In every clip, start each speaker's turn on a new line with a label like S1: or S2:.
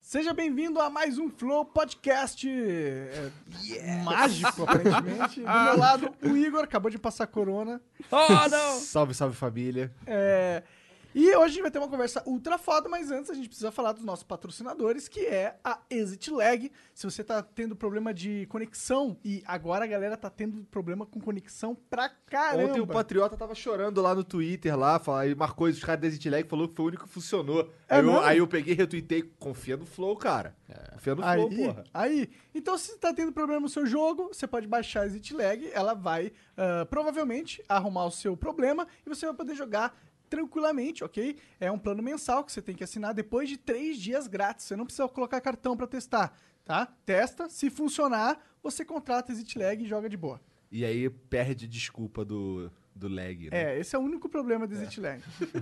S1: Seja bem-vindo a mais um Flow Podcast. É, Mágico, aparentemente. Do meu lado, o Igor acabou de passar corona.
S2: Oh, não!
S3: Salve, salve família.
S1: É, E hoje a gente vai ter uma conversa ultra foda, mas antes a gente precisa falar dos nossos patrocinadores, que é a Exit Lag. Se você tá tendo problema de conexão, e agora a galera tá tendo problema com conexão pra caramba.
S3: Ontem o Patriota tava chorando lá no Twitter, lá, fala- aí marcou os caras da Zitlag, falou que foi o único que funcionou.
S1: É
S3: aí,
S1: mesmo?
S3: eu, aí eu peguei e retuitei, confia no Flow, cara. Confia no Flow,
S1: Aí,
S3: porra.
S1: aí, então se tá tendo problema no seu jogo, você pode baixar a Exit Lag, ela vai ah, provavelmente arrumar o seu problema e você vai poder jogar tranquilamente, ok? É um plano mensal que você tem que assinar depois de três dias grátis, você não precisa colocar cartão pra testar, tá? Testa, se funcionar, você contrata a Exit Lag e joga de boa.
S3: E aí perde desculpa do, do lag, né?
S1: É, esse é o único problema do Exit Lag.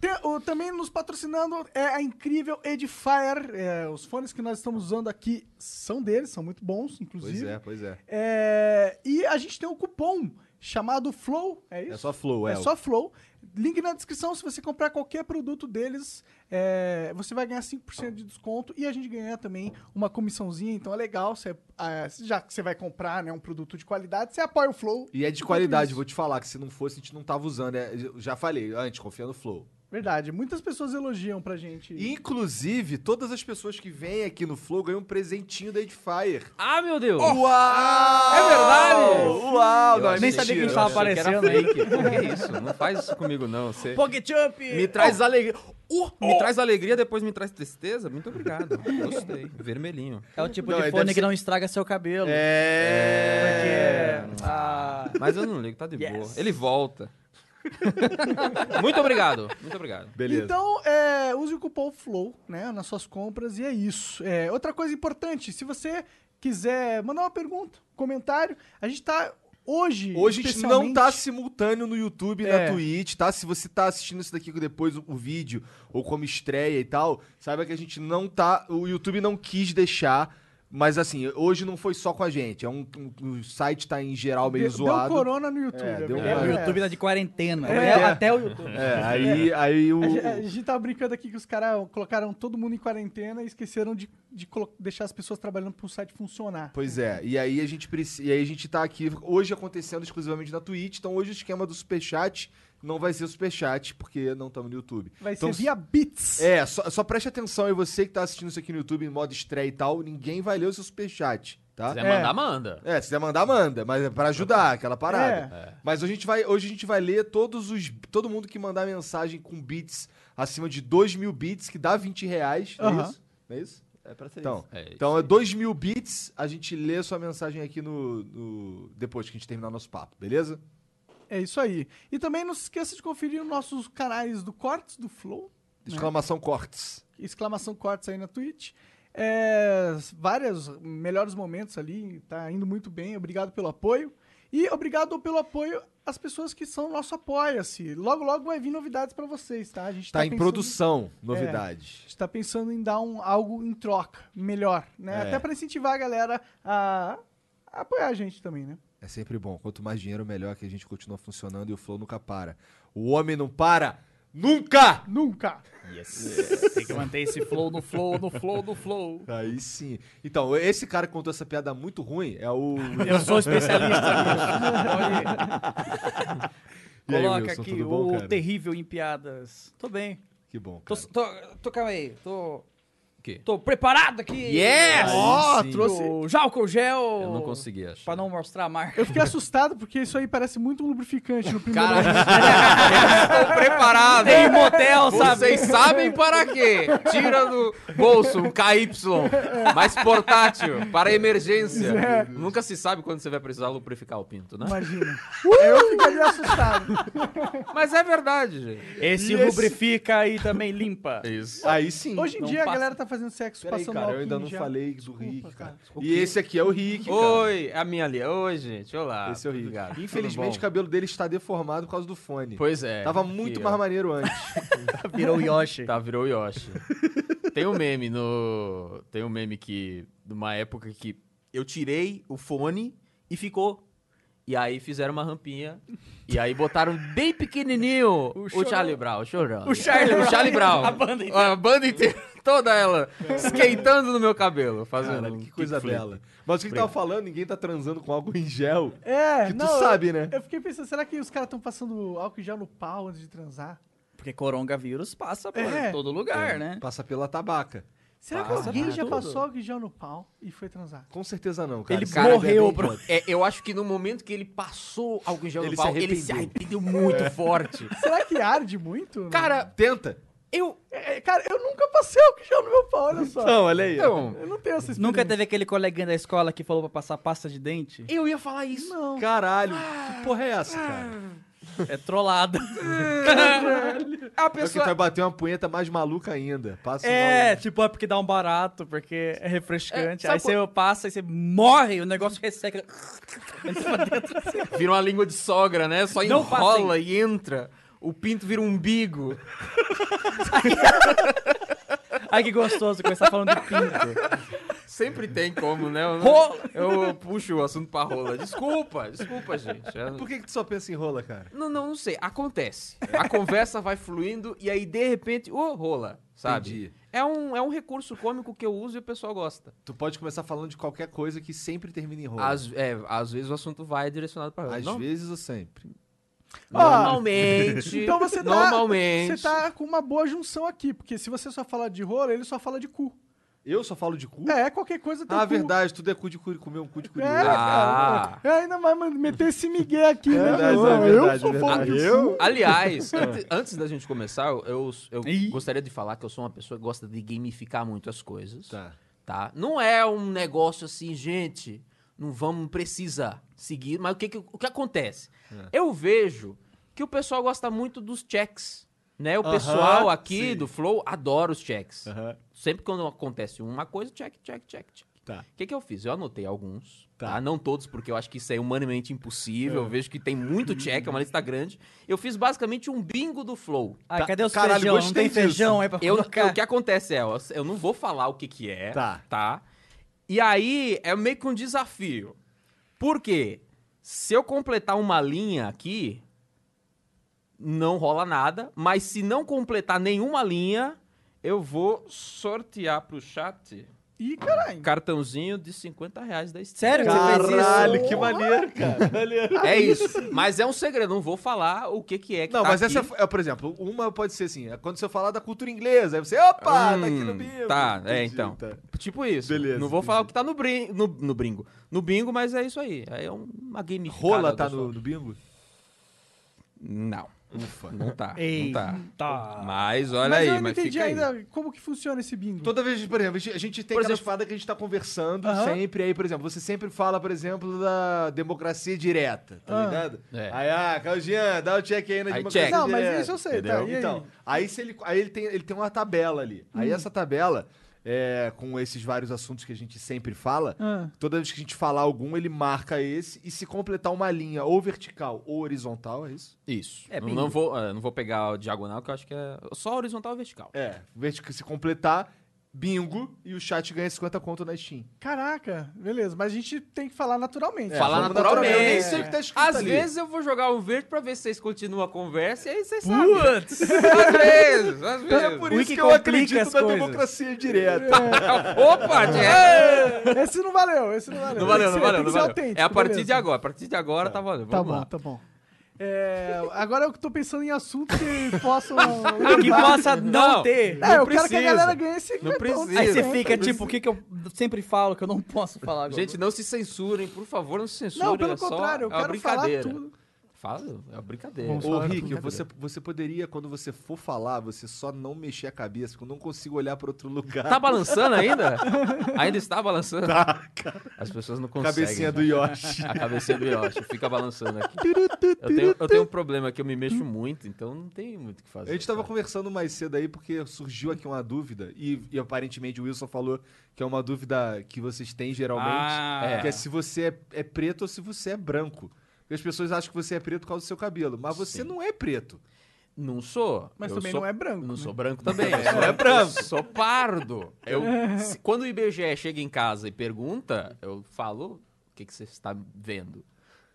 S1: Tem- o- também nos patrocinando é a incrível Edifier. É, os fones que nós estamos usando aqui são deles, são muito bons,
S3: Pois
S1: inclusive.
S3: é, pois é.
S1: É, e a gente tem um cupom chamado Flow, é isso?
S3: É só Flow, é.
S1: É só Flow. Link na descrição, se você comprar qualquer produto deles, é, você vai ganhar 5% de desconto e a gente ganha também uma comissãozinha, então é legal. Você, ah, já que você vai comprar né, um produto de qualidade, você apoia o Flow.
S3: E é de qualidade, vou te falar, que se não fosse, a gente não tava usando. é, eu já falei antes, confia no Flow.
S1: Verdade, muitas pessoas elogiam pra gente.
S3: Inclusive, todas as pessoas que vêm aqui no Flow ganham um presentinho da Edifier.
S2: Ah, meu Deus!
S4: Oh!
S3: Uau!
S2: É verdade?
S3: Uau! Não, é
S2: nem
S3: mentira,
S2: sabia que a gente
S3: eu
S2: tava
S3: achei que era
S2: aparecendo aí.
S3: fake.
S2: Pô, que isso? Não faz isso comigo, não. Você
S4: Pocket Jump!
S2: me traz alegria. Uh, me traz alegria, depois me traz tristeza. Muito obrigado. Gostei. Vermelhinho.
S5: É o tipo
S3: Não, é,
S5: de
S3: deve
S5: fone que
S3: ser-
S5: não estraga seu cabelo.
S3: É.
S5: Porque, ah,
S2: Mas eu não ligo, tá de
S5: Yes.
S2: boa. Ele volta. Muito obrigado. Muito obrigado.
S3: Beleza.
S1: Então, é, use o cupom FLOW né, nas suas compras e é isso. É, outra coisa importante, se você quiser mandar uma pergunta, um comentário, a gente tá hoje.
S3: Hoje a gente não tá
S1: especialmente-
S3: simultâneo no YouTube e
S1: É.
S3: na Twitch, tá? Se você tá assistindo isso daqui depois o, o vídeo ou como estreia e tal, saiba que a gente não tá. O YouTube não quis deixar. Mas assim, hoje não foi só com a gente. É um, um- o site tá em geral meio
S1: Deu-
S3: zoado.
S1: Deu corona no YouTube.
S3: É, deu
S1: verdade.
S5: é, o YouTube tá de quarentena. Até, até o YouTube.
S3: É, aí, aí o.
S1: A gente, a gente tava brincando aqui que os caras colocaram todo mundo em quarentena e esqueceram de, de colo- deixar as pessoas trabalhando pro site funcionar.
S3: Pois é, e aí a gente precisa. E aí a gente tá aqui hoje acontecendo exclusivamente na Twitch. Então hoje o esquema do Superchat não vai ser Superchat, porque não estamos no YouTube.
S1: Vai
S3: então,
S1: ser via bits.
S3: É, só, só preste atenção aí, você que tá assistindo isso aqui no YouTube em modo estreia e tal, ninguém vai ler o seu superchat, tá?
S2: Se quiser
S1: É.
S2: mandar, manda.
S3: É, se quiser mandar, manda, mas é pra ajudar, aquela parada.
S1: É.
S3: Mas hoje a, gente vai, hoje a gente vai ler todos os. Todo mundo que mandar mensagem com bits acima de 2 mil bits, que dá 20 reais, não é
S1: Aham.
S3: isso? Não é isso? É pra ser então,
S2: isso. É
S3: então é 2 mil bits, a gente lê a sua mensagem aqui no, no- Depois que a gente terminar nosso papo, beleza?
S1: É isso aí. E também não se esqueça de conferir os nossos canais do Cortes do Flow.
S3: Exclamação cortes.
S1: exclamação cortes aí na Twitch. É, vários melhores momentos ali, tá indo muito bem. Obrigado pelo apoio. E obrigado pelo apoio às pessoas que são nosso apoia-se. Logo, logo vai vir novidades pra vocês, tá? A gente
S3: Tá,
S1: tá,
S3: em
S1: pensando-
S3: produção, novidades.
S1: A gente tá pensando em dar um, algo em troca, melhor, né?
S3: É.
S1: Até pra incentivar a galera a, a apoiar a gente também, né?
S3: É sempre bom. Quanto mais dinheiro, melhor que a gente continua funcionando e o Flow nunca para. O homem não para nunca!
S1: Nunca!
S4: É.
S5: Tem que manter esse flow no flow, no flow, no flow.
S3: Aí sim. Então, esse cara que contou essa piada muito ruim é o.
S5: Eu sou especialista nisso.
S3: E aí,
S5: Pode- Coloca
S3: Wilson,
S5: aqui
S3: tudo bom,
S5: o
S3: cara?
S5: terrível em piadas. Tô bem.
S3: Que bom.
S5: Tô,
S3: Cara.
S5: tô, tô calma aí. Tô
S6: quê?
S4: Tô preparado aqui.
S6: Yes!
S1: Ó,
S6: Aí sim.
S1: trouxe.
S4: O já álcool gel.
S6: Eu não consegui achar.
S4: Pra não mostrar a marca.
S1: Eu fiquei assustado porque isso aí parece muito um lubrificante no primeiro
S6: Cara,
S1: momento.
S6: estou preparado.
S4: Tem motel, sabe?
S6: Vocês sabem para quê? Tira do bolso um KY, mais portátil, para emergência. Nunca se sabe quando você vai precisar lubrificar o pinto, né?
S1: Imagina. Eu ficaria assustado.
S6: Mas é verdade, gente. É
S4: Esse lubrifica e também limpa.
S6: Isso.
S3: Aí sim.
S1: Hoje em
S4: Não
S1: dia a
S4: passa.
S1: galera tá fazendo sexo
S3: Peraí,
S1: passando
S3: cara, eu
S1: álcool
S3: ainda
S1: em
S3: não
S1: gel.
S3: falei do
S1: Desculpa,
S3: Rick, cara. E
S6: quê?
S3: esse aqui é o Rick, cara.
S6: Oi, a minha ali. Oi, gente. Olá.
S3: Esse é o Rick.
S6: Obrigado.
S3: Infelizmente, o
S6: Tudo bom?
S3: cabelo dele está deformado por causa do fone.
S6: Pois é.
S3: Tava
S6: Aqui,
S3: muito
S6: ó.
S3: mais maneiro antes.
S4: Virou Yoshi.
S6: Tá, virou Yoshi. Tem um meme no. Tem um meme que. De uma época que eu tirei o fone e ficou. E aí fizeram uma rampinha. E aí botaram bem pequenininho o,
S4: chorão.
S6: Charlie Brown. O chorão.
S4: O Charlie
S6: O Charlie Brown.
S4: A banda inteira.
S6: A banda inteira, Toda ela. Skateando no meu cabelo. Fazendo.
S3: Caralho,
S6: um
S3: que coisa
S6: kickflip.
S3: bela. Mas o que, que tava falando? Ninguém tá transando com álcool em gel.
S1: É,
S3: Que tu
S1: não, eu-
S3: sabe, né?
S1: Eu fiquei pensando, será que os caras estão passando álcool em gel no pau antes de transar?
S4: Porque coronavírus passa por
S1: É.
S4: todo lugar, né?
S3: Passa pela tabaca.
S1: Será que
S6: Passa
S1: alguém
S3: né?
S6: por
S1: já
S6: tudo.
S1: passou álcool em gel no pau e foi transar?
S3: Com certeza não, cara.
S4: Ele
S3: Esse cara
S4: morreu,
S3: bebe
S4: bro.
S3: enquanto.
S6: É, eu acho que no momento que ele passou algum jogo
S3: Ele
S6: no pau,
S3: se
S6: ele se
S3: arrependeu.
S6: arrependeu muito forte.
S1: Será que arde muito?
S6: Cara,
S3: Tenta.
S6: eu.
S1: É, cara, eu nunca passei álcool em gel no meu pau, olha só.
S3: Não, é. olha aí. ó.
S6: Então,
S1: Eu não tenho essa experiência.
S4: Nunca teve aquele coleguinha da escola que falou pra passar pasta de dente?
S6: eu ia falar isso.
S1: Não.
S3: Caralho, que porra é essa, cara?
S4: É trollada.
S6: A
S3: É que tu
S6: pessoa.
S3: vai bater uma punheta mais maluca ainda. Passa
S4: É,
S3: mal.
S4: tipo, é porque dá um barato, porque é refrescante.
S6: É, sabe tá.
S4: aí você passa e você morre, o negócio resseca.
S6: Vira uma língua de sogra, né? Só
S4: Não
S6: enrola e entra. O pinto vira um umbigo.
S4: Ai, que gostoso começar falando de pinto.
S6: Sempre tem como, né? Eu,
S4: Rola.
S6: eu puxo o assunto pra rola. Desculpa, desculpa, gente. É-
S3: Por que, que tu só pensa em rola, cara?
S6: Não, não, não sei. Acontece. A conversa vai fluindo e aí, de repente, ô, rola, sabe?
S3: Entendi.
S6: É um, é um recurso cômico que eu uso e o pessoal gosta.
S3: Tu pode começar falando de qualquer coisa que sempre termina em rola.
S6: Às, é, às vezes o assunto vai direcionado pra rola.
S3: Às
S6: Não-
S3: vezes ou sempre.
S6: Normalmente.
S1: Então você tá,
S6: Normalmente.
S1: Você tá com uma boa junção aqui, porque se você só fala de rola, ele só fala de cu.
S3: Eu só falo de cu?
S1: É, qualquer coisa tem
S3: Ah,
S1: cu.
S3: verdade, tudo é cu de cu, comer um cu de
S1: É,
S3: curioso.
S6: Ah.
S1: cara, é, ainda vai man- meter esse migué aqui, né?
S3: verdade,
S1: Não,
S3: é verdade,
S1: eu sou
S3: é
S1: falo
S3: verdade.
S1: de
S3: Eu?
S1: cu.
S6: Aliás,
S3: É.
S6: ante- antes da gente começar, eu, eu- eu
S4: Ih.
S6: gostaria de falar que eu sou uma pessoa que gosta de gamificar muito as coisas. Tá.
S3: Tá.
S6: Não é um negócio assim, gente, não vamos, precisa seguir. Mas o que, que- o que acontece?
S3: É.
S6: Eu vejo que o pessoal gosta muito dos checks. Né? O
S3: Aham,
S6: pessoal aqui
S3: sim.
S6: do Flow adora os checks.
S3: Aham.
S6: Sempre quando acontece uma coisa, check, check, check, check.
S3: Tá.
S6: O que, que eu fiz? Eu anotei alguns,
S3: Tá.
S6: tá? Não todos, porque eu acho que isso é humanamente impossível. Eu vejo que tem muito check, é uma lista grande. Eu fiz basicamente um bingo do Flow.
S4: Ah,
S3: Tá-
S4: cadê os
S3: caralho,
S4: feijão? Não
S3: gostei
S4: tem
S3: disso.
S4: feijão aí pra
S6: Eu,
S4: colocar?
S6: o que acontece é, ó, eu não vou falar o que que é,
S3: Tá.
S6: E aí, é meio que um desafio. Por quê? Se eu completar uma linha aqui, não rola nada. Mas se não completar nenhuma linha, eu vou sortear pro chat um
S1: Ih, caralho.
S6: cartãozinho de 50 reais da Steam.
S4: Sério que você fez isso?
S3: Caralho, que maneiro, cara. Maneiro.
S6: É isso. Mas é um segredo, não vou falar o que que é que
S3: Não,
S6: tá
S3: mas
S6: aqui.
S3: essa, é, por exemplo, uma pode ser assim, é quando você falar da cultura inglesa, aí você, opa, tá aqui no
S6: Hum,
S3: bingo.
S6: Tá, é,
S3: Entendi,
S6: então.
S3: tá.
S6: Tipo isso.
S3: Beleza,
S6: não vou
S3: entendi.
S6: falar o que tá no, brin no, no bingo. No bingo, mas é isso aí. Aí É uma game
S3: Rola tá no, no bingo?
S6: Não,
S3: Ufa. Ah.
S6: não tá.
S4: Ei,
S6: Não tá.
S4: tá.
S6: Mas olha
S1: mas
S6: aí,
S1: eu não
S6: mas
S1: entendi
S6: fica aí.
S1: ainda como que funciona esse bingo.
S3: Toda vez, por exemplo, a gente- a gente tem
S6: Por
S3: aquela
S6: exemplo-
S3: espada que a gente tá conversando
S1: Aham.
S3: sempre, aí, por exemplo, você sempre fala, por exemplo, da democracia direta, tá
S1: Ah.
S3: ligado?
S6: É.
S3: Aí, ah, Claudinha, dá o check aí na
S6: Aí,
S3: democracia
S6: check.
S3: direta.
S1: Não, mas isso eu sei, tá?
S3: Entendeu?
S1: E aí? Hum.
S3: Então, aí, se ele, aí ele, tem, ele tem uma tabela ali. Aí essa tabela, é, com esses vários assuntos que a gente sempre fala,
S1: Ah.
S3: toda vez que a gente falar algum, ele marca esse, e se completar uma linha ou vertical ou horizontal, é isso?
S6: Isso.
S4: É
S6: não,
S4: bingo.
S6: não vou, é, não vou pegar o diagonal, que eu acho que é só horizontal e vertical.
S3: É, vertical, se completar, bingo, e o chat ganha 50 conto na Steam.
S1: Caraca, beleza. Mas a gente tem que falar naturalmente.
S3: É,
S6: Falar
S3: vamos
S6: naturalmente.
S3: Eu nem sei o que tá escrito
S6: Às
S3: ali.
S6: vezes eu vou jogar o verde pra ver se vocês continuam a conversa e aí vocês sabem.
S4: Putz!
S6: Às vezes, às
S3: Então
S6: vezes.
S3: é por
S4: O
S3: isso
S4: que
S3: que eu
S4: complica
S3: acredito
S4: as
S3: na
S4: coisas.
S3: democracia direta.
S6: Opa, Jack!
S1: Esse não valeu, esse não valeu.
S6: Não valeu,
S1: Esse tem
S6: não valeu, não
S1: que ser
S6: valeu.
S1: autêntico,
S6: É a partir
S1: beleza.
S6: de agora. A partir de agora tá valendo.
S1: Tá
S6: Vamos
S1: bom,
S6: lá.
S1: tá bom. É, agora eu tô pensando em assuntos que possam.
S5: Que possa não,
S6: Não.
S1: É, eu
S5: ter.
S1: quero que
S6: precisa.
S1: a galera ganhe esse
S6: Não
S1: retorno.
S6: precisa.
S5: Aí você
S6: Não
S5: fica tipo, o que, que eu sempre falo que eu não posso falar agora?
S6: Gente, não se censurem, por favor, não se censurem.
S1: Tá Não, pelo
S6: é só-
S1: contrário, eu
S6: é uma
S1: quero falar
S6: brincadeira.
S1: tudo.
S6: Fala, é uma brincadeira.
S1: Vamos
S3: Ô,
S1: falar
S3: Rick,
S1: brincadeira.
S3: você, você poderia, quando você for falar, você só não mexer a cabeça, porque eu não consigo olhar pra outro lugar.
S6: Tá balançando ainda? ainda está balançando?
S3: Tá, cara.
S6: As pessoas não conseguem.
S3: Cabecinha do Yoshi.
S6: A cabecinha do Yoshi fica balançando aqui. Eu tenho, eu tenho um problema que eu me mexo muito, então não tem muito o que fazer.
S3: A gente tava
S6: cara.
S3: conversando mais cedo aí porque surgiu aqui uma dúvida e, e aparentemente o Wilson falou que é uma dúvida que vocês têm geralmente,
S5: Ah.
S3: é, que é se você é, é preto ou se você é branco. Porque as pessoas acham que você é preto por causa do seu cabelo, mas você
S6: Sim.
S3: não é preto.
S6: Não sou.
S1: Mas
S6: eu
S1: também
S6: sou-
S1: não é branco.
S6: Não
S1: né?
S6: sou branco também. eu sou, é branco. Sou pardo. Eu, se- quando o IBGE chega em casa e pergunta, eu falo: o que, que você está vendo?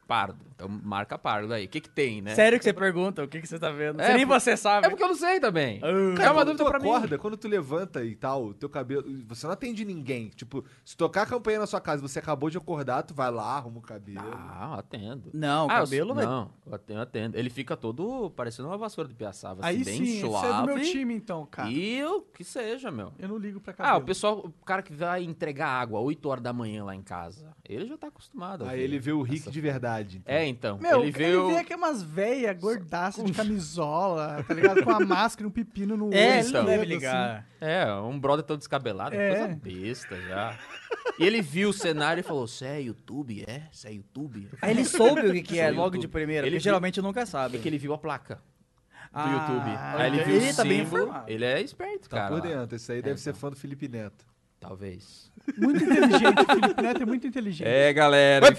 S6: Pardo. Então marca pardo aí. O que, que tem, né?
S5: Sério que você pergunta o que, que você tá vendo?
S6: É,
S5: Se nem
S6: por-
S5: você sabe.
S6: É porque eu não sei também.
S5: Ah.
S6: é uma
S3: quando
S6: dúvida
S3: tu
S6: pra mim.
S3: acorda, quando tu levanta e tal, teu cabelo. Você não atende ninguém. Tipo, se tocar a campanha na sua casa, você acabou de acordar, tu vai lá, arruma o cabelo.
S6: Ah, eu atendo.
S5: Não, o
S6: ah, eu-
S5: cabelo vai-
S6: Não, eu atendo, eu atendo. Ele fica todo parecendo uma vassoura de piaçava,
S1: Aí
S6: assim, bem
S1: sim,
S6: suave.
S1: você é do meu time, então, cara.
S6: E o que seja, meu.
S1: Eu não ligo pra cabelo.
S6: Ah, o pessoal, o cara que vai entregar água 8 horas da manhã lá em casa, ele já tá acostumado. a
S3: Aí
S6: ver
S3: ele vê o Rick
S6: essa-
S3: de verdade. então.
S6: É, então.
S1: Meu,
S6: ele
S1: ele
S6: vê o...
S1: vê aquelas velhas gordaças de camisola, tá ligado? Com a máscara e um pepino no olho.
S5: É, ele
S6: Isso,
S5: não
S6: então.
S5: deve
S1: assim.
S5: ligar.
S6: É, um brother todo descabelado,
S1: É.
S6: coisa besta já. E ele viu o cenário e falou, cê é YouTube, é? Cê é YouTube? Eu
S5: Aí
S6: falei,
S5: ele soube o que, que é
S6: Sou
S5: logo de
S6: YouTube.
S5: primeira,
S6: Ele
S5: porque
S6: viu-
S5: geralmente nunca sabe.
S6: É que ele viu a placa do
S5: Ah,
S6: YouTube. Aí ele viu o
S5: ele tá bem
S6: símbolo.
S5: informado.
S6: ele é esperto,
S3: Tá
S6: cara.
S3: por
S6: lá.
S3: dentro. Isso aí deve ser fã do Felipe Neto.
S6: Talvez.
S1: Muito inteligente, o Felipe Neto é muito inteligente.
S6: É, galera.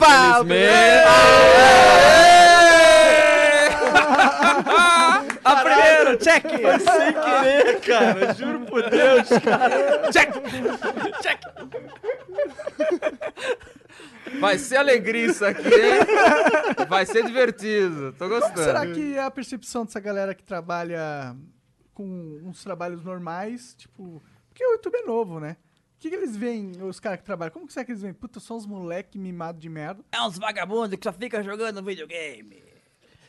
S5: A primeira, check!
S6: Vai ser alegria isso aqui, hein? Vai ser divertido. Tô
S1: Como
S6: gostando.
S1: será que é a percepção dessa galera que trabalha com uns trabalhos normais, tipo... Porque o YouTube é novo, né? O que, que eles veem, os caras que trabalham? Como que será que eles veem? Puta, são uns moleque mimado de merda.
S5: É uns vagabundos que só ficam jogando videogame.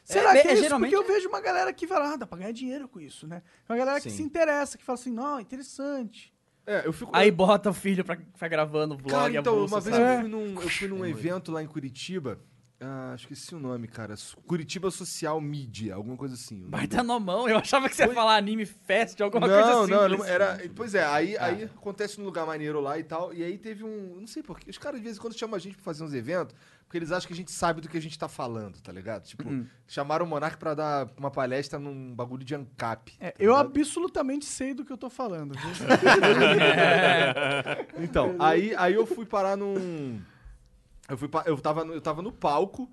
S1: Será
S5: é,
S1: que é, isso?
S5: geralmente
S1: Porque eu vejo uma galera que fala, ah, dá pra ganhar dinheiro com isso, né? Uma galera que
S6: Sim.
S1: se interessa, que fala assim, não, interessante.
S3: É, eu fico.
S5: Aí bota o filho pra ficar gravando o vlog,
S3: Cara, então,
S5: a bolsa,
S3: uma vez
S5: sabe? É.
S3: eu fui num, eu fui num evento lá em Curitiba. Ah, esqueci o nome, cara. Su- Curitiba Social Media, alguma coisa assim. o nome.
S5: Baita nomão, eu achava que você ia falar anime fest, alguma coisa
S3: não,
S5: assim.
S3: não, não, era. Pois é, aí,
S5: Tá.
S3: aí acontece num lugar maneiro lá e tal. E aí teve um. Não sei porquê. Os caras de vez em quando chamam a gente pra fazer uns eventos, porque eles acham que a gente sabe do que a gente tá falando, tá ligado? Tipo,
S5: Uhum.
S3: chamaram o Monark pra dar uma palestra num bagulho de ANCAP.
S1: É,
S3: tá
S1: eu
S3: ligado?
S1: absolutamente sei do que eu tô falando, viu?
S3: Então, aí, aí eu fui parar num. Eu, fui pa- eu, tava no... eu tava no palco,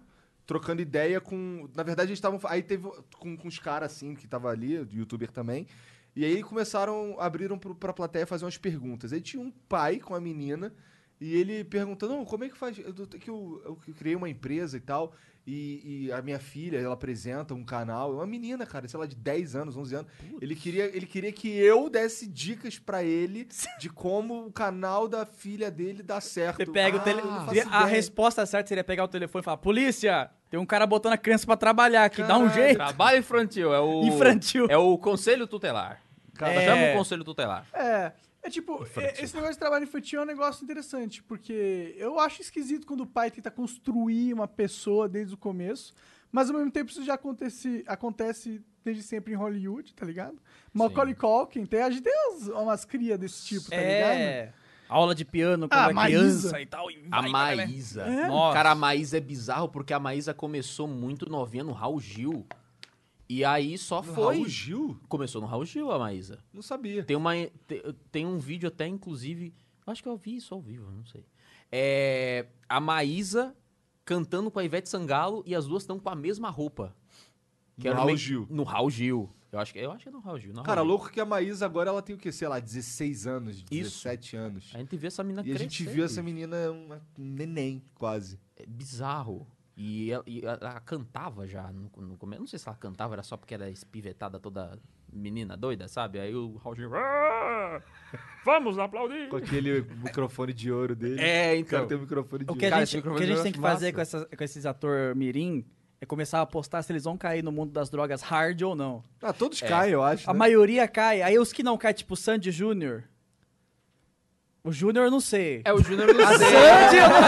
S3: trocando ideia com. Na verdade, eles estavam. Aí teve com, com os caras assim que tava ali, youtuber também. E aí começaram. abriram pro, pra plateia fazer umas perguntas. Aí tinha um pai com a menina. E ele perguntando, não, como é que faz? Eu, tô- que eu, eu que criei uma empresa e tal, e, e a minha filha, ela apresenta um canal. É uma menina, cara, sei lá, de 10 anos, 11 anos. Ele queria, ele queria que eu desse dicas pra ele de como o canal da filha dele dá certo.
S5: Você pega o
S3: Ah,
S5: tele...
S3: não faço
S5: A
S3: ideia.
S5: resposta certa seria pegar o telefone e falar, polícia, tem um cara botando a criança pra trabalhar aqui, dá um
S3: Caralho.
S5: jeito.
S6: É, Trabalho infantil. É o...
S5: Infantil.
S6: É o conselho tutelar.
S5: Cara,
S6: Chama
S5: é.
S6: o conselho tutelar.
S1: É. É tipo, é- esse negócio de trabalho infantil é um negócio interessante, porque eu acho esquisito quando o pai tenta construir uma pessoa desde o começo, mas ao mesmo tempo isso já acontece, acontece desde sempre em Hollywood, tá ligado? Macaulay Culkin, tem, a gente tem umas, umas crias desse tipo, tá ligado?
S5: É. Aula de piano quando
S1: Ah,
S5: é
S1: Maísa.
S5: criança e tal. E
S6: A
S5: vai, vai, vai.
S6: Maísa.
S5: Nossa.
S6: Cara, a Maísa é bizarro porque a Maísa começou muito novinha no Raul Gil. E aí só foi.
S3: Raul Gil?
S6: Começou no Raul Gil a Maísa.
S3: Não sabia.
S6: Tem, uma, te- tem um vídeo até, inclusive. Acho que eu vi isso ao vivo, não sei. É, a Maísa cantando com a Ivete Sangalo e as duas estão com a mesma roupa.
S3: No
S6: era um
S3: Raul
S6: meio-
S3: Gil.
S6: No Raul Gil. Eu acho que, eu acho que é no Raul Gil. no
S3: Cara,
S6: Raul Gil.
S3: louco que a Maísa agora ela tem o quê? Sei lá, 16 anos,
S6: Isso.
S3: 17 anos.
S6: A gente vê essa menina
S3: E a gente
S6: crescer,
S3: viu essa
S6: bicho.
S3: menina uma neném, quase.
S6: É bizarro. E ela, e ela- ela cantava já no, no começo. Não sei se ela cantava, era só porque era espivetada toda menina doida, sabe? Aí o Raul Gil. "Ah, Vamos aplaudir!
S3: Com aquele microfone de ouro dele.
S6: É,
S3: O cara
S6: então.
S3: tem um microfone de
S5: O que a
S3: ouro.
S6: Cara, esse
S5: gente, o que a
S6: microfone
S5: gente
S6: eu
S5: tem
S6: acho
S5: que
S6: massa.
S5: fazer com, essas- com esses ator mirim É começar a apostar se eles vão cair no mundo das drogas hard ou não.
S3: Ah,
S6: É.
S3: todos caem, eu acho.
S5: A
S3: né?
S5: maioria cai. Aí os que não caem, tipo o Sandy Júnior. O Júnior eu não sei.
S6: É, o Júnior eu não sei.
S5: Sandy, eu não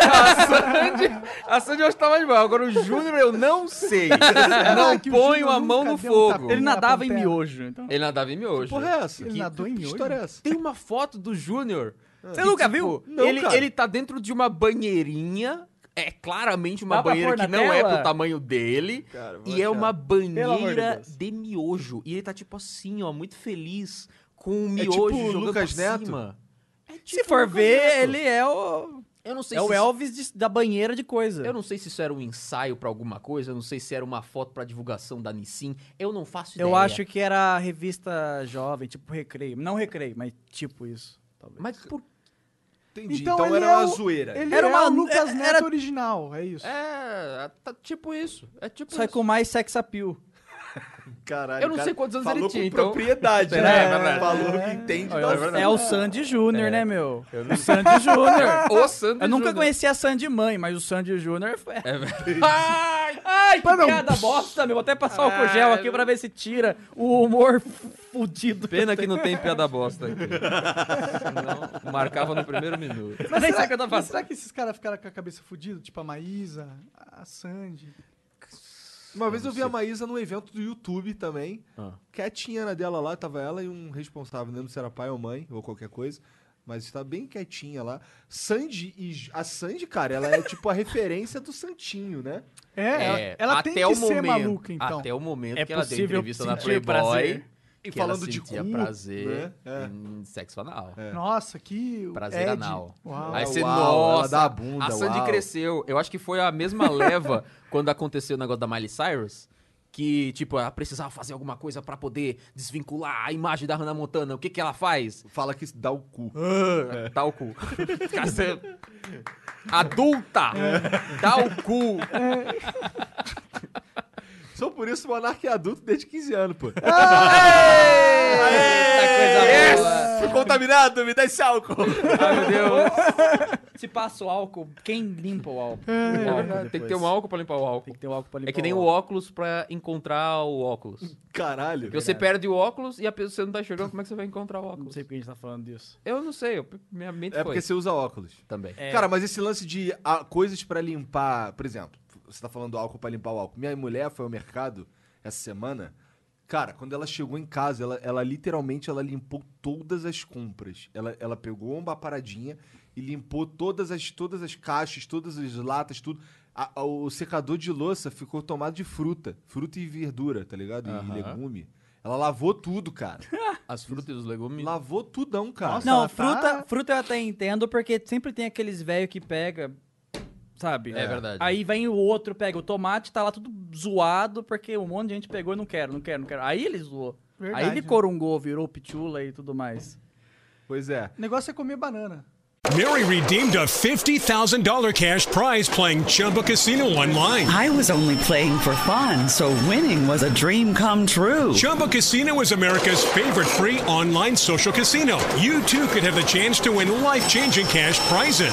S6: A Sandy, a Sandy hoje tá mais mal. Agora o Júnior eu não sei. Não
S1: é que o
S6: ponho
S1: Júnior
S6: a mão
S1: nunca
S6: no
S1: deu um
S6: fogo.
S1: tapete.
S5: Ele nadava em
S1: Pantera.
S5: miojo, então.
S6: Ele nadava em miojo.
S3: Porra, é essa?
S1: Ele nadou em
S3: que
S1: hoje?
S3: história é essa?
S6: Tem uma foto do Júnior.
S5: É. Você nunca viu?
S3: Não,
S6: ele,
S3: cara.
S6: ele tá dentro de uma banheirinha. É claramente uma
S5: Dá pra
S6: banheira
S5: pôr
S6: que
S5: na
S6: não é
S5: tela?
S6: pro tamanho dele.
S3: Cara, vou
S6: e é
S3: achar.
S6: uma
S5: amor de
S6: banheira
S5: Deus.
S6: de miojo. E ele tá tipo assim, ó, muito feliz com o
S3: É
S6: miojo
S3: tipo o
S6: jogando
S3: Lucas
S6: pra
S3: Neto?
S6: cima. É tipo
S5: Se for
S6: Lucas
S5: ver,
S6: Neto.
S5: ele é o.
S6: Eu não sei
S5: É
S6: se isso-
S5: o Elvis de- da banheira de coisa.
S6: Eu não sei se isso era um ensaio pra alguma coisa, eu não sei se era uma foto pra divulgação da Nissin. Eu não faço ideia.
S5: Eu acho que era a revista jovem, tipo Recreio. Não Recreio, mas tipo isso. talvez.
S6: Mas por
S3: Entendi. Então,
S1: Então ele
S3: era
S1: é
S3: uma
S1: o-
S3: zoeira.
S1: Ele
S5: Era
S1: era
S5: uma-
S1: o Lucas
S5: era-
S1: Neto original, é isso.
S6: É, tá tipo isso. É tipo
S5: Só que
S6: isso.
S5: com mais sex appeal.
S3: Caralho,
S6: Eu não
S3: cara,
S6: sei quantos anos
S3: falou
S6: ele
S3: com
S6: tinha, então.
S3: propriedade,
S6: É,
S3: né?
S6: é verdade.
S3: Falou que entende.
S5: É
S3: da-
S5: o, é o Sandy Júnior, né, meu?
S6: Eu
S5: O Sandy Júnior.
S6: O Sandy
S5: Eu nunca
S6: Júnior.
S5: conheci a Sandy mãe, mas o Sandy Júnior foi...
S6: É verdade. Ai,
S5: Ai, que
S1: Mas não.
S5: piada bosta, meu. Vou até passar o cogel aqui pra ver se tira o humor f- fudido.
S6: Pena que não tem piada bosta aqui. Senão, marcava no primeiro minuto.
S5: Mas nem
S1: será,
S5: sabe o que eu tô
S1: mas
S5: fazendo.
S1: será que esses caras ficaram com a cabeça fudida? Tipo a Maísa, a Sandy.
S3: Uma vez eu vi a Maísa num evento do YouTube também.
S6: Ah.
S3: Quietinha na dela lá, tava ela e um responsável, não lembro se era pai ou mãe ou qualquer coisa. Mas estava bem quietinha lá. Sandy e. J- A Sandy, cara, ela é tipo a referência do Santinho, né?
S1: É, ela, ela tem que ser maluca, então.
S6: Até o momento
S5: É
S6: que ela deu
S5: possível
S6: entrevista na
S5: sentir
S6: Playboy.
S5: prazer.
S3: E
S6: que
S3: falando
S6: ela
S3: de
S6: sentia
S3: cu,
S6: prazer
S3: né? É.
S6: em sexo anal.
S1: Nossa, que.
S6: Prazer
S1: Ed.
S6: anal.
S1: Uau.
S6: Aí você,
S3: Uau, ela
S6: nossa,
S3: dá a bunda,
S6: a Sandy
S3: uau.
S6: cresceu. Eu acho que foi a mesma leva quando aconteceu o negócio da Miley Cyrus. Que, tipo, ela precisava fazer alguma coisa pra poder desvincular a imagem da Hannah Montana. O que que ela faz?
S3: Fala que dá o cu.
S6: Ah.
S3: É.
S6: Dá o cu. Cara, você- Adulta!
S3: É.
S6: Dá o cu!
S3: Só por isso o Monark é adulto desde 15 anos, pô.
S5: Eita coisa boa.
S3: Fui É. contaminado, me dá esse álcool.
S6: Ai, meu Deus.
S5: Se passa o álcool, quem limpa o álcool? O álcool
S6: Tem que
S5: depois.
S6: ter um álcool pra limpar o
S5: Tem
S6: álcool.
S5: que ter um álcool pra limpar
S6: É que nem o óculos pra encontrar o óculos.
S3: Caralho.
S6: Porque você perde o óculos e a pessoa você não tá enxergando como é que você vai encontrar o
S5: Não
S6: óculos.
S5: sei porque a gente tá falando disso.
S6: Eu não sei, eu- minha mente
S3: É
S6: foi.
S3: porque você usa óculos.
S6: Também.
S5: É.
S3: Cara, mas esse lance de ah, coisas pra limpar, por exemplo, você tá falando álcool pra limpar o álcool. Minha mulher foi ao mercado essa semana. Cara, quando ela chegou em casa, ela, ela literalmente ela limpou todas as compras. Ela, ela pegou uma paradinha e limpou todas as, todas as caixas, todas as latas, tudo. A- a- o secador de louça ficou tomado de fruta. Fruta e verdura, tá ligado? E
S6: Aham.
S3: legume. Ela lavou tudo, cara.
S6: As frutas e os legumes.
S3: lavou tudão, cara.
S1: Nossa,
S5: Não,
S1: ela tá-
S5: fruta, fruta eu até entendo, porque sempre tem aqueles velho que pega, sabe?
S6: É verdade.
S5: Aí vem o outro, pega o tomate, tá lá tudo zoado, porque um monte de gente pegou e não quero, não quero, não quero. Aí ele zoou.
S1: Verdade,
S5: Aí ele
S1: né?
S5: corungou, virou pitula e tudo mais.
S3: Pois é.
S1: O negócio é comer banana.
S7: Mary redeemed a $50,000 cash prize playing Chumba Casino online.
S4: I was only playing for fun, so winning was a dream come true.
S7: Chumba Casino is America's favorite free online social casino. You too could have the chance to win life changing cash prizes.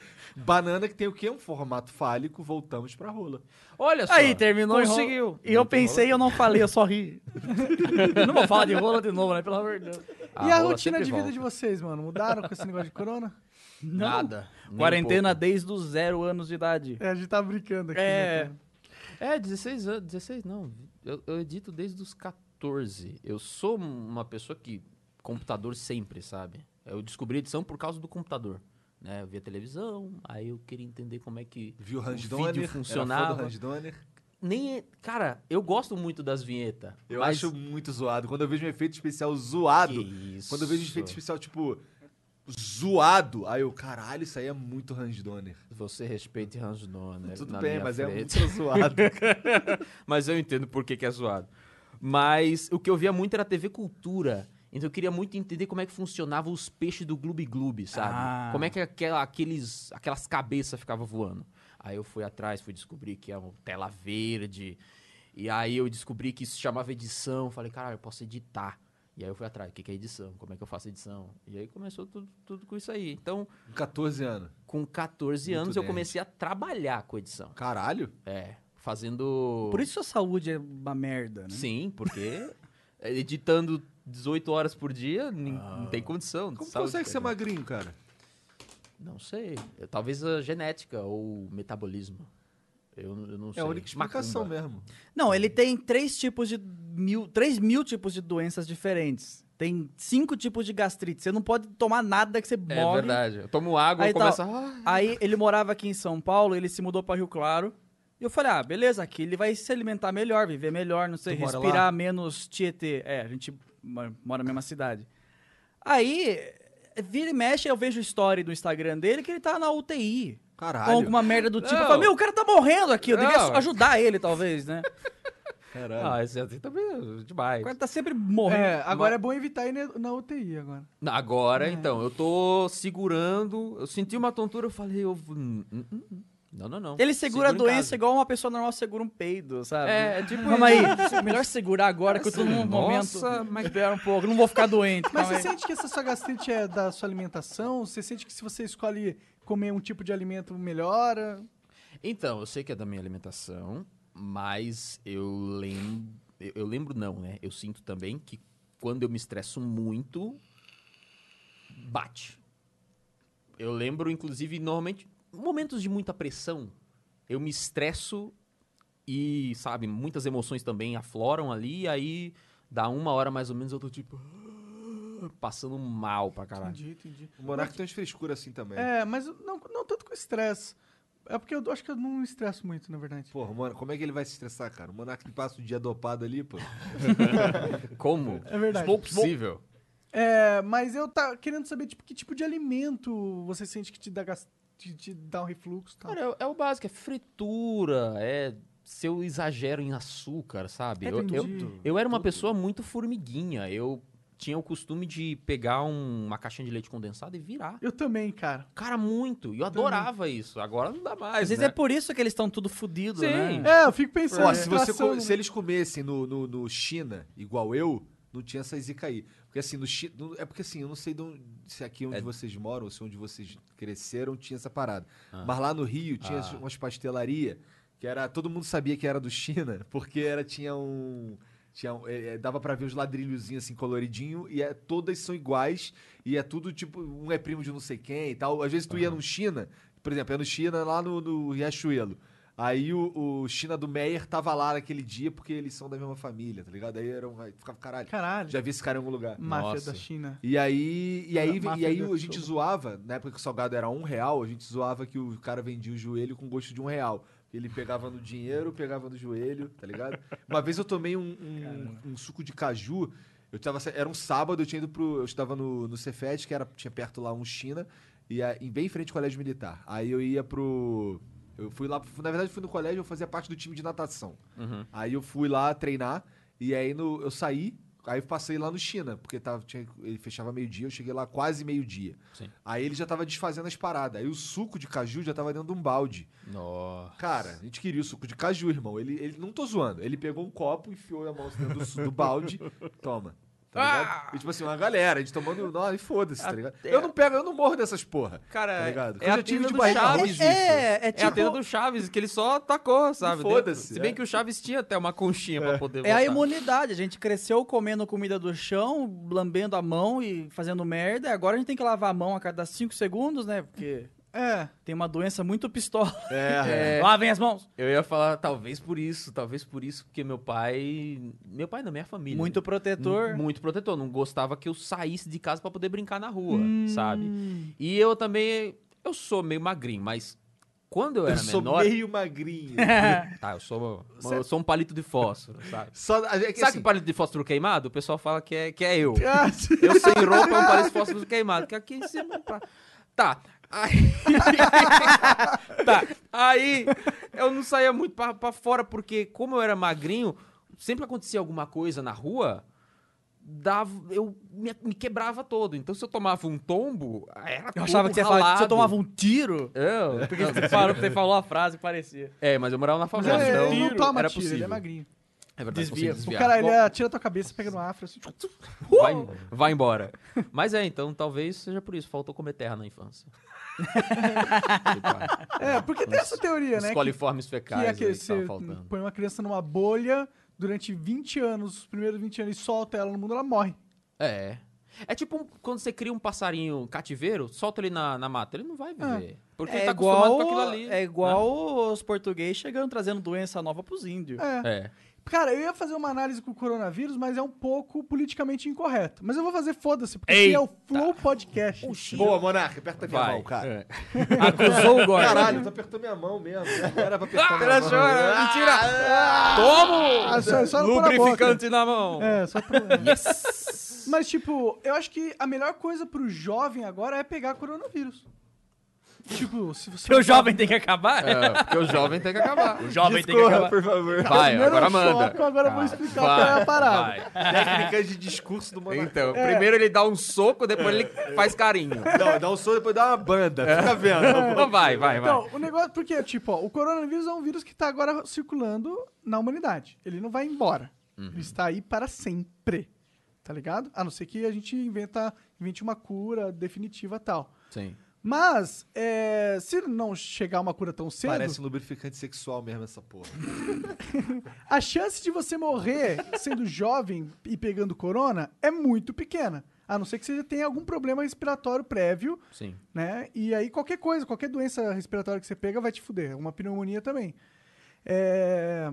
S3: Banana que tem o quê? Um formato fálico, voltamos pra rola.
S6: Olha só.
S5: Aí terminou e
S6: Conseguiu.
S5: E eu pensei, eu não falei, eu só ri. não vou falar de rola de novo, né? Pelo amor de Deus.
S1: e a
S6: rola
S1: rotina
S6: sempre
S1: de vida
S6: volta.
S1: de vocês, mano? Mudaram com esse negócio de corona?
S6: Nada. nem um
S5: Quarentena desde os zero anos de idade.
S1: É, a gente tava brincando aqui. né,
S5: É.
S1: cara?
S6: pouco. É, 16 anos. 16 não. Eu, eu edito desde os 14. Eu sou uma pessoa que. Computador sempre, sabe? Eu descobri edição por causa do computador. Né? Eu via televisão, aí eu queria entender como é que
S3: Viu o
S6: o
S3: Hans
S6: vídeo
S3: Donner? Era fã do
S6: funcionava.
S3: Hans Donner.
S6: Nem. é- Cara, eu gosto muito das vinhetas.
S3: Eu
S6: mas-
S3: acho muito zoado. Quando eu vejo um efeito especial zoado,
S6: Que isso.
S3: quando eu vejo um efeito especial, tipo, zoado, aí eu, caralho, isso aí é muito Hans Donner.
S6: Você respeite Hans Donner.
S3: Tudo
S6: na
S3: bem,
S6: minha
S3: mas é
S6: frente.
S3: muito zoado.
S6: Mas eu entendo por que, que é zoado. Mas o que eu via muito era TV Cultura. Então eu queria muito entender como é que funcionava os peixes do Gloob Gloob, sabe?
S5: Ah.
S6: Como é que aquela- aqueles, aquelas cabeças ficavam voando. Aí eu fui atrás, fui descobrir que é uma tela verde. E aí eu descobri que isso chamava edição. Falei, caralho, eu posso editar. E aí eu fui atrás, o que que é edição? Como é que eu faço edição? E aí começou tudo, tudo com isso aí. Então,
S3: Com 14 anos.
S6: com 14
S3: Muito
S6: anos, eu
S3: nerd.
S6: comecei a trabalhar com edição.
S3: Caralho.
S6: É, fazendo...
S5: Por isso sua saúde é uma merda, né?
S6: Sim, porque editando 18 horas por dia, nin- não tem condição.
S3: Ah. Como
S6: saúde
S3: consegue
S6: fica-
S3: ser magrinho, cara?
S6: Não sei. Eu- Talvez a genética ou o metabolismo. Eu, eu não sei.
S3: É a única explicação
S6: Macumba.
S3: mesmo.
S5: Não, ele tem três tipos de mil, três mil tipos de doenças diferentes. Tem cinco tipos de gastrite. Você não pode tomar nada que você
S6: É
S5: morre.
S6: verdade. Eu tomo água
S5: Aí
S6: e começo
S5: tá.
S6: a...
S5: Aí ele morava aqui em São Paulo, ele se mudou pra Rio Claro. E eu falei, ah, beleza, aqui ele vai se alimentar melhor, viver melhor, não sei,
S3: Tu mora
S5: respirar
S3: lá?
S5: menos Tietê. É, a gente mo- mora na mesma cidade. Aí, vira e mexe, eu vejo story do Instagram dele que ele tá na UTI.
S3: Caralho.
S5: Com alguma merda do tipo. Eu
S6: Não.
S5: falei, meu, o cara tá morrendo aqui, eu
S6: Não.
S5: devia ajudar ele, talvez, né?
S3: Caralho.
S6: Ah, esse assim também é demais.
S5: O cara tá sempre morrendo.
S1: É, agora é bom evitar ir na- na UTI agora.
S6: Agora,
S3: É.
S6: então, eu tô segurando... Eu senti uma tontura, eu falei... Eu... hum, hum, hum. Não, não, não.
S5: Ele segura a
S6: Seguro em
S5: doença
S6: casa.
S5: igual uma pessoa normal segura um peido, sabe?
S6: É, é tipo
S5: Calma aí, melhor segurar agora que eu
S3: um
S5: tô num momento.
S6: Nossa, mas-
S5: espera um pouco, não vou ficar doente.
S1: Mas
S5: calma
S1: você
S5: aí.
S1: sente que essa sua gastrite é da sua alimentação? Você sente que se você escolhe comer um tipo de alimento, melhora?
S6: Então, eu sei que é da minha alimentação, mas eu lembro. Eu eu lembro, não, né? Eu sinto também que quando eu me estresso muito, bate. Eu lembro, inclusive, normalmente, momentos de muita pressão, eu me estresso e, sabe, muitas emoções também afloram ali, e aí dá uma hora mais ou menos eu tô tipo. "Ah", Passando mal pra caralho.
S1: Entendi, entendi.
S3: O Monark tem umas frescuras assim também.
S1: É, mas não, não tanto com estresse. É porque eu acho que eu não estresso muito, na verdade.
S3: Porra, mano, como é que ele vai se estressar, cara? O Monark que passa o dia dopado ali, pô.
S6: Como?
S1: É verdade.
S6: Pouco possível.
S1: É, mas eu tá querendo saber, tipo, que tipo de alimento você sente que te dá, gas- te, te dá um refluxo e
S5: Tá.
S1: tal.
S6: Cara, é, o- é o básico, é fritura, é se eu exagero em açúcar, sabe?
S5: É,
S3: É,
S6: eu, eu, eu era uma pessoa muito formiguinha, eu tinha o costume de pegar um- uma caixinha de leite condensado e virar.
S1: Eu também, cara.
S6: Cara, muito, e eu adorava isso, agora não dá mais,
S5: Às vezes
S6: né?
S5: é por isso que eles estão tudo fodidos,
S6: Sim.
S5: né?
S1: É, eu fico pensando.
S3: Ó, se, você,
S1: tração,
S3: co-
S1: né?
S3: se eles comessem no, no, no China, igual eu, não tinha essa zica aí. Porque assim, no China. É porque assim, eu não sei de onde- se aqui onde vocês moram, ou se onde vocês cresceram, tinha essa parada. Mas lá no Rio tinha
S6: Ah.
S3: umas pastelarias que era. Todo mundo sabia que era do China, porque era, tinha um. Tinha, um- é, é, dava pra ver os ladrilhozinhos assim coloridinho e é- todas são iguais e é tudo tipo um é primo de não sei quem e tal às vezes tu ia no China por exemplo ia no China lá no, no Riachuelo aí o, o China do Meyer tava lá naquele dia porque eles são da mesma família tá ligado aí era um aí ficava caralho
S1: Caralho.
S3: já vi esse cara em algum lugar
S1: Máfia
S6: Nossa.
S1: da China.
S3: e aí, e aí,
S1: Máfia
S3: e aí
S1: do
S3: a gente
S1: Sul.
S3: zoava, na época que o salgado era um real, a gente zoava que o cara vendia o joelho com gosto de um real. Ele pegava no dinheiro, pegava no joelho, tá ligado? Uma vez eu tomei um, um- um suco de caju. Eu tava, era um sábado, eu tinha ido pro. Eu estava no, no Cefet, que era, tinha perto lá um China, e a- em bem em frente ao colégio militar. Aí eu ia pro. Eu fui lá, na verdade, fui no colégio, eu fazia parte do time de natação. Aí eu fui lá treinar, e aí no, eu saí, aí eu passei lá no China, porque tava, tinha- ele fechava meio-dia, eu cheguei lá quase meio-dia.
S6: Sim.
S3: Aí ele já tava desfazendo as paradas. Aí o suco de caju já tava dentro de um balde.
S5: é
S6: Nossa.
S3: Cara, a gente queria o suco de caju, irmão. Ele, ele não tô zoando. Ele pegou um copo, enfiou a mão dentro do, su- do balde, toma. Tá
S6: Ah!
S3: ligado? E, tipo assim, uma galera, a gente tomando. Não, e foda-se, tá ligado? Eu não pego, eu não morro dessas porra.
S6: Cara,
S3: tá ligado?
S6: é a tenda do Chaves isso.
S5: É, é
S6: É a tenda
S5: tipo.
S6: do Chaves, que ele só tacou, sabe?
S3: Foda-se,
S6: Se bem
S3: é.
S6: que o Chaves tinha até uma conchinha pra poder
S5: É a
S6: botar.
S5: imunidade. A gente cresceu comendo comida do chão, lambendo a mão e fazendo merda. e Agora a gente tem que lavar a mão a cada 5 segundos, né? Porque
S1: É.
S5: tem uma doença muito pistola.
S3: É,
S6: É.
S5: Lavem as mãos.
S6: Eu ia falar, talvez por isso, talvez por isso, porque meu pai. Meu pai não, minha família.
S5: Muito protetor.
S6: N- Muito protetor. Não gostava que eu saísse de casa pra poder brincar na rua,
S3: Hum.
S6: sabe? E eu também. Eu sou meio magrinho, mas quando eu
S3: eu
S6: era
S3: sou
S6: é menor.
S3: meio magrinho.
S6: Tá, eu sou. Eu sou um palito de fósforo, sabe?
S3: Só, a- é que,
S6: Sabe
S3: assim,
S6: que palito de fósforo queimado? O pessoal fala que é, que é eu. Eu sem roupa é um palito de fósforo queimado. Que aqui em cima. Pra... Tá. Aí... tá. Aí eu não saía muito pra, pra fora, porque como eu era magrinho, sempre acontecia alguma coisa na rua. dava, eu me, me quebrava todo. Então, se eu tomava um tombo, era É,
S5: Eu achava que você, ia falar que você tomava um tiro.
S6: Eu,
S5: Porque você parou, você falou a frase que parecia.
S6: é, mas eu morava na
S1: Mas
S6: favela,
S1: ele-
S6: então
S1: ele não toma
S6: era
S1: tiro, ele
S6: possível.
S1: é magrinho.
S6: É verdade,
S5: Desvia.
S6: consigo
S1: O
S6: desviar.
S1: cara, ele atira a tua cabeça, pega no afro, assim,
S6: Vai, vai embora. Mas é, então talvez seja por isso. Faltou comer terra na infância.
S1: É, porque tem essa teoria,
S6: Os
S1: né? que-
S6: coliformes
S1: que
S6: fecais
S1: é
S6: aí que
S1: que
S6: estavam
S1: você
S6: faltando.
S1: põe uma criança numa bolha durante 20 anos, os primeiros 20 anos, e solta ela no mundo, ela morre.
S6: É. É tipo um- quando você cria um passarinho cativeiro, solta ele na, na mata. Ele não vai
S1: Ah.
S6: viver.
S1: É
S6: Porque ele tá acostumado com aquilo ali.
S5: é igual os português chegando trazendo doença nova pros índios.
S1: É.
S6: né? É.
S1: Cara, eu ia fazer uma análise com o coronavírus, mas é um pouco politicamente incorreto. Mas eu vou fazer foda-se, porque aqui é o Flow Podcast.
S3: Boa, Monarca, aperta minha
S6: Vai.
S3: mão, cara.
S5: Acusou o Gordon.
S3: Caralho, tu apertou minha mão mesmo. Era pra
S5: Ah,
S3: apertar minha
S6: Ela
S3: mão. Ah,
S6: chora, mentira! Toma! um-
S1: Ah, só, só não pôr na boca.
S6: Lubrificante na mão.
S1: É, só pra...
S6: Yes!
S1: Mas, tipo, eu acho que a melhor coisa pro jovem agora é pegar coronavírus. Tipo, se você.
S5: Seu jovem tem que acabar?
S6: É, porque o jovem tem que acabar.
S5: O jovem tem que
S3: Corra,
S5: acabar.
S3: por favor.
S6: Vai,
S1: Primeiro
S6: agora
S1: eu
S6: manda.
S1: choco, agora eu vou explicar qual é a parada.
S6: Vai.
S3: Técnicas de discurso do Monarca.
S6: Então,
S1: É.
S6: primeiro ele dá um soco, depois ele faz carinho.
S3: Não, dá um som, depois dá uma banda. Fica vendo. tá
S6: Então vai, vai, vai.
S1: Então, o negócio, porque, tipo, ó, o coronavírus é um vírus que tá agora circulando na humanidade. Ele não vai embora.
S6: Uhum.
S1: Ele está aí para sempre. Tá ligado? A não ser que a gente inventa, invente uma cura definitiva e tal.
S6: Sim.
S1: Mas, é, se não chegar uma cura tão cedo,
S3: Parece um lubrificante sexual mesmo essa porra.
S1: a chance de você morrer sendo jovem e pegando corona é muito pequena. A não ser que você já tenha algum problema respiratório prévio
S6: Sim.
S1: né? E aí qualquer coisa, qualquer doença respiratória que você pega vai te fuder. Uma pneumonia também. É,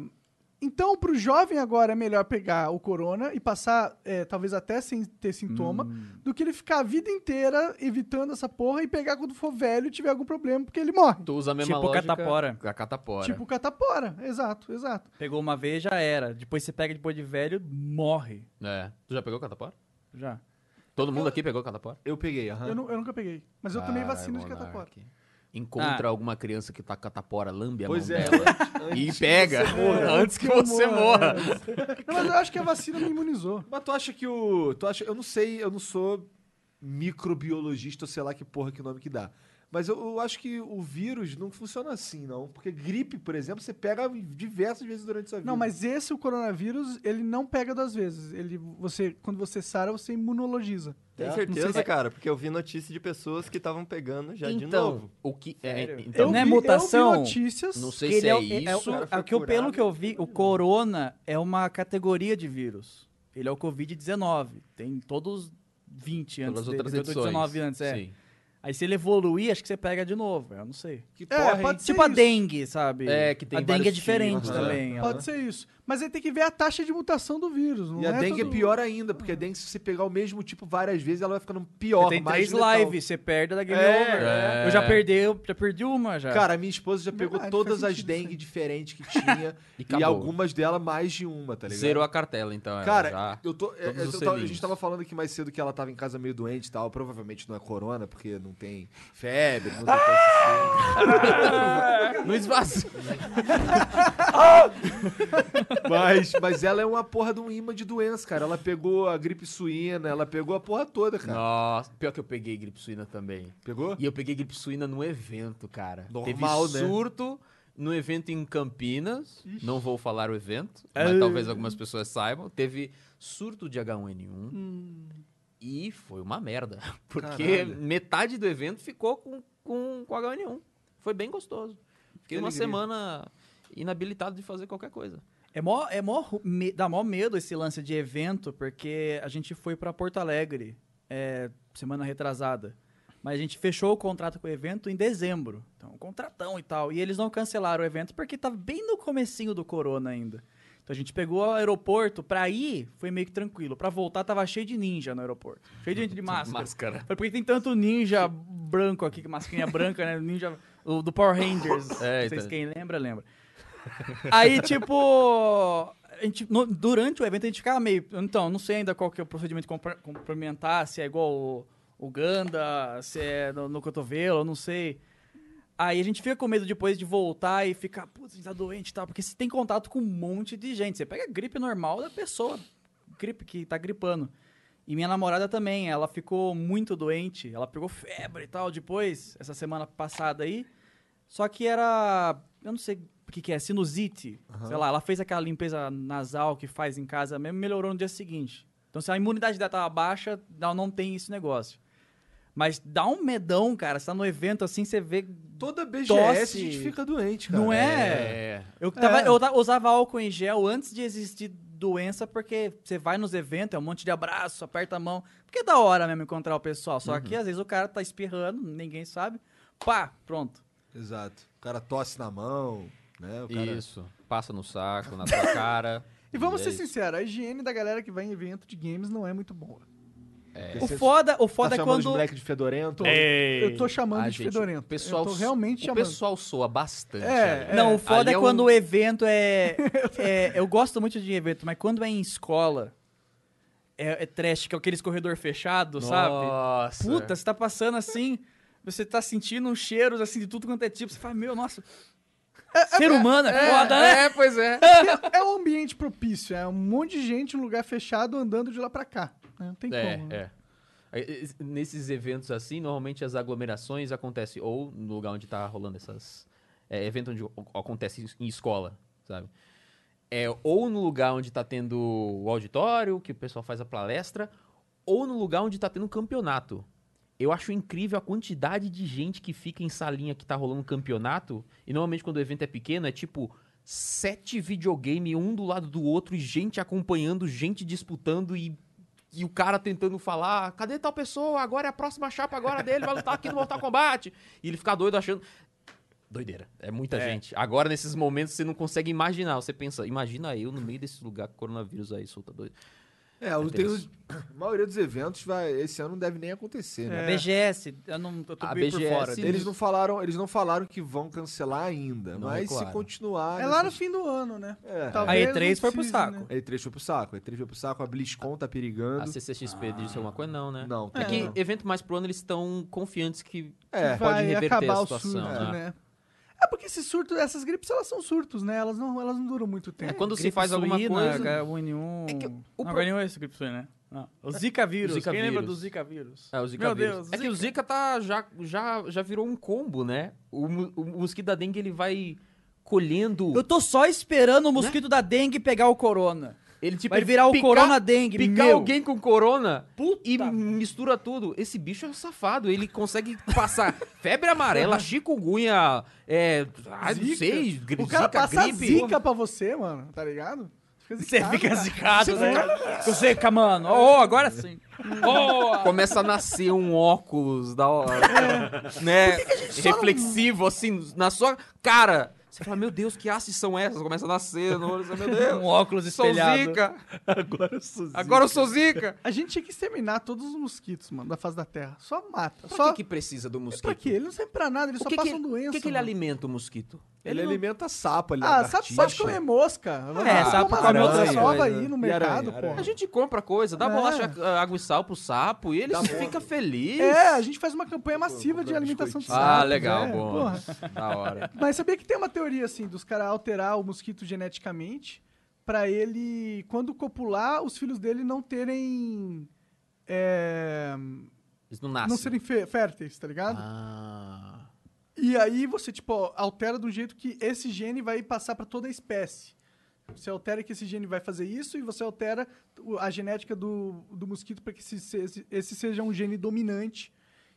S1: Então, pro jovem agora é melhor pegar o corona e passar, é, talvez até sem ter sintoma, do que ele ficar a vida inteira evitando essa porra e pegar quando for velho e tiver algum problema, porque ele morre.
S6: Tu usa a mesma
S5: Tipo
S6: lógica.
S5: catapora.
S6: A catapora.
S1: Tipo catapora. Exato, exato.
S5: Pegou uma vez, já era. Depois você pega depois de velho, morre.
S6: É. Tu já pegou catapora?
S5: Já.
S6: Todo mundo aqui pegou catapora?
S3: Eu peguei, aham.
S1: Eu, nu- eu nunca peguei. Mas eu tomei
S6: Caralho,
S1: vacina de
S6: monarca.
S1: catapora.
S6: Encontra
S5: Ah.
S6: alguma criança que tá catapora, lambe a
S3: Pois
S6: mão
S3: é.
S6: dela
S3: antes-
S6: e
S3: antes-
S6: pega antes que você morra.
S1: Não, mas eu acho que a vacina me imunizou.
S3: Mas tu acha que o. Tu acha, eu não sei, eu não sou microbiologista, ou sei lá que porra que nome que dá. Mas eu, eu acho que o vírus não funciona assim, não. Porque gripe, por exemplo, você pega diversas vezes durante a sua vida.
S1: Não, mas esse, o coronavírus, ele não pega duas vezes. Ele, você, quando você sara, você imunologiza.
S8: Tem
S3: É?
S5: Não sei-
S8: certeza, cara, porque eu vi notícia de pessoas que estavam pegando já de
S1: Então,
S8: novo.
S6: o que é,
S5: Sério?
S6: então,
S5: Eu- Não é
S1: vi-
S5: mutação?
S1: Eu vi notícias.
S6: não sei
S5: Ele
S6: se é,
S5: é o- é- é
S6: isso.
S5: o-
S3: cara foi
S5: é que eu- pelo
S3: curado.
S5: que eu vi, o corona é uma categoria de vírus. Ele é o Covid-19. Tem todos 20 antes
S6: pelas
S5: dele,
S6: outras
S5: tem todos
S6: edições.
S5: 19 antes, é.
S6: Sim.
S5: Aí se ele evoluir, acho que você pega de novo. Eu não sei.
S3: Que porra,
S1: É, pode ser
S5: tipo a
S1: isso.
S5: dengue, sabe?
S6: É, que tem
S5: A dengue é
S6: vários
S5: diferente
S6: tipos, né?
S5: também. ela-
S1: Pode ser isso. Mas aí tem que ver a taxa de mutação do vírus. Não
S3: E a
S1: é
S3: dengue é
S1: todo-
S3: pior ainda, porque a dengue, se você pegar o mesmo tipo várias vezes, ela vai ficando pior.
S5: tem
S3: mais
S5: três
S3: letal.
S5: lives, você perde da game
S3: É,
S5: over.
S6: é.
S5: Eu já perdi, eu já perdi uma já.
S3: Cara, a minha esposa já pegou
S1: Verdade,
S3: todas
S1: é, faz
S3: as
S1: sentido isso aí.
S3: dengue diferentes que tinha.
S6: E
S3: e
S6: acabou.
S3: algumas delas, mais de uma, tá ligado?
S6: Zerou a cartela, então. ela
S3: Cara,
S6: já.
S3: eu tô. é, é,
S6: todos os
S3: eu tava- a
S6: selinhos.
S3: gente tava falando aqui mais cedo que ela tava em casa meio doente e tal. Provavelmente não é corona, porque não tem febre, não tem assim. consistência.
S6: Não esvazia.
S3: mas, mas ela é uma porra de um imã de doença, cara. Ela pegou a gripe suína, ela pegou a porra toda, cara.
S6: Nossa, pior que eu peguei gripe suína também.
S3: Pegou?
S6: E eu peguei gripe suína num evento, cara.
S3: Normal,
S6: Teve
S3: né?
S6: surto num evento em Campinas. Não vou falar o evento,
S3: É.
S6: mas talvez algumas pessoas saibam. Teve surto de H1N1. E foi uma merda. Porque
S3: Hum. Caralho.
S6: metade do evento ficou com, com, com H1N1. Foi bem gostoso. Fiquei
S3: Que
S6: uma
S3: alegria.
S6: semana inabilitado de fazer qualquer coisa.
S5: É mó, é mó, ru- me- dá mó medo esse lance de evento, porque a gente foi pra Porto Alegre é, semana retrasada. Mas a gente fechou o contrato com o evento em dezembro. Então, um contratão e tal. E eles não cancelaram o evento porque tava bem no comecinho do corona ainda. Então a gente pegou o aeroporto, pra ir foi meio que tranquilo. Pra voltar tava cheio de ninja no aeroporto. Cheio de gente de máscara.
S6: Máscara.
S5: Falei, por que tem tanto ninja branco aqui, que mascarinha branca, né? Ninja o do Power Rangers.
S6: É,
S5: Vocês
S6: então.
S5: quem lembra, lembra. Aí, tipo, a gente, no- durante o evento a gente ficava meio. Então, não sei ainda qual que é o procedimento compra- complementar, se é igual o, o Ganda, se é no, no cotovelo, eu não sei. Aí a gente fica com medo depois de voltar e ficar, putz, a gente tá doente e tal, porque você tem contato com um monte de gente. Você pega a gripe normal da pessoa gripe que tá gripando. E minha namorada também, ela ficou muito doente, ela pegou febre e tal depois, essa semana passada aí. Só que era, eu não sei o que, que é, sinusite. Sei lá, ela fez aquela limpeza nasal que faz em casa mesmo, melhorou no dia seguinte. Então se a imunidade dela tava baixa, ela não tem esse negócio. Mas dá um medão, cara. Você tá no evento assim, você vê.
S3: Toda BGS
S5: Tosse.
S3: a gente fica doente, cara.
S5: Não é?
S6: É.
S5: Eu, tava- eu ta- usava álcool em gel antes de existir doença, porque você vai nos eventos, é um monte de abraço, aperta a mão. Porque é da hora mesmo encontrar o pessoal. Só
S3: Uhum.
S5: que às vezes o cara tá espirrando, ninguém sabe. Pá, pronto.
S3: Exato. O cara tosse na mão, né? O cara...
S6: Isso. Passa no saco, na tua cara.
S1: E vamos
S6: é
S1: ser
S6: isso.
S1: sinceros, a higiene da galera que vai em evento de games não é muito boa.
S3: Porque
S5: O
S3: você
S5: foda, o
S3: tá
S5: foda é
S3: chamando
S5: quando.
S3: de moleque de fedorento.
S6: É,
S9: Ei.
S1: Eu tô chamando
S6: Ah,
S1: de
S6: gente,
S1: fedorento.
S6: O pessoal,
S1: eu tô realmente
S6: o
S1: chamando.
S6: pessoal soa bastante.
S1: É,
S6: ali.
S5: Não, o foda
S6: Ali
S5: é,
S6: um-
S5: quando o evento é, é- Eu gosto muito de evento, mas quando é em escola, é, é trash, que é aqueles corredor fechado, sabe?
S6: Nossa.
S5: Puta, você tá passando assim, você tá sentindo uns cheiros assim de tudo quanto é tipo. Você fala, meu, nossa. Ser humano é, foda, né?
S6: É, pois é.
S1: É um ambiente propício, é um monte de gente, um lugar fechado, andando de lá pra cá. né? Não tem
S6: É,
S1: como. né?
S6: é. É, es- Nesses eventos assim, normalmente as aglomerações acontecem ou no lugar onde tá rolando essas. É, evento onde o- acontece em escola, sabe? É, ou no lugar onde tá tendo o auditório, que o pessoal faz a palestra, ou no lugar onde tá tendo campeonato. Eu acho incrível a quantidade de gente que fica em salinha que tá rolando campeonato. E normalmente quando o evento é pequeno, é tipo sete videogame um do lado do outro e gente acompanhando, gente disputando e e o cara tentando falar, cadê tal pessoa? Agora é a próxima chapa agora dele, vai lutar aqui no Mortal Kombat. E ele fica doido achando. Doideira. É muita gente. Agora, nesses momentos, você não consegue imaginar. Você pensa, imagina eu no meio desse lugar com coronavírus aí, solta doido.
S3: É, eu tenho-
S6: tenso.
S3: a maioria dos eventos vai, esse ano não deve nem acontecer,
S1: É.
S3: né?
S5: BGS, eu, não, eu tô
S6: É. A
S5: meio
S6: BGS
S5: por fora.
S3: Eles não falaram, eles não falaram que vão cancelar ainda,
S6: Não
S3: mas
S6: reclararam.
S3: se continuar,
S1: É lá no
S3: nessas-
S1: fim do ano, né?
S3: É.
S5: A
S1: Talvez
S5: E3
S1: não
S5: foi pro
S1: precise,
S5: saco.
S1: né?
S3: A E3 foi pro saco, a E3 foi pro saco, a BlizzCon tá perigando.
S6: A CCXP diz alguma coisa? Não, Assim, né?
S3: Não,
S6: É que
S3: não.
S6: evento mais pro ano eles estão confiantes que
S3: É.
S6: pode
S1: vai
S6: reverter a
S1: acabar
S6: situação.
S1: o surto,
S6: né?
S1: né? É porque esses surtos, essas gripes, elas são surtos, né? Elas não, elas não duram muito
S6: É,
S1: tempo.
S6: quando se faz alguma coisa.
S5: H1N1.
S6: É que o
S5: não,
S6: pro-
S5: H1N1 é esse gripe suína, né? Não. O Zika vírus.
S6: Zika
S5: Quem lembra do
S6: vírus.
S5: Zika vírus?
S6: É, o Zika
S5: Meu
S6: vírus.
S5: Deus,
S6: é que o Zika tá, já, já, já virou um combo, né? O, mu- o mosquito da dengue ele vai colhendo.
S5: Eu tô só esperando o mosquito da dengue pegar o corona.
S6: Ele tipo
S5: Vai
S6: ele
S5: virar o
S6: picar-
S5: corona dengue,
S6: picar
S5: meu.
S6: alguém com corona
S5: Puta
S6: e
S5: merda.
S6: mistura tudo. Esse bicho é um safado. Ele consegue passar febre amarela, chikungunya, é, ai, não sei, gri-
S1: O cara
S6: zika,
S1: passa
S6: gripe.
S1: zica pra você, mano, tá ligado? Fica
S5: Você
S1: zicado,
S5: fica
S1: cara.
S5: zicado, né? Você Zika, mano. Oh, agora sim. Oh,
S6: Começa a nascer um óculos da hora, né? Reflexivo, assim, na sua cara. Você fala, meu Deus, que hastes são essas? Começa a nascer no olho, você, meu Deus.
S5: Um óculos
S6: Sou
S5: espelhado.
S6: zica. Agora eu sou zica.
S1: A gente tinha que exterminar todos os mosquitos, mano, da face da Terra. Só mata.
S6: É Pra
S1: só
S6: que, que precisa do mosquito?
S1: Pra quê? Ele não serve pra nada, ele
S6: O
S1: só
S6: que que
S1: passa
S6: ele-
S1: uma doença.
S6: O que, que ele
S1: mano.
S6: alimenta o mosquito?
S3: Ele, alimenta sapo ali.
S1: Ah, sabe, sabe comer mosca?
S5: É,
S1: Vamos
S5: sapo
S1: comprar
S5: come
S1: uma
S5: outras
S1: sova
S3: coisas,
S1: aí no
S3: né? E aranha,
S1: mercado,
S3: aranha.
S1: pô.
S6: A gente compra coisa, dá
S1: É.
S6: bolacha, ah, água e sal pro sapo e ele fica feliz.
S1: É, a gente faz uma campanha massiva de
S3: comprar
S1: alimentação de sapos.
S6: Ah, legal,
S1: é,
S6: bom.
S1: porra.
S6: Da hora.
S1: Mas sabia que tem uma teoria, assim, dos caras alterar o mosquito geneticamente pra ele, quando copular, os filhos dele não terem... é,
S6: Eles não nascem.
S1: não serem fé- férteis, tá ligado?
S6: Ah.
S1: E aí você, tipo, altera do jeito que esse gene vai passar pra toda a espécie. Você altera que esse gene vai fazer isso e você altera o- a genética do, do mosquito para que esse, se- esse, esse seja um gene dominante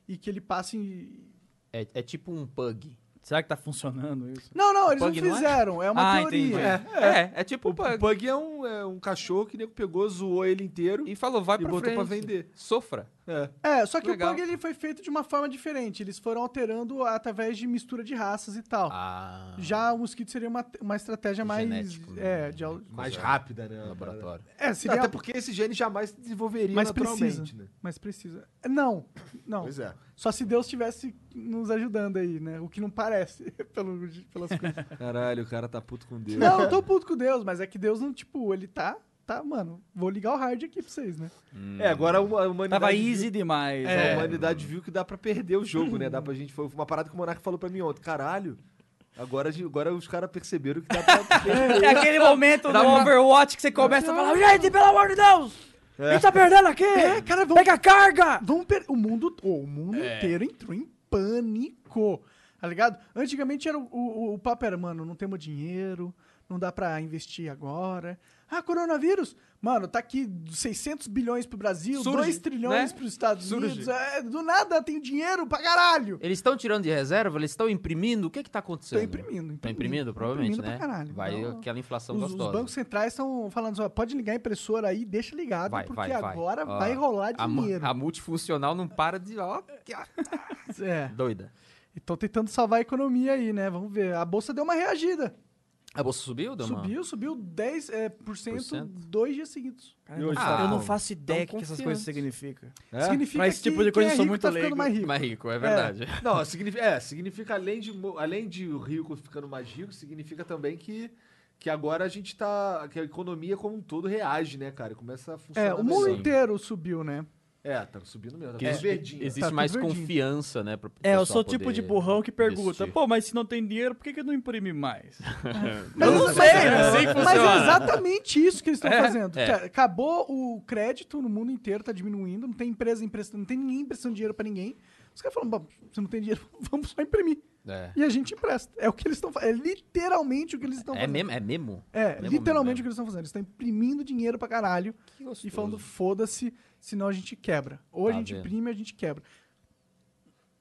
S1: e que ele passe em...
S6: É, é tipo um pug.
S5: Será que tá funcionando isso?
S1: Não, não, eles não
S6: Pug não é?
S1: fizeram. é? uma
S5: Ah,
S1: teoria. É.
S5: entendi.
S6: É, é tipo
S3: O
S6: um pug.
S3: Pug é um, é um cachorro que nego pegou, zoou ele inteiro
S6: E falou, vai
S3: e
S6: pra
S3: botou
S6: frente.
S3: pra vender.
S6: Sofra.
S3: É.
S1: É, só que
S6: Legal.
S1: o Pug ele foi feito de uma forma diferente. Eles foram alterando através de mistura de raças e tal.
S6: Ah.
S1: Já o mosquito seria uma, uma estratégia mais...
S6: Genético, né?
S1: é, de, al-
S3: Mais
S6: Coisa-
S3: rápida, né?
S6: Laboratório.
S1: é,
S3: Seria-
S1: seria...
S3: Até porque esse gene jamais se desenvolveria
S1: Mas
S3: naturalmente,
S1: precisa.
S3: né?
S1: Mas precisa. Não, não.
S3: Pois é.
S1: Só se Deus estivesse nos ajudando aí, né? O que não parece, pelo, pelas coisas.
S3: Caralho, o cara tá puto com Deus.
S1: não, eu tô puto com Deus, mas é que Deus não, tipo, ele tá. Tá, mano, vou ligar o hard aqui pra vocês, né?
S3: É, agora a humanidade...
S5: Tava
S3: viu-
S5: easy demais.
S3: A
S5: né?
S3: humanidade viu que dá pra perder o jogo, né? Dá pra gente... Foi uma parada que o Monark falou pra mim ontem. Caralho, Agora, a gente- agora os caras perceberam que dá pra.
S5: É aquele momento do Overwatch que você começa a falar, gente, pelo amor de Deus! A gente tá perdendo aqui!
S1: É, cara, vamos-
S5: Pega a carga!
S1: Vamos per... O mundo, ô, o mundo
S2: É.
S1: inteiro entrou em pânico. Tá ligado? Antigamente era o, o, o papo era, mano, não temos dinheiro, não dá pra investir agora. Ah, coronavírus? Mano, tá aqui 600 bilhões pro Brasil,
S2: Surge,
S1: 2 trilhões
S2: né?
S1: pros Estados
S2: Surge.
S1: Unidos. É, do nada tem dinheiro pra caralho.
S2: Eles estão tirando de reserva? Eles estão imprimindo? O que que tá acontecendo?
S1: Estão imprimindo,
S2: Estão imprimindo,
S1: imprimindo, imprimindo
S2: provavelmente,
S1: pra
S2: né?
S1: caralho.
S2: Vai
S1: Então,
S2: aquela inflação
S1: Os, os
S2: gostosa.
S1: bancos centrais estão falando assim, ó, pode ligar a impressora aí, deixa ligado,
S2: Vai,
S1: porque
S2: vai, vai.
S1: agora
S2: Ó,
S1: vai rolar
S2: a, mu-
S1: dinheiro.
S2: a multifuncional não para de... Ó,
S1: É.
S2: doida.
S1: Estão tentando salvar a economia aí, né? Vamos ver. A bolsa deu uma reagida.
S2: A bolsa subiu, Dama?
S1: Subiu, subiu 10% é, por cento
S2: Porcento.
S1: dois dias seguidos.
S2: tá
S5: Ah, eu
S2: bom.
S5: não faço ideia do que essas
S2: confiantes.
S5: coisas significam.
S3: É?
S1: Significa
S5: Pra esse tipo
S1: que
S5: de coisa eu
S1: quem é
S5: sou
S1: rico
S5: muito
S1: tá ficando
S5: leigo.
S1: mais rico.
S2: Mais rico, é verdade.
S3: Não, significa, é, significa além de, mo- além de o rico ficando mais rico, significa também que, que agora a gente tá. que a economia como um todo reage, né, cara? Começa a funcionar.
S1: É, o
S3: melhor.
S1: mundo inteiro subiu, né?
S3: É, tá subindo mesmo. Tá
S2: Porque
S3: tudo
S2: existe-
S3: verdinho.
S2: Existe
S1: Tá tudo
S2: mais
S1: verdinho.
S2: confiança, né? pro
S5: É, eu
S2: pessoal
S5: sou o tipo
S2: poder
S5: de burrão que pergunta,
S2: investir.
S5: pô, mas se não tem dinheiro, por que, que não imprime mais?
S1: Mas eu não sei,
S2: não sei
S1: né?
S2: que
S1: Mas é
S2: funciona.
S1: exatamente isso que eles estão
S5: É,
S1: fazendo.
S2: é.
S1: Ca- Acabou o crédito no mundo inteiro, tá diminuindo, não tem empresa emprestando, não tem ninguém emprestando dinheiro pra ninguém. Os caras falam, "Bom, se não tem dinheiro, vamos só imprimir.
S2: É.
S1: E a gente empresta. É o que eles estão fazendo. É literalmente o que eles estão
S2: É
S1: fazendo.
S2: mesmo? É mesmo?
S1: então É,
S2: Mesmo,
S1: literalmente o
S2: mesmo,
S1: que eles estão fazendo. Eles estão imprimindo dinheiro pra caralho e falando, foda-se, senão a gente quebra. Ou a
S2: Tá
S1: gente
S2: vendo.
S1: imprime, ou a gente quebra.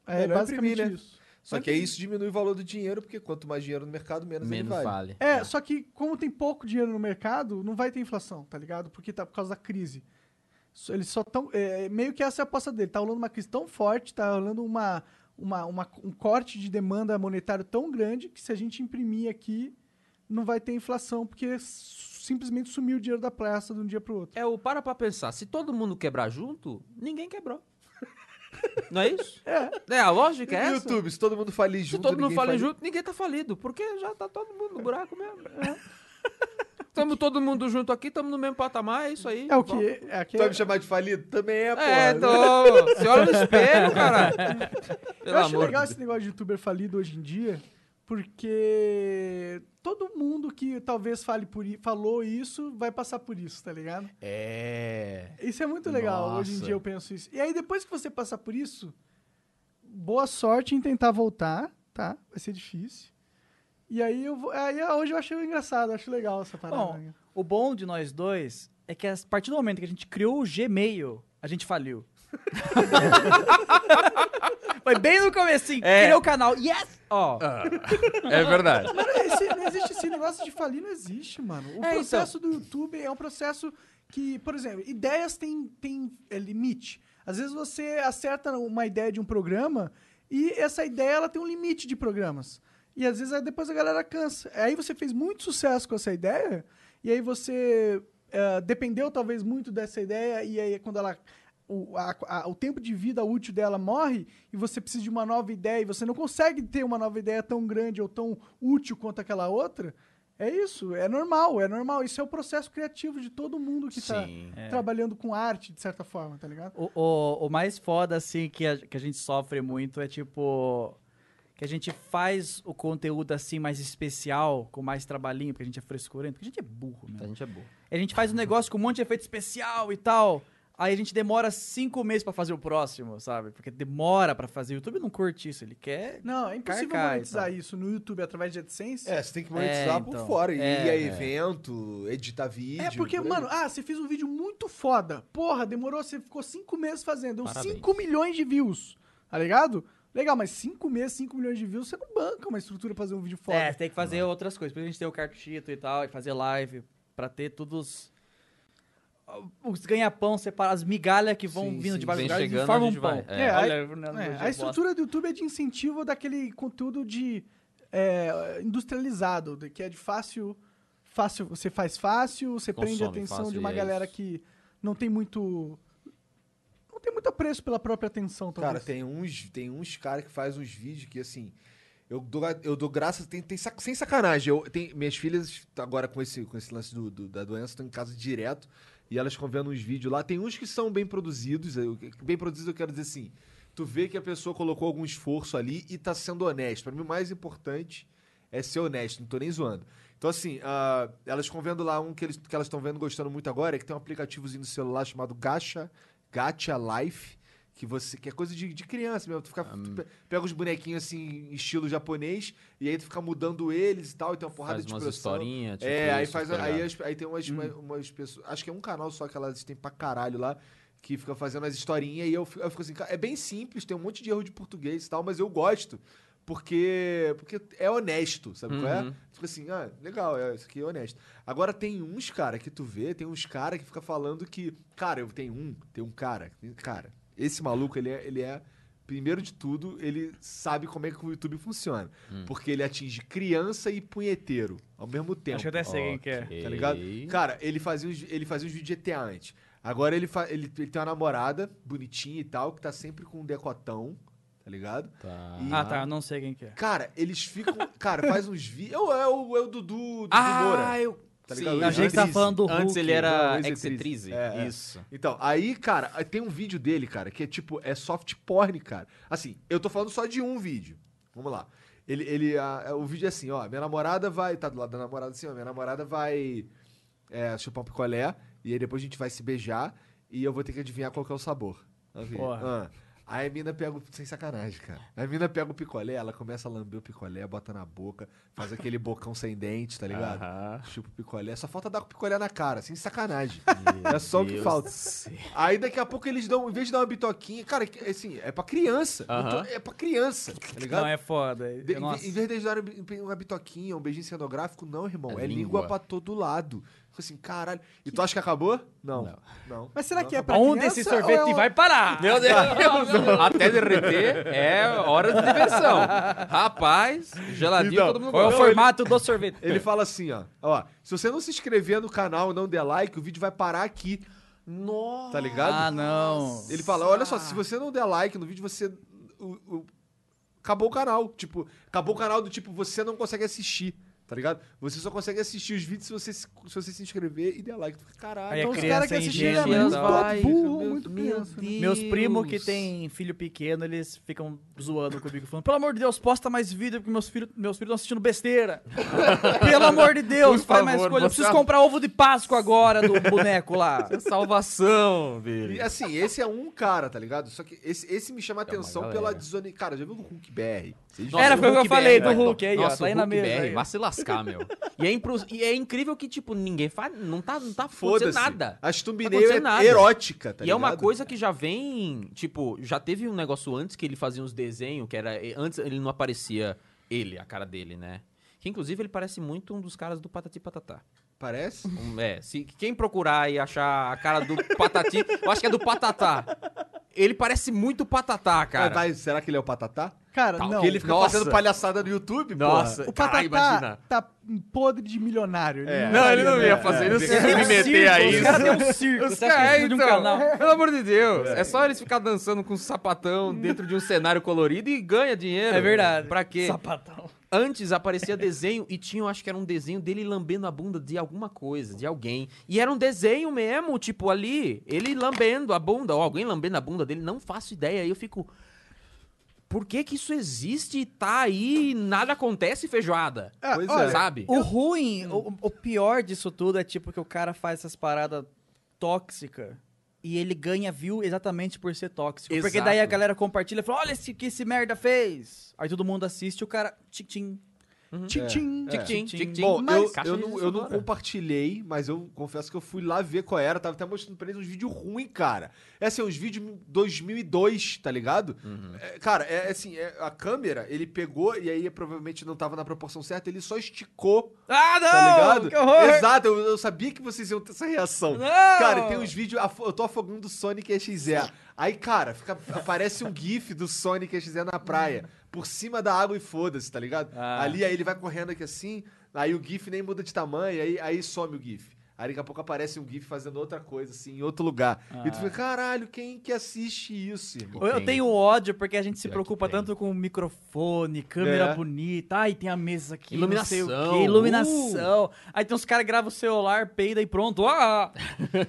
S1: É,
S3: Melhor
S1: basicamente
S3: imprimir, né?
S1: isso.
S3: Só que aí isso diminui o valor do dinheiro, porque quanto mais dinheiro no mercado, menos,
S2: Menos
S3: ele
S2: vale.
S3: vale.
S1: É, só que como tem pouco dinheiro no mercado, não vai ter inflação, tá ligado? Porque tá por causa da crise. So- Eles só estão. meio que essa é a aposta dele. Tá rolando uma crise tão forte, tá rolando uma, uma, uma- um corte de demanda monetário tão grande que se a gente imprimir aqui, não vai ter inflação, porque s- simplesmente sumiu o dinheiro da praça de um dia pro outro.
S2: É o para pra pensar. Se todo mundo quebrar junto, ninguém quebrou. Não é isso? É. a lógica é
S3: E no
S2: essa?
S3: YouTube, se todo mundo falir
S2: Se
S3: junto.
S2: todo mundo
S3: ninguém
S2: falir
S3: falir-
S2: junto, ninguém tá falido. Porque já tá todo mundo no buraco mesmo. Estamos todo mundo junto aqui, estamos no mesmo patamar, é isso aí.
S1: É o que? É, que
S2: então,
S3: Tu vai me chamar de falido? Também é, pô.
S2: É, tô. Você olha no espelho, caralho. Pelo
S1: eu acho
S2: amor
S1: legal
S2: de
S1: esse negócio de youtuber falido hoje em dia, porque todo mundo que talvez fale por, i- falou isso vai passar por isso, tá ligado?
S2: É.
S1: Isso é muito legal. Hoje em
S2: Nossa.
S1: dia eu penso isso. E aí, depois que você passar por isso, boa sorte em tentar voltar, tá? Vai ser difícil. E aí, eu vou, aí hoje eu achei engraçado, acho legal essa parada. né?
S5: Bom, o bom de nós dois é que a partir do momento que a gente criou o Gmail, a gente faliu. Foi bem no comecinho,
S2: É.
S5: criou o canal, yes! Ó,
S2: É verdade.
S1: Esse- não existe esse negócio de falir, não existe, mano. O
S2: É,
S1: processo do YouTube é um processo que, por exemplo, ideias têm, têm é, limite. Às vezes você acerta uma ideia de um programa e essa ideia ela tem um limite de programas. E às vezes aí depois a galera cansa. Aí você fez muito sucesso com essa ideia e aí você é, dependeu talvez muito dessa ideia e aí quando ela o, a- a- o tempo de vida útil dela morre e você precisa de uma nova ideia e você não consegue ter uma nova ideia tão grande ou tão útil quanto aquela outra, é isso, é normal, é normal. Isso é o processo criativo de todo mundo que está
S2: Sim.
S1: trabalhando com arte, de certa forma, tá ligado?
S5: o, o, o mais foda, assim, que a, que a gente sofre muito é tipo. Que a gente faz o conteúdo assim mais especial, com mais trabalhinho, porque a gente é frescurento, porque a gente é burro,
S2: A
S5: mesmo.
S2: gente é burro.
S5: A gente faz um negócio com um monte de efeito especial e tal. Aí a gente demora cinco meses pra fazer o próximo, sabe? Porque demora pra fazer. O YouTube não curte isso, ele quer.
S1: Não, é impossível
S5: Carcar e
S1: monetizar
S5: tal.
S1: isso no YouTube através de AdSense.
S3: então. É, você tem que monetizar
S5: É,
S3: por
S5: então.
S3: fora. E
S5: É,
S3: ir a
S5: é.
S3: evento, editar vídeo.
S1: É porque,
S3: por aí.
S1: mano, ah, você fez um vídeo muito foda. Porra, demorou, você ficou 5 meses fazendo. Deu
S2: Parabéns.
S1: 5 milhões de views, tá ligado? Legal, mas 5 meses, 5 milhões de views, você não banca uma estrutura pra fazer um vídeo foda.
S5: É, tem que fazer outras coisas. Por isso a gente tem o cartuchito e tal, e fazer live, pra ter todos os, os ganha-pão separados, as migalhas que vão
S3: Sim,
S5: vindo
S3: sim,
S5: de vários
S2: vem
S5: lugares
S2: chegando,
S5: e formam
S2: a
S5: um
S2: gente
S5: pão.
S2: vai. É.
S1: É,
S5: Olha,
S1: aí-
S5: na- na-
S1: É,
S5: na-
S1: a estrutura do YouTube é de incentivo daquele conteúdo de é, industrializado, de- que é de fácil, fácil, você faz fácil, você
S2: Consome
S1: prende a atenção
S2: fácil
S1: de
S2: e
S1: uma
S2: é
S1: galera
S2: isso.
S1: que não tem muito, não tem muito apreço pela própria atenção, talvez.
S3: Cara, tem uns, tem uns caras que faz uns vídeos que, assim, eu dou, eu dou graças, tem, tem sac- sem sacanagem. Eu, tem, minhas filhas, agora com esse, com esse lance do- do- da doença, estão em casa direto e elas ficam vendo uns vídeos lá. Tem uns que são bem produzidos, eu- bem produzidos eu quero dizer assim, tu vê que a pessoa colocou algum esforço ali e tá sendo honesto. Pra mim, o mais importante é ser honesto, não tô nem zoando. Então, assim, ah, elas estão vendo lá um que, eles, que elas estão vendo gostando muito agora, é que tem um aplicativozinho no celular chamado Gacha, Gacha Life, que você que é coisa de, de criança mesmo. Tu, fica, tu pe- pega os bonequinhos assim, estilo japonês, e aí tu fica mudando eles e tal, e tem uma porrada
S6: Faz
S3: de
S6: umas
S3: expressão.
S6: historinhas, tipo
S3: É, aí,
S6: isso,
S3: faz,
S6: tá ligado?
S3: aí, as- aí tem umas, uma- umas pessoas. Acho que é um canal só que elas têm pra caralho lá. Que fica fazendo as historinhas e eu fico, eu fico assim, cara, é bem simples, tem um monte de erro de português e tal, mas eu gosto. Porque, porque é honesto, sabe qual
S5: Uhum.
S3: é? Fica assim, ah, legal, é, isso aqui é honesto. Agora tem uns, cara, que tu vê, tem uns cara que fica falando que. Cara, eu tenho um, tem um cara. Cara, esse maluco, ele é. Ele é Primeiro de tudo, ele sabe como é que o YouTube funciona. Porque ele atinge criança e punheteiro ao mesmo tempo.
S5: Hum. Acho que eu até sei quem que é.
S3: Tá ligado? Cara, ele fazia uns, ele fazia uns vídeos de GTA antes. Agora ele, fa- ele, ele tem uma namorada bonitinha e tal, que tá sempre com um decotão, tá ligado?
S6: Tá.
S3: E-
S5: Ah, tá, eu não sei quem que é.
S3: Cara, eles ficam. cara, faz uns vídeos. É o, é o, é o Dudu, Dudu
S6: Ah,
S3: Moura.
S6: eu...
S3: Tá
S6: Sim,
S3: ligado?
S5: A gente tá
S3: Antes-
S5: falando do Hulk.
S6: Antes ele
S3: Não,
S6: era Exetriz.
S3: Exetriz. É, é.
S6: Isso.
S3: Então, aí, cara, tem um vídeo dele, cara, que é tipo, é soft porn, cara. Assim, eu tô falando só de um vídeo. Vamos lá. Ele, ele, a- o vídeo é assim, ó, minha namorada vai, tá do lado da namorada assim, ó, minha namorada vai é, chupar um picolé, e aí depois a gente vai se beijar, e eu vou ter que adivinhar qual que é o sabor. Assim,
S5: Porra.
S3: ah. Aí a mina pega, o- sem sacanagem, cara. A mina pega o picolé, ela começa a lamber o picolé, bota na boca, faz aquele bocão sem dente, tá ligado? Chupa o picolé. Só falta dar com o picolé na cara, sem sacanagem. é só o que falta. Aí daqui a pouco eles dão, em vez de dar uma bitoquinha, cara, que- assim, é pra criança.
S6: Aham.
S3: É pra criança, tá ligado?
S5: Não, é foda.
S3: De- em,
S5: Nossa.
S3: ve- em vez de dar um- uma bitoquinha, um beijinho cenográfico, não, irmão.
S6: É
S3: É, língua.
S6: língua
S3: pra todo lado. Fica Assim, caralho. E tu acha que acabou? Não. Não.
S1: Mas será que é pra
S5: Onde
S1: criança
S5: esse
S1: ou
S5: sorvete
S1: é um-
S5: vai parar?
S6: Meu Deus! Até derreter é hora de diversão. Rapaz, geladinho,
S3: Então,
S6: todo mundo
S5: Qual é o
S6: gosta.
S5: formato do sorvete?
S3: Ele fala assim, ó, ó. Se você não se inscrever no canal e não der like, o vídeo vai parar aqui. Nossa. Tá ligado?
S5: Ah, não.
S3: Ele fala, olha só, se você não der like no vídeo, você... o- o- acabou o canal. Tipo, acabou o canal do tipo, você não consegue assistir, tá ligado? Você só consegue assistir os vídeos se você se, se, você se inscrever e der like. Tu fica, Caralho.
S5: Aí a
S1: Então os
S5: criança
S1: caras que
S5: é
S1: assistiram
S5: ingênua,
S1: é muito
S5: então.
S1: bobo, burro, muito criança. né?
S5: Meus primos que têm filho pequeno, eles ficam zoando comigo, falando: pelo amor de Deus, posta mais vídeo, porque meus filhos meus filhos estão assistindo besteira. pelo amor de Deus,
S6: Por
S5: faz mais
S6: favor,
S5: coisa. Eu
S6: você-
S5: preciso comprar ovo de Páscoa agora do boneco lá.
S6: Salvação dele.
S3: E assim, esse é um cara, tá ligado? Só que esse, esse me chama atenção
S6: É galera.
S3: pela desonestidade. Cara, já viu o Hulk BR? Vocês
S5: Era,
S3: viram?
S5: foi o que eu falei do
S6: vai,
S5: Hulk,
S6: então.
S5: aí, ó,
S6: Nossa,
S5: tá aí
S6: o
S5: na
S6: Hulk
S5: mesa
S6: BR,
S5: aí.
S6: Vai se lascar, meu. E é, impro- e é incrível que, tipo, ninguém faz. Não tá, não tá acontecendo
S3: Foda-se.
S6: nada.
S3: A thumbnail
S6: acontecendo
S3: é
S6: nada.
S3: erótica, tá
S6: e é uma
S3: ligado?
S6: coisa que já vem. Tipo, já teve um negócio antes que ele fazia uns desenhos, que era. eh, Antes ele não aparecia ele, a cara dele, né? Que inclusive ele parece muito um dos caras do Patati Patatá.
S3: Parece?
S6: Um- É, se quem procurar e achar a cara do Patati, eu acho que é do Patatá. Ele parece muito o Patatá, cara.
S3: Mas vai, será que ele é o Patatá?
S1: Cara,
S6: Tá,
S1: não.
S3: Porque ele fica
S6: Nossa.
S3: fazendo palhaçada no YouTube,
S6: Nossa,
S1: O
S6: caralho,
S1: Patatá
S6: imagina.
S1: tá podre de milionário. ele
S3: É.
S6: Não, ele não
S1: faria,
S6: ia
S1: né?
S6: fazer, ele não
S3: É,
S6: ia se
S3: é um
S6: meter a
S5: Os caras
S6: isso.
S5: têm um circo,
S6: Os
S5: você acha que
S6: caras,
S5: precisa de um canal?
S6: então, pelo amor de Deus. É só eles ficar dançando com um sapatão dentro de um cenário colorido e ganha dinheiro.
S5: É verdade.
S6: Pra quê?
S5: Sapatão.
S6: Antes aparecia desenho e tinha, eu acho que era um desenho dele lambendo a bunda de alguma coisa, de alguém. E era um desenho mesmo, tipo ali, ele lambendo a bunda, ou alguém lambendo a bunda dele, não faço ideia. Aí eu fico. Por que que isso existe e tá aí e nada acontece, feijoada?
S1: Ah,
S3: Pois
S1: olha,
S3: é.
S6: Sabe?
S5: O ruim, o, o pior disso tudo é tipo que o cara faz essas paradas tóxicas e ele ganha view exatamente por ser tóxico. Porque
S6: Exato.
S5: daí a galera compartilha e fala: olha esse que esse merda fez. Aí todo mundo assiste e o cara. Tchim, tchim.
S1: Tchim,
S5: Um
S1: tchim.
S3: É.
S6: Tic-tim,
S5: Sim.
S6: tic-tim.
S3: Bom,
S6: Mas-
S3: eu,
S6: Caixa
S3: eu,
S6: de
S3: não, eu não
S6: ressonância.
S3: compartilhei, mas eu confesso que eu fui lá ver qual era. Tava até mostrando pra eles uns vídeos ruins, cara. É assim, uns vídeos 2002, tá ligado? É, cara, é assim, é, a câmera, ele pegou e aí provavelmente não tava na proporção certa, ele só esticou,
S5: Ah, não!
S3: tá ligado?
S5: Que horror!
S3: Exato, eu, eu sabia que vocês iam ter essa reação.
S5: Não!
S3: Cara, tem uns vídeos, afo- eu tô afogando o Sonic XE. Aí, cara, fica, aparece um gif do Sonic XE na praia, por cima da água e foda-se, tá ligado?
S5: Ah.
S3: Ali, aí ele vai correndo aqui assim, aí o gif nem muda de tamanho, aí, aí some o gif. Aí daqui a pouco aparece um GIF fazendo outra coisa, assim, em outro lugar. E tu fica, caralho, quem que assiste isso, irmão?
S5: Eu, eu tenho
S6: um
S5: ódio porque a gente se
S10: Pior que
S5: preocupa
S10: tem.
S5: tanto com microfone, câmera
S3: É.
S5: bonita, ai, tem a mesa aqui, não sei o
S6: Iluminação, Uh!
S5: quê, iluminação. Aí tem uns caras que gravam o celular, peida e pronto. Ah!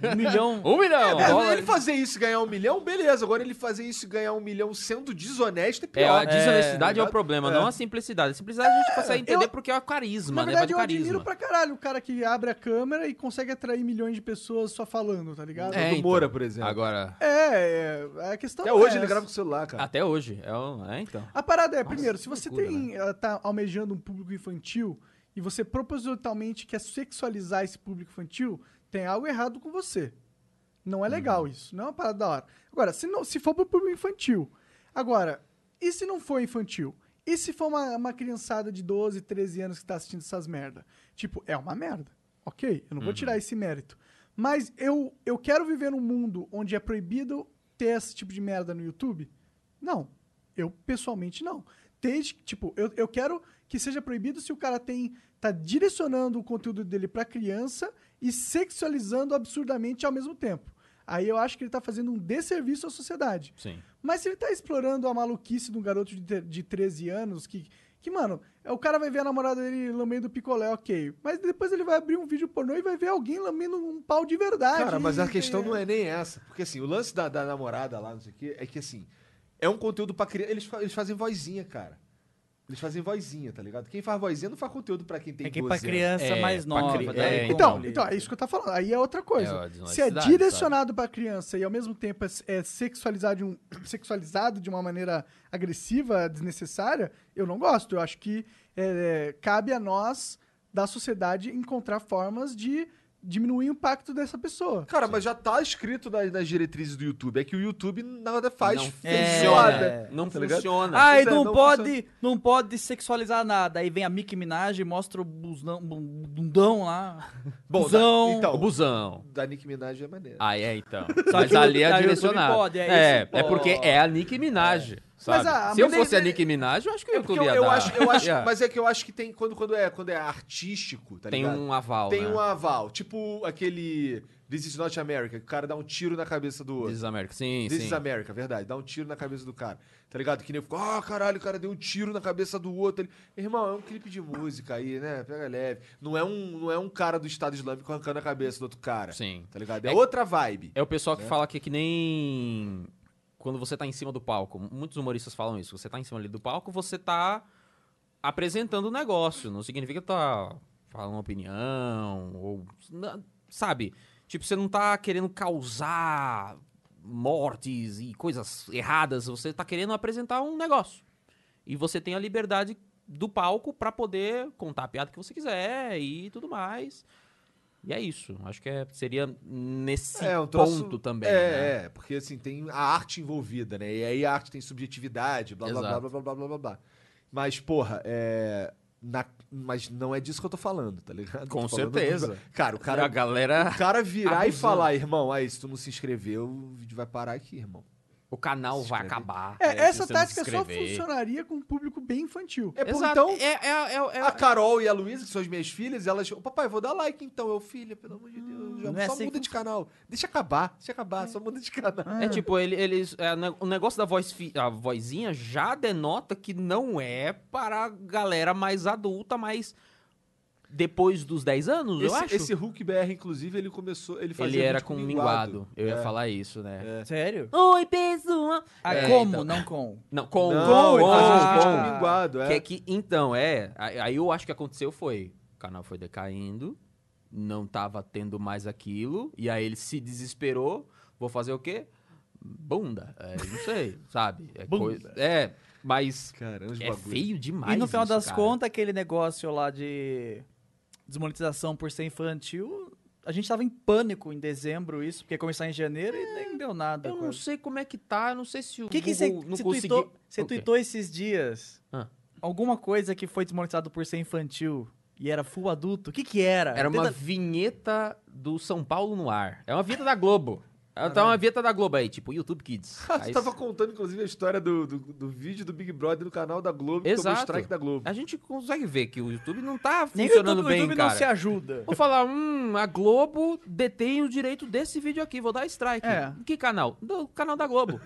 S5: Um milhão.
S6: Um milhão!
S3: É, mas
S6: dólares.
S3: ele fazer isso e ganhar um milhão, beleza. Agora ele fazer isso e ganhar um milhão sendo desonesto é
S6: É,
S3: pior.
S6: a desonestidade é, o
S3: verdade?
S6: problema,
S3: É.
S6: não a simplicidade. A simplicidade a gente consegue entender porque é o carisma,
S1: Na
S6: né? Vai
S1: verdade,
S6: do
S1: eu
S6: carisma.
S1: admiro pra caralho o cara que abre a câmera e consegue atrair milhões de pessoas só falando, tá ligado?
S6: É,
S3: do
S6: então.
S3: Moura, por exemplo.
S10: Agora,
S1: É, é, a questão
S3: Até
S1: é
S3: hoje ele
S1: essa.
S3: grava com o celular, cara.
S6: Até hoje. É, um- é, então.
S1: A parada é, primeiro, se você
S6: loucura, né?
S1: tem eh, tá almejando um público infantil e você propositalmente quer sexualizar esse público infantil, tem algo errado com você. Não é
S6: Uhum.
S1: legal isso, não é uma parada da hora. Agora, se, não, se for pro público infantil. Agora, e se não for infantil? E se for uma, uma criançada de 12, 13 anos que tá assistindo essas merda? Tipo, é uma merda. Ok, eu não vou
S6: Uhum.
S1: tirar esse mérito. Mas eu, eu quero viver num mundo onde é proibido ter esse tipo de merda no YouTube? Não. Eu, pessoalmente, não. Desde, que, tipo, eu, eu quero que seja proibido se o cara tem tá direcionando o conteúdo dele pra criança e sexualizando absurdamente ao mesmo tempo. Aí eu acho que ele tá fazendo um desserviço à sociedade.
S6: Sim.
S1: Mas se ele tá explorando a maluquice de um garoto de, te- de 13 anos, que, que, mano, é, o cara vai ver a namorada dele lambendo picolé, ok. Mas depois ele vai abrir um vídeo pornô e vai ver alguém lambendo um pau de verdade.
S3: Cara, mas a
S1: E-
S3: questão não é nem essa. Porque assim, o lance da, da namorada lá, não sei o quê, é que assim, é um conteúdo pra criança. Eles, fa- eles fazem vozinha, cara. Eles fazem vozinha, tá ligado? Quem faz vozinha não faz conteúdo pra quem tem
S5: É que
S3: 12
S5: pra criança
S6: É,
S5: mais
S6: pra
S5: nova.
S6: cri-
S5: tá
S6: é,
S5: ligado?
S1: Então,
S6: Concordo.
S1: então, é isso que eu tava falando. Aí é outra
S6: É,
S1: coisa.
S6: ó, desonestidade,
S1: Se é direcionado pra criança e ao mesmo tempo é, é sexualizado, de um, sexualizado de uma maneira agressiva, desnecessária, eu não gosto. Eu acho que é, é, cabe a nós, da sociedade, encontrar formas de diminuir o impacto dessa pessoa.
S3: Cara, mas já tá escrito na- nas, diretrizes do YouTube. É que o YouTube nada faz.
S6: Não
S3: feijoada.
S6: funciona.
S5: É.
S6: Não
S3: Tá ligado?
S6: funciona.
S5: Ai,
S3: Isso é,
S5: não,
S3: não
S5: pode, não pode sexualizar nada. Aí vem a Mickey Minaj e mostra o busão, bu- bundão lá.
S3: Bom,
S5: Busão.
S3: da,
S6: O
S3: então,
S6: busão.
S3: da Nick Minaj é maneiro.
S6: Ah, é, então.
S5: Só
S6: Mas
S5: que o
S6: ali
S5: YouTube-
S6: é
S5: aí o YouTube
S6: direcionado.
S5: pode, é,
S6: é,
S5: isso
S6: é porque
S5: pode.
S6: é a Nicki Minaj. sabe?
S1: a-
S6: Se eu
S1: mas
S6: fosse a
S1: ele-
S6: Nicki Minaj, eu acho que o
S3: Porque
S6: YouTube
S3: eu,
S6: ia
S3: eu
S6: dar.
S3: acho, eu acho,
S6: Ia.
S3: mas é que eu acho que tem quando, quando é quando é artístico, tá
S6: Tem
S3: ligado?
S6: um aval,
S3: Tem
S6: né?
S3: um aval, tipo aquele This is Not America, que o cara dá um tiro na cabeça do outro.
S6: This is America. Sim,
S3: This
S6: sim.
S3: is America, verdade. Dá um tiro na cabeça do cara. Tá ligado? Que nem ficou, ah, caralho, o cara deu um tiro na cabeça do outro. Ele, Irmão, é um clipe de música aí, né? Pega leve. Não é um, não é um cara do Estado Islâmico arrancando a cabeça do outro cara.
S6: Sim.
S3: Tá ligado? É,
S6: É-
S3: outra vibe.
S6: É o pessoal que fala que é que nem quando você tá em cima do palco. Muitos humoristas falam isso. Você tá em cima ali do palco, você tá apresentando o negócio. Não significa que tá falando uma opinião ou na- sabe? Tipo, você não tá querendo causar mortes e coisas erradas, você tá querendo apresentar um negócio. E você tem a liberdade do palco pra poder contar a piada que você quiser e tudo mais. E é isso. Acho que é- seria nesse
S3: É, um troço-
S6: ponto também.
S3: é,
S6: né?
S3: é, porque assim, tem a arte envolvida, né? E aí a arte tem subjetividade, blá blá blá
S6: Exato.
S3: blá blá blá blá blá blá. Mas, porra, é. na- mas não é disso que eu tô falando, tá ligado?
S6: Com
S3: Tô falando
S6: certeza.
S3: do- Cara, o
S6: Cara, a
S3: cara
S6: galera.
S3: O cara virar e
S6: Abusando.
S3: falar, irmão, aí, se tu não se inscreveu, o vídeo vai parar aqui, irmão.
S6: O canal
S3: Se
S6: vai
S3: inscrever.
S6: acabar.
S1: É,
S6: se
S1: essa
S6: você não se
S1: tática só
S6: inscrever.
S1: funcionaria com um público bem infantil.
S3: É, pô,
S6: Exato.
S3: então,
S6: É, é- é- é-
S3: a Carol e a Luísa, que são as minhas filhas, elas... "Ô, Papai, vou dar like então. Eu, filha, pelo amor de
S6: Hum,
S3: Deus,
S5: não é
S3: só
S5: assim
S3: muda de canal. Deixa acabar, deixa acabar, só muda de canal.
S6: é tipo, ele, eles, é, ne- o negócio da voz fi- a vozinha já denota que não é para a galera mais adulta, mas depois dos 10 anos, eu acho.
S3: Esse, esse Hulk BR, inclusive, ele começou... Ele, fazia
S6: ele era
S3: vídeo É.
S6: com minguado. Eu ia falar isso, né?
S5: Sério?
S6: Oi, pessoal!
S5: Ah,
S6: É,
S5: como,
S6: então.
S5: não com?
S6: Não, com,
S3: Não,
S6: com,
S3: ele fazia uns
S6: com,
S3: vídeos
S5: com.
S3: com minguado, é.
S6: um Que é que, então, é. Aí aí eu acho que aconteceu foi. O canal foi decaindo, não tava tendo mais aquilo, e aí ele se desesperou. Vou fazer o quê? Bunda. É, não sei, sabe? É, coisa- é, mas
S3: Caramba, os
S6: é
S3: bagulho.
S6: feio demais.
S5: e no final
S6: isso,
S5: das
S6: cara.
S5: contas, aquele negócio lá de desmonetização por ser infantil, a gente tava em pânico em dezembro isso, porque ia começar em janeiro e nem deu nada.
S6: Eu não
S5: quase.
S6: sei como é que tá, eu não sei se o.
S5: O que que você
S6: Google não
S5: você
S6: conseguiu.
S5: tuitou, você
S6: O quê?
S5: tuitou esses dias?
S6: Ah.
S5: Alguma coisa que foi desmonetizado por ser infantil e era full adulto? O que que era?
S6: Era uma
S5: É, Tenta-
S6: vinheta do São Paulo no ar. É uma vinheta da Globo. Então, a vinheta da Globo aí, tipo, YouTube Kids.
S3: Ah, Você
S5: tá
S6: Aí-
S3: tava contando, inclusive, a história do, do, do vídeo do Big Brother no canal da Globo, que tomou
S6: Exato. É.
S3: strike da Globo.
S6: A gente consegue ver que o YouTube não tá
S5: Nem o
S6: funcionando
S5: YouTube,
S6: bem,
S5: o YouTube
S6: cara.
S5: não se ajuda.
S6: Vou falar, hum, a Globo detém o direito desse vídeo aqui, vou dar strike.
S5: É.
S6: Que canal? Do canal da Globo.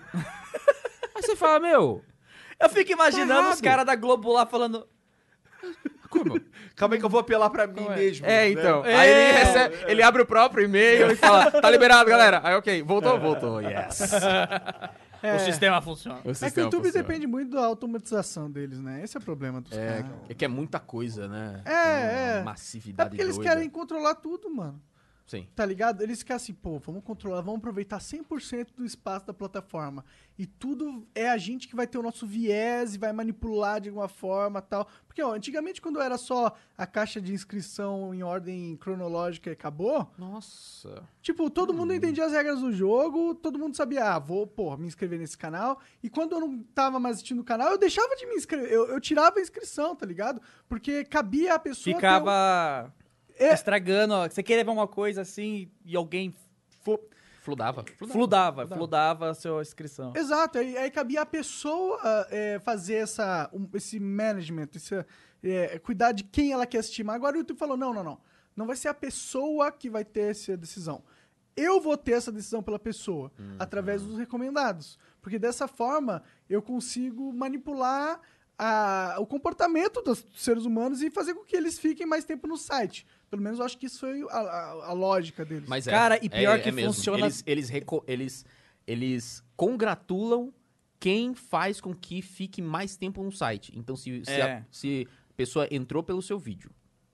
S6: Aí você fala, meu, tá
S5: Eu fico imaginando
S6: errado.
S5: os caras da Globo lá falando.
S6: como?
S3: Calma aí que eu vou apelar pra mim mesmo. né?
S5: né?
S6: É, então. Aí ele, recebe- ele abre o próprio e-mail e fala, tá liberado, galera. Aí, ok, voltou, voltou, yes.
S5: O sistema funciona.
S6: O
S1: É que o
S6: sistema
S1: YouTube
S6: funciona.
S1: depende muito da automatização deles, né? Esse é o problema dos
S5: Ah.
S6: É,
S1: caras.
S6: é que é muita coisa, né?
S1: É,
S6: Tem uma
S1: é. É
S6: Massividade
S1: porque eles
S6: doida.
S1: querem controlar tudo, mano.
S6: Sim.
S1: Tá ligado? Eles querem assim, pô, vamos controlar, vamos aproveitar 100% do espaço da plataforma. E tudo é a gente que vai ter o nosso viés e vai manipular de alguma forma tal. Porque, ó, antigamente quando era só a caixa de inscrição em ordem cronológica e acabou,
S6: Nossa. Hum.
S1: Tipo, todo mundo entendia as regras do jogo, todo mundo sabia, ah, vou, porra, me inscrever nesse canal. E quando eu não tava mais assistindo o canal, eu deixava de me inscrever, eu, eu tirava a inscrição, tá ligado? Porque cabia a pessoa. ter um-
S5: Ficava
S1: É.
S5: estragando, ó. Você queria ver uma coisa assim e alguém fu-
S6: Fludava.
S5: fludava, fludava a sua inscrição.
S1: Exato, aí, aí cabia a pessoa ah, é, fazer essa, um- esse management, esse, é, cuidar de quem ela quer assistir. Mas agora o YouTube falou: não, não, não. Não vai ser a pessoa que vai ter essa decisão. Eu vou ter essa decisão pela pessoa, através dos recomendados. Porque dessa forma eu consigo manipular a- o comportamento dos seres humanos e fazer com que eles fiquem mais tempo no site. Pelo menos eu acho que isso foi a, a- a lógica deles.
S6: Mas é,
S5: Cara, e
S6: é-
S5: pior
S6: é
S5: que
S6: mesmo.
S5: funciona-
S6: Eles, eles, reco- eles, eles congratulam quem faz com que fique mais tempo no site. Então, se, se,
S5: É.
S6: a, se a pessoa entrou pelo seu vídeo,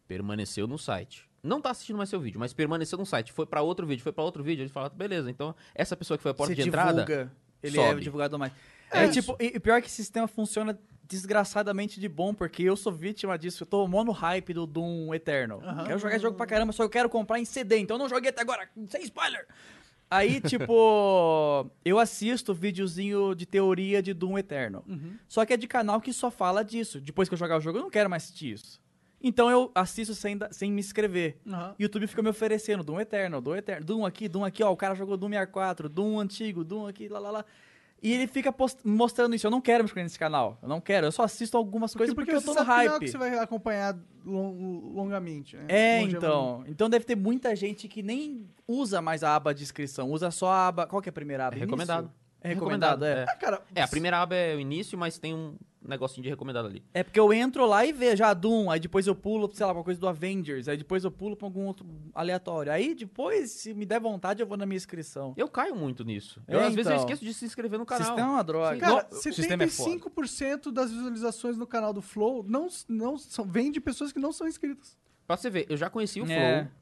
S6: permaneceu no site. Não tá assistindo mais seu vídeo, mas permaneceu no site. Foi pra outro vídeo, foi pra outro vídeo. Ele fala, beleza, então essa pessoa que foi a porta
S5: Você
S6: de entrada.
S5: divulga, ele é
S6: sobe.
S5: divulgado mais.
S6: É
S5: É,
S6: isso.
S5: tipo, e e pior que esse sistema funciona desgraçadamente de bom, porque eu sou vítima disso. Eu tô mó no hype do Doom Eternal. Quero jogar esse jogo pra caramba, só eu quero comprar em CD, então eu não joguei até agora, sem spoiler. Aí, tipo, eu assisto videozinho de teoria de Doom Eternal.
S1: Hum. Uhum.
S5: Só que é de canal que só fala disso. Depois que eu jogar o jogo, eu não quero mais assistir isso. Então eu assisto sem, da- sem me inscrever.
S1: Aham.
S5: YouTube fica me oferecendo Doom Eternal, Doom Eternal, Doom aqui, Doom aqui, ó, o cara jogou Doom 64, Doom antigo, Doom aqui, lá, lá, lá. E ele fica post- mostrando isso. Eu não quero me inscrever nesse canal. Eu não quero. Eu só assisto algumas coisas porque, eu tô no
S1: que não é o
S5: hype.
S1: que você vai acompanhar lon- longamente. Né?
S5: É,
S1: Longevamente.
S5: então. Então deve ter muita gente que nem usa mais a aba de inscrição, usa só a aba. Qual que é a primeira aba?
S6: É
S5: Início?
S6: recomendado.
S5: É recomendado, é.
S1: Ah, cara,
S6: É, a primeira aba é o início, mas tem um negocinho de recomendado ali.
S5: É porque eu entro lá e vejo a Doom, aí depois eu pulo, pra, sei lá, uma coisa do Avengers, aí depois eu pulo pra algum outro aleatório. Aí depois, se me der vontade, eu vou na minha inscrição.
S6: Eu caio muito nisso. Eu,
S5: É,
S6: às vezes eu
S5: então.
S6: esqueço de se inscrever no
S5: O
S6: canal.
S5: sistema é uma droga.
S1: Cara,
S5: No- o sistema é foda.
S1: 75%
S6: é
S1: das visualizações no canal do Flow não, não são, vem de pessoas que não são inscritas.
S6: Pra você ver, eu já conheci o
S5: É.
S6: Flow.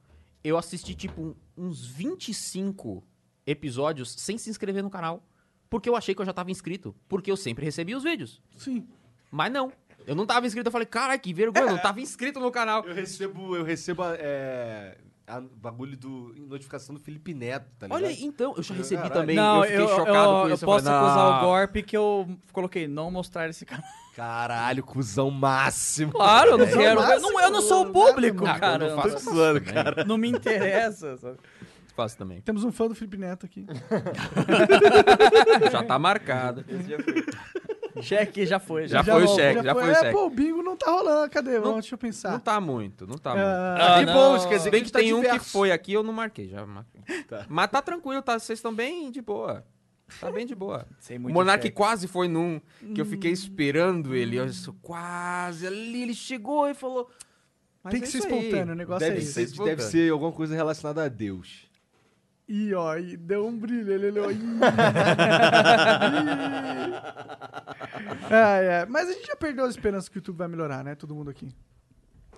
S6: Eu assisti, tipo, um- uns 25 episódios sem se inscrever no canal. Porque eu achei que eu já tava inscrito. Porque eu sempre recebia os vídeos.
S1: Sim.
S6: Mas não. Eu não tava inscrito. Eu falei, caralho, que vergonha. Eu não tava inscrito no canal.
S3: Eu recebo, eu recebo é, a bagulho do notificação do Felipe Neto, tá ligado?
S6: Olha, então, eu já recebi
S3: Caralho.
S6: também.
S5: Não,
S6: eu fiquei
S5: eu,
S6: chocado
S5: eu,
S6: com
S5: eu
S6: isso.
S5: posso
S6: falei,
S5: acusar o
S6: "Não".
S5: golpe que eu coloquei não mostrar esse canal.
S3: Caralho, cuzão máximo.
S5: Claro, eu não
S1: É,
S5: quero.
S1: máximo, é
S5: eu, não, eu não sou o
S1: nada
S5: público,
S6: Ah,
S5: cara.
S6: eu não faço isso
S3: zoando,
S6: também.
S5: Não me interessa. sabe?
S6: Faço também.
S1: Temos um fã do Felipe Neto aqui.
S6: Já tá marcado.
S11: Esse já foi.
S5: cheque já foi. Já,
S6: Já foi o
S5: volto.
S6: cheque, já foi o
S1: é,
S6: cheque.
S1: pô, o bingo não tá rolando. Cadê?
S6: Não-
S1: Deixa eu pensar.
S6: Não tá muito, não tá muito.
S1: Ah,
S5: Ah,
S3: que
S5: não.
S3: bom, isso quer dizer
S6: Se bem
S3: que
S6: que
S3: tá
S6: tem um que
S3: diverso.
S6: foi aqui, eu não marquei, já marquei.
S3: Tá.
S6: Mas tá tranquilo, tá? Vocês estão bem de boa. Tá bem de boa.
S5: Sem
S6: O
S5: muito
S6: Monark
S5: cheque.
S6: quase foi num que eu
S5: Hum.
S6: fiquei esperando ele. Eu disse, quase ali, ele chegou e falou. "Mas
S1: tem
S6: é
S1: que ser
S6: isso aí."
S1: espontâneo, o negócio é
S3: Deve,
S1: isso.
S3: ser, deve ser alguma coisa relacionada a Deus.
S1: Ih, ó, e deu um brilho, ele olhou. Ih. ai, ai. Mas a gente já perdeu a esperança que o YouTube vai melhorar, né? Todo mundo aqui.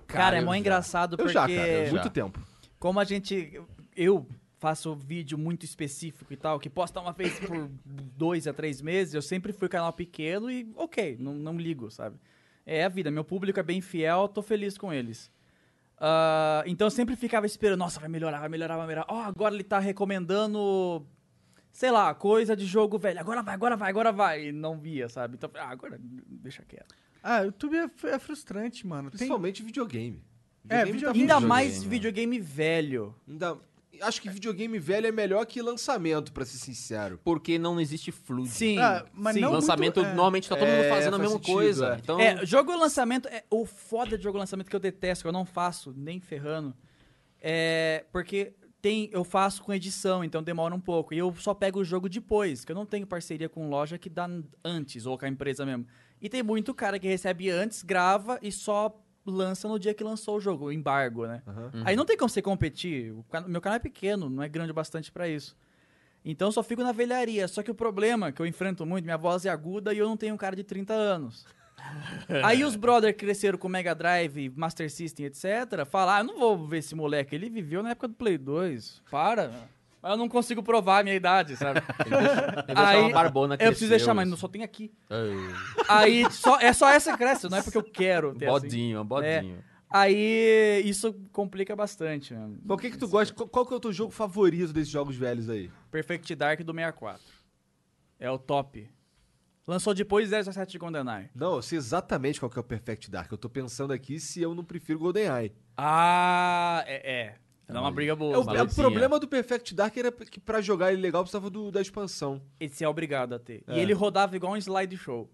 S5: Cara, é
S6: eu
S5: mó
S6: já.
S5: engraçado
S3: Eu
S5: porque.
S3: já, cara, eu já. muito
S6: Já.
S3: tempo.
S5: Como a gente. Eu faço vídeo muito específico e tal, que posta uma vez por dois a três meses, eu sempre fui canal pequeno e ok, não, não ligo, sabe? É a vida, meu público é bem fiel, tô feliz com eles. Ah, então eu sempre ficava esperando, nossa, vai melhorar, vai melhorar, vai melhorar. Ó, agora ele tá recomendando, sei lá, coisa de jogo velho. Agora vai, agora vai, agora vai. E não via, sabe? Então, ah, agora deixa quieto.
S1: Ah, o YouTube é, fr- é frustrante, mano. Tem...
S3: Principalmente videogame.
S1: É,
S3: tá
S1: videogame-
S3: muito né?
S5: Ainda
S3: jogo.
S5: mais videogame velho.
S3: Ainda... acho que videogame velho é melhor que lançamento, pra ser sincero.
S2: Porque não existe fluid.
S5: Sim.
S1: Ah, mas
S5: sim.
S1: não-
S2: Lançamento,
S1: muito- é.
S2: normalmente tá todo mundo
S3: É,
S2: fazendo a
S3: faz
S2: mesma
S3: sentido,
S2: coisa.
S3: é.
S2: Então,
S5: É, jogo lançamento. É, o foda de jogo lançamento que eu detesto, que eu não faço, nem ferrando. É. Porque tem, eu faço com edição, então demora um pouco. E eu só pego o jogo depois, que eu não tenho parceria com loja que dá antes, ou com a empresa mesmo. E tem muito cara que recebe antes, grava e só lança no dia que lançou o jogo, o embargo, né? Aí não tem como você competir. O can- meu canal é pequeno, não é grande o bastante pra isso. Então eu só fico na velharia. Só que o problema que eu enfrento muito, minha voz é aguda e eu não tenho um cara de 30 anos. Aí os brother cresceram com Mega Drive, Master System, etc. Falar, ah, eu não vou ver esse moleque, ele viveu na época do Play 2. Para. Mas eu não consigo provar a minha idade, sabe?
S2: eu vou
S5: aí-
S2: chamar a Barbona
S5: eu preciso deixar, mas
S2: mais
S5: não só tem aqui. Aí só, é só essa que cresce, não é porque eu quero. Ter assim.
S2: Bodinho, um bodinho.
S5: Aí isso complica bastante. Né?
S3: Mas o que que tu gosta? Qual, qual que é o teu jogo favorito desses jogos velhos aí?
S5: Perfect Dark do 64. É o top. Lançou depois 17 de Condenar.
S3: Não, eu sei exatamente qual que é o Perfect Dark. Eu tô pensando aqui se eu não prefiro GoldenEye.
S5: Ah, é. é. Dá uma briga boa.
S3: É, o, é o
S2: maluquinha.
S3: problema do Perfect Dark era que pra jogar ele legal precisava do- da expansão.
S5: Esse é obrigado a ter. E ele rodava igual um slideshow.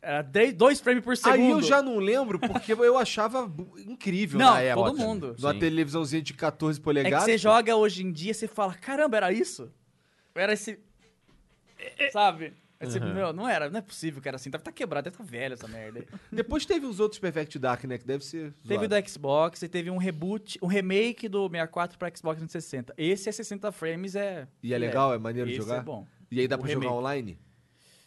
S5: Era 10 dois frames por segundo.
S3: Aí eu já não lembro porque eu achava bu- incrível
S5: Não,
S3: na época.
S5: todo mundo.
S3: Numa
S2: Sim.
S3: televisãozinha de 14
S5: É
S3: polegadas.
S5: que você joga hoje em dia, você fala, caramba, era isso? Era esse... Sabe? Aí você, Meu, não era, não é possível que era assim. Deve estar quebrado, deve estar velho essa merda. aí."
S3: Depois teve uns outros Perfect Dark, né? Que deve ser.
S5: teve o
S3: zoado.
S5: da Xbox, e teve um reboot, um remake do 64 pra Xbox 360. Esse é 60 frames, é...
S3: E é legal, é maneiro de
S5: Esse
S3: jogar.
S5: é bom.
S3: E aí dá
S5: O
S3: pra
S5: remake.
S3: jogar online?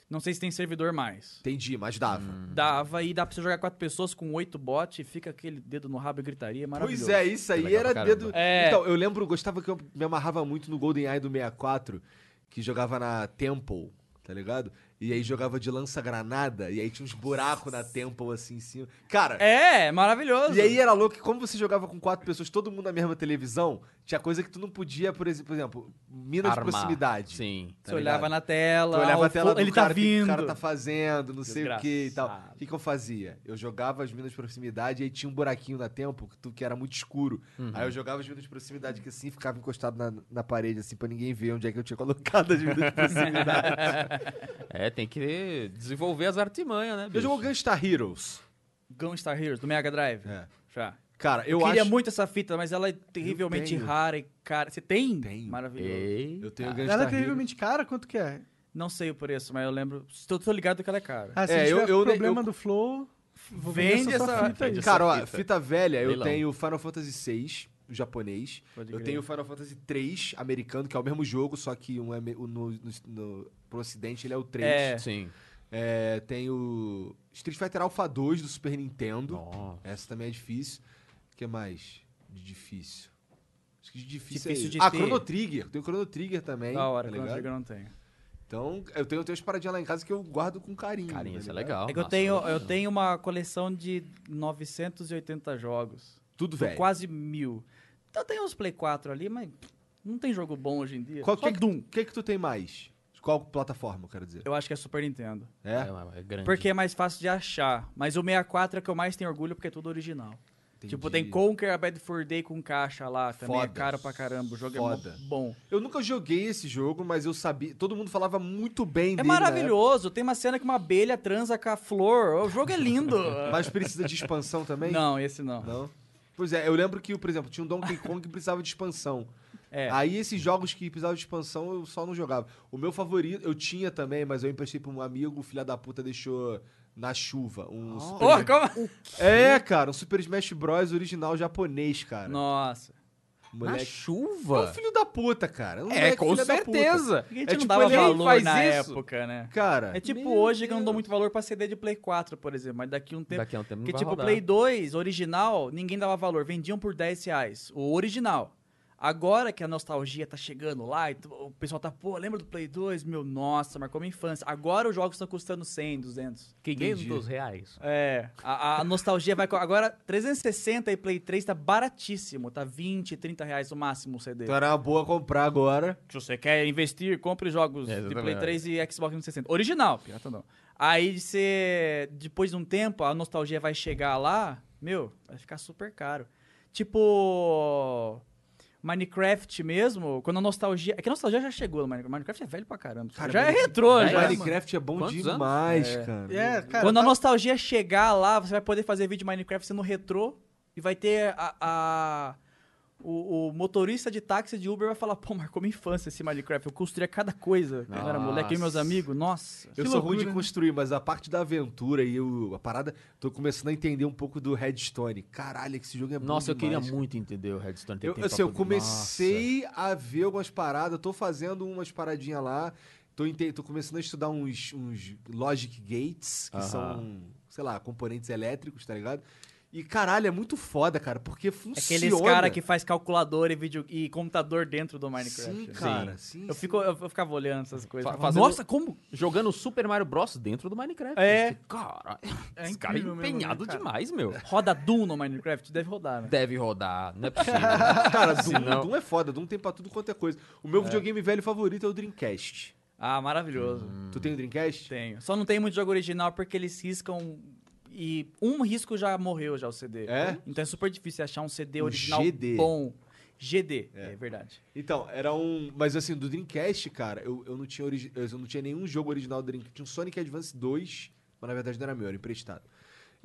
S5: Não sei se tem servidor mais.
S3: Entendi, mas dava.
S5: Hum, Dava e dá pra você jogar quatro pessoas com oito bots e fica aquele dedo no rabo e gritaria. é Maravilhoso.
S3: Pois é, isso aí
S2: legal
S3: era
S2: pra
S3: dedo.
S5: É.
S3: Então, eu lembro, gostava que eu me amarrava muito no GoldenEye do 64, que jogava na Temple, tá ligado? E aí jogava de lança-granada, e aí tinha uns buracos na Temple assim em cima. Cara,
S5: É, maravilhoso.
S3: e aí era louco que como você jogava com quatro pessoas, todo mundo na mesma televisão, tinha coisa que tu não podia, por exemplo, por exemplo minas
S2: Armar.
S3: de É, proximidade.
S2: Sim.
S3: tá
S5: você olhava
S3: ligado?
S5: na tela,
S3: Tu olhava
S5: ah,
S3: a
S5: o
S3: tela
S5: fo-
S3: do
S5: ele
S3: cara,
S5: tá
S3: o que que
S5: vindo.
S3: o cara tá fazendo, não sei o que e tal.
S5: Desgraçado.
S3: O que, que eu fazia? Eu jogava as minas de proximidade e aí tinha um buraquinho na tempo que, tu- que era muito escuro. Aí eu jogava as minas de proximidade que assim ficava encostado na, na parede, assim, pra ninguém ver onde é que eu tinha colocado as minas de proximidade.
S2: É, tem que desenvolver as artimanhas, né?
S3: eu
S2: bicho?
S3: jogo Gunstar Heroes.
S5: Gunstar Heroes, do Mega Drive.
S3: É.
S5: Já.
S3: Cara, eu
S5: Eu queria
S3: acho.
S5: muito essa fita, mas ela é terrivelmente
S3: tenho.
S5: rara e cara. Você tem?
S3: Tenho.
S5: Maravilhoso.
S2: Ei.
S3: Eu tenho
S1: Ela é
S3: Gunstar Heroes.
S1: terrivelmente cara? Quanto que é?
S5: Não sei o preço, mas eu lembro. Tô, tô ligado que ela é cara.
S1: Ah, se
S3: É,
S1: tiver
S3: eu- eu-
S1: problema
S3: eu-
S1: do Flow,
S3: Ah,
S1: vou
S5: Vende
S1: vender essa,
S5: essa-
S1: sua fita aí.
S2: Vende essa-
S3: Cara, ó,
S2: fita.
S3: fita velha, eu
S2: Leilão.
S3: tenho Final Fantasy VI, o japonês.
S5: Pode
S3: Eu
S5: crer.
S3: tenho Final Fantasy 3 americano, que é o mesmo jogo, só que um é me- o no, no, no- pro ocidente ele é o 3.
S5: É.
S2: Sim.
S3: É, tem o Street Fighter Alpha 2 do Super Nintendo.
S2: Nossa.
S3: Essa também é difícil. O que mais de difícil? Acho que de difícil,
S5: Difícil
S3: é...
S5: de
S3: Ah,
S5: ter.
S3: Chrono Trigger. Tem o Chrono Trigger também.
S5: da
S3: tá
S5: hora, quando eu
S3: ligado?
S5: digo, eu não tenho.
S3: Então, eu tenho, eu tenho as paradinhas lá em casa que eu guardo com carinho.
S2: Carinha,
S3: tá
S2: isso é
S3: ligado?
S2: legal.
S5: É que eu
S2: Nossa,
S5: tenho,
S2: legal.
S5: eu tenho uma coleção de 980 jogos.
S3: Tudo
S5: Tô
S3: velho.
S5: quase mil. Então tem uns Play 4 ali, mas não tem jogo bom hoje em dia.
S3: Qual
S5: Só
S3: que,
S5: Doom.
S3: o que que tu tem mais? Qual plataforma, eu quero dizer?
S5: Eu acho que é Super Nintendo.
S3: É?
S2: É, é grande.
S5: Porque é mais fácil de achar. Mas o 64 é que eu mais tenho orgulho porque é tudo original. Tipo, tem
S3: Entendi.
S5: Conquer a Bad for Day com caixa lá. Também
S3: Foda.
S5: é caro pra caramba. O jogo
S3: Foda.
S5: é mó bom.
S3: Eu nunca joguei esse jogo, mas eu sabia. Todo mundo falava muito bem
S5: É
S3: dele. na
S5: maravilhoso. Tem uma cena que uma abelha transa com a flor. O jogo é lindo.
S3: época. Mas precisa de expansão também?
S5: Não, esse não.
S3: Não? Pois é, eu lembro que, por exemplo, tinha um Donkey Kong que precisava de expansão.
S5: É.
S3: Aí esses jogos que precisavam de expansão eu só não jogava. O meu favorito, eu tinha também, mas eu emprestei pra um amigo, o filho da puta deixou na chuva.
S2: Oh,
S3: Um Super-
S5: Porra, como...
S3: É, cara, um Super Smash Bros. original japonês, cara.
S5: Nossa.
S2: Na
S3: Moleque.
S2: chuva?
S3: É um filho da puta, cara. Um
S2: É,
S3: moleque
S2: com
S3: filho da
S2: certeza.
S5: Por que a gente
S3: É
S5: não
S3: tipo,
S5: dava
S3: ele
S5: valor
S3: faz
S5: na
S3: isso.
S5: época, né?
S3: puta. Cara,
S5: É tipo
S3: meu
S5: hoje que eu não dou
S3: Deus.
S5: muito valor pra CD de Play 4, por exemplo. Mas daqui um tempo.
S2: Daqui a um tempo não
S5: Porque,
S2: vai
S5: tipo, o
S2: rodar.
S5: Play 2 original, ninguém dava valor. Vendiam por 10 reais. O original. Agora que a nostalgia tá chegando lá, e tu- o pessoal tá, pô, lembra do Play 2? Meu, nossa, marcou minha infância. Agora os jogos estão custando 100, 200.
S2: 500 reais.
S5: É, a, a nostalgia vai. co- Agora, 360 e Play 3 tá baratíssimo. Tá 20, 30 reais o máximo o CD.
S3: Então era uma boa comprar agora.
S5: Se você quer investir, compre jogos
S2: É,
S5: de
S2: exatamente.
S5: Play 3 e Xbox 360. Original, pirata não. Aí você. Depois de um tempo, a nostalgia vai chegar lá, meu, vai ficar super caro. Tipo. Minecraft mesmo, quando a nostalgia. É que a nostalgia já chegou no Minecraft. Minecraft é velho pra caramba.
S3: Cara,
S5: já é
S3: mas-
S5: retrô,
S2: Velho,
S5: já.
S2: mano.
S3: Minecraft é bom
S2: Quantos
S3: demais, cara.
S1: É, cara,
S5: Quando a
S1: tá-
S5: nostalgia chegar lá, você vai poder fazer vídeo de Minecraft sendo retrô e vai ter a. a- o, o motorista de táxi de Uber vai falar, pô, marcou minha infância esse Minecraft. Eu construía cada coisa quando eu era moleque, eu e meus amigos. Nossa.
S3: Eu
S1: Que
S3: sou ruim de
S1: loucura, né?
S3: construir, mas a parte da aventura e o- a parada, tô começando a entender um pouco do Redstone. Caralho, esse jogo é bom
S2: Nossa, eu queria
S3: demais.
S2: muito entender o Redstone. tem
S3: Eu,
S2: tempo
S3: assim, eu
S2: pra poder-
S3: comecei a ver algumas paradas, tô fazendo umas paradinhas lá, tô, ente- tô começando a estudar uns, uns logic gates, que
S2: Aham.
S3: são, sei lá, componentes elétricos, tá ligado? E caralho, é muito foda, cara, porque funciona.
S5: Aqueles cara que faz calculador e, vídeo, e computador dentro do Minecraft.
S3: Sim, cara, sim.
S5: Eu,
S3: sim.
S5: fico, eu, eu ficava olhando essas coisas.
S2: Fa-
S5: falava,
S2: fazendo-
S5: Nossa, como?
S2: tipo, Jogando Super Mario Bros. dentro do Minecraft.
S5: É.
S2: Cara,
S1: É
S2: esse cara é
S1: incrível mesmo, né,
S2: empenhado
S1: cara?
S2: demais, meu.
S5: Roda Doom no Minecraft? Deve rodar, né?
S2: Deve rodar, não é possível.
S3: Cara, Doom,
S2: Senão-
S3: Doom é foda, Doom tem pra tudo quanto é coisa. O meu videogame velho favorito é o Dreamcast.
S5: Ah, maravilhoso.
S3: Tu tem o Dreamcast?
S5: Tenho. Só não tem muito jogo original porque eles riscam e um risco já morreu já o CD.
S3: É?
S5: Então é super difícil achar um CD
S3: Um
S5: original
S3: GD.
S5: bom. GD, é, verdade.
S3: Então, era um. Mas assim, do Dreamcast, cara, eu, eu, não, tinha origi- eu não tinha nenhum jogo original do Dreamcast. Tinha um Sonic Advance 2, mas na verdade não era meu, era emprestado.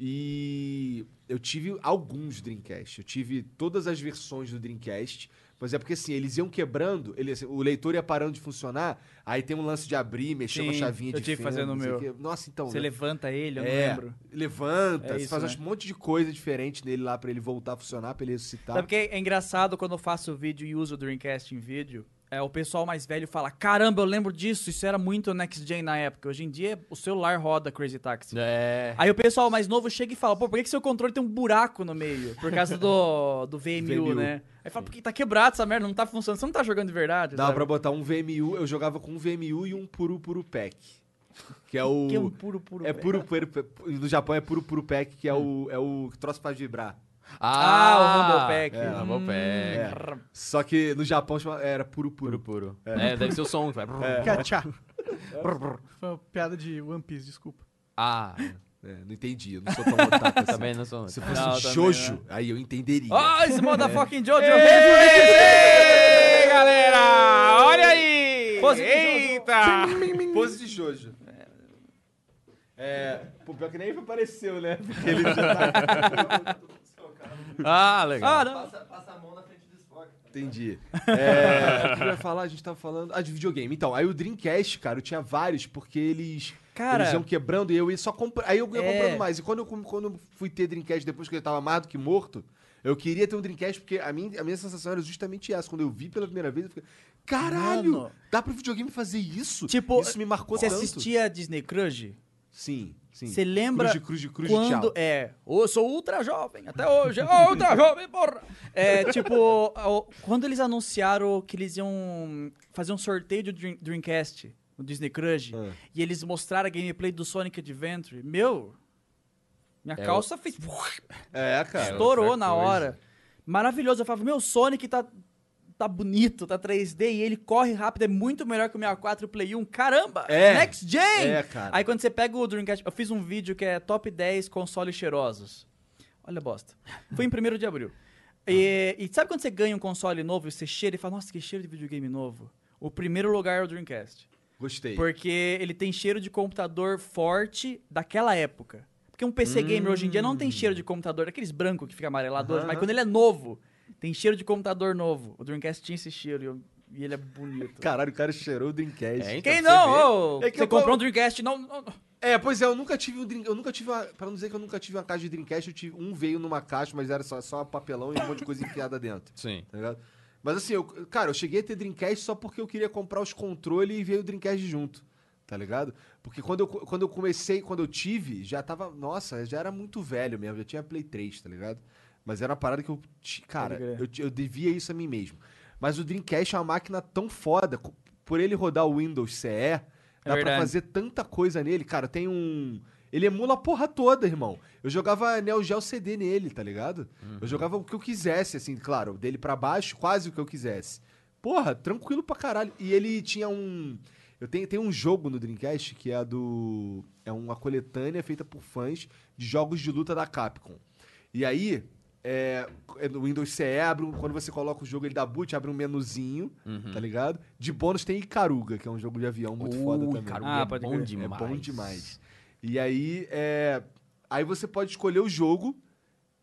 S3: E eu tive alguns Dreamcast. Eu tive todas as versões do Dreamcast. Mas é porque assim, eles iam quebrando, ele, assim, o leitor ia parando de funcionar, aí tem um lance de abrir, mexer com a
S5: Sim,
S3: chavinha
S5: eu
S3: de
S5: tive que fazer
S3: fenda,
S5: no
S3: não sei
S5: meu.
S3: o quê. Nossa, então.
S5: Você
S3: né?
S5: levanta ele, eu não
S3: É,
S5: lembro.
S3: Levanta,
S5: É
S3: você
S5: isso,
S3: faz
S5: né?
S3: um monte de coisa diferente nele lá pra ele voltar a funcionar, pra ele ressuscitar.
S5: Sabe o que é engraçado quando eu faço vídeo e uso o Dreamcast em vídeo? É, o pessoal mais velho fala, caramba, eu lembro disso, isso era muito Next Gen na época. Hoje em dia, o celular roda Crazy Taxi.
S2: é.
S5: Aí o pessoal mais novo chega e fala, pô, por que, que seu controle tem um buraco no meio? Por causa do, do VMU,
S3: VMU.
S5: né? Aí fala, porque tá quebrado essa merda, não tá funcionando, você não tá jogando de verdade.
S3: Dava
S5: sabe?
S3: pra botar um VMU, eu jogava com um VMU e um Puru Puru Pack. Que é o.
S5: Que é um puro, puro.
S3: é Puru Puru Pack. No Japão é Puru Puru Pack, que é o, é o que troço pra vibrar.
S5: Ah, o Rumble Pack.
S2: É, Rumble Pack.
S5: Hum, é.
S3: Só que no Japão chama- era Puru
S2: Puro,
S3: Puru.
S2: puro. É. deve ser o som. que vai-
S1: Cachá. Foi uma piada de One Piece, desculpa.
S2: Ah, tá né,
S3: É, não entendi, eu não sou tão otaku assim.
S2: também não sou.
S3: Se fosse
S5: Não,
S3: um
S5: também
S3: Shoujo, aí eu entenderia.
S5: Ah, esse motherfucking Jojo!
S2: Ei, galera! Olha aí!
S5: Pose de
S2: Eita!
S3: Pose de Shoujo. É. Pô, pior que nem apareceu, né? Porque ele já tá.
S2: Ah, legal.
S5: Ah, não.
S6: Passa, a mão na frente do Spock. tá
S3: Entendi. É, o que eu ia falar? A gente tava falando. Ah, de videogame. Então, aí o Dreamcast, cara, eu tinha vários, porque eles.
S5: Cara-
S3: Eles iam quebrando e eu ia só comprando. Aí eu ia
S5: É.
S3: comprando mais. E quando eu, com- quando eu fui ter Dreamcast depois que eu tava mais do que morto, eu queria ter um Dreamcast, porque a minha, a minha sensação era justamente essa. Quando eu vi pela primeira vez, eu fiquei. Caralho!
S5: Mano.
S3: Dá pro videogame fazer isso?
S5: Tipo,
S3: isso me marcou
S5: Você
S3: tanto.
S5: assistia a Disney Crush?
S3: Sim, sim.
S5: Você lembra
S3: Cruz, de cruz, de cruz, de
S5: quando
S3: tchau.
S5: é, eu sou ultra jovem até hoje, ô, ultra jovem, porra. É, tipo, o- quando eles anunciaram que eles iam fazer um sorteio de Dream- Dreamcast no Disney Crush
S3: Ah.
S5: e eles mostraram a gameplay do Sonic Adventure, meu, minha
S2: É,
S5: calça fez
S3: É, cara.
S5: estourou
S2: outra
S5: na
S2: coisa.
S5: hora. Maravilhoso, eu falava, meu, Sonic tá tá bonito, tá 3D e ele corre rápido, é muito melhor que o 64 e o Play 1. Caramba!
S3: É.
S5: Next Gen!
S3: É, cara.
S5: Aí quando você pega o Dreamcast, eu fiz um vídeo que é top 10 consoles cheirosos. Olha a bosta. Foi em 1 de abril. E, e sabe quando você ganha um console novo e você cheira e fala, nossa, que cheiro de videogame novo? O primeiro lugar é o Dreamcast.
S3: Gostei.
S5: Porque ele tem cheiro de computador forte daquela época. Porque um PC gamer hoje em dia não tem cheiro de computador, aqueles brancos que fica amarelado hoje, mas quando ele é novo, tem cheiro de computador novo. O Dreamcast tinha esse cheiro e, eu- e ele é bonito.
S3: Caralho, o cara cheirou o Dreamcast.
S2: É, então,
S5: Quem
S2: pra você ver.
S5: não? Ô,
S3: É que
S5: você
S3: eu
S5: comprou
S3: tô-
S5: um Dreamcast? Não, não, não.
S3: É, pois é, eu nunca tive um drink, eu nunca tive, uma, pra não dizer que eu nunca tive uma caixa de Dreamcast, eu tive, um veio numa caixa, mas era só, só papelão e um monte de coisa enfiada dentro,
S2: Sim.
S3: tá ligado? Mas assim, eu, cara, eu cheguei a ter Dreamcast só porque eu queria comprar os controles e veio o Dreamcast junto, tá ligado? Porque quando eu, co- quando eu comecei, quando eu tive, já tava, nossa, já era muito velho mesmo, já tinha Play 3, tá ligado? Mas era uma parada que eu, ti- cara,
S5: crer.
S3: eu, ti- eu devia isso a mim mesmo. Mas o Dreamcast é uma máquina tão foda, co- por ele rodar o Windows CE, Dá pra
S5: verdade.
S3: fazer tanta coisa nele, cara. Tem um. Ele emula a porra toda, irmão. Eu jogava Neo Geo CD nele, tá ligado? Eu jogava o que eu quisesse, assim, claro, dele pra baixo, quase o que eu quisesse. Porra, tranquilo pra caralho. E ele tinha um. Eu tenho, tem um jogo no Dreamcast que é a do. É uma coletânea feita por fãs de jogos de luta da Capcom. E aí, é, é no Windows CE, abre, um- quando você coloca o jogo, ele dá boot, abre um menuzinho, tá ligado? De bônus tem Icaruga, que é um jogo de avião muito foda também.
S2: ah,
S5: Ah,
S2: é
S5: pode
S2: bom
S5: crer. É
S3: É
S2: demais.
S3: bom demais. E aí, é... aí você pode escolher o jogo.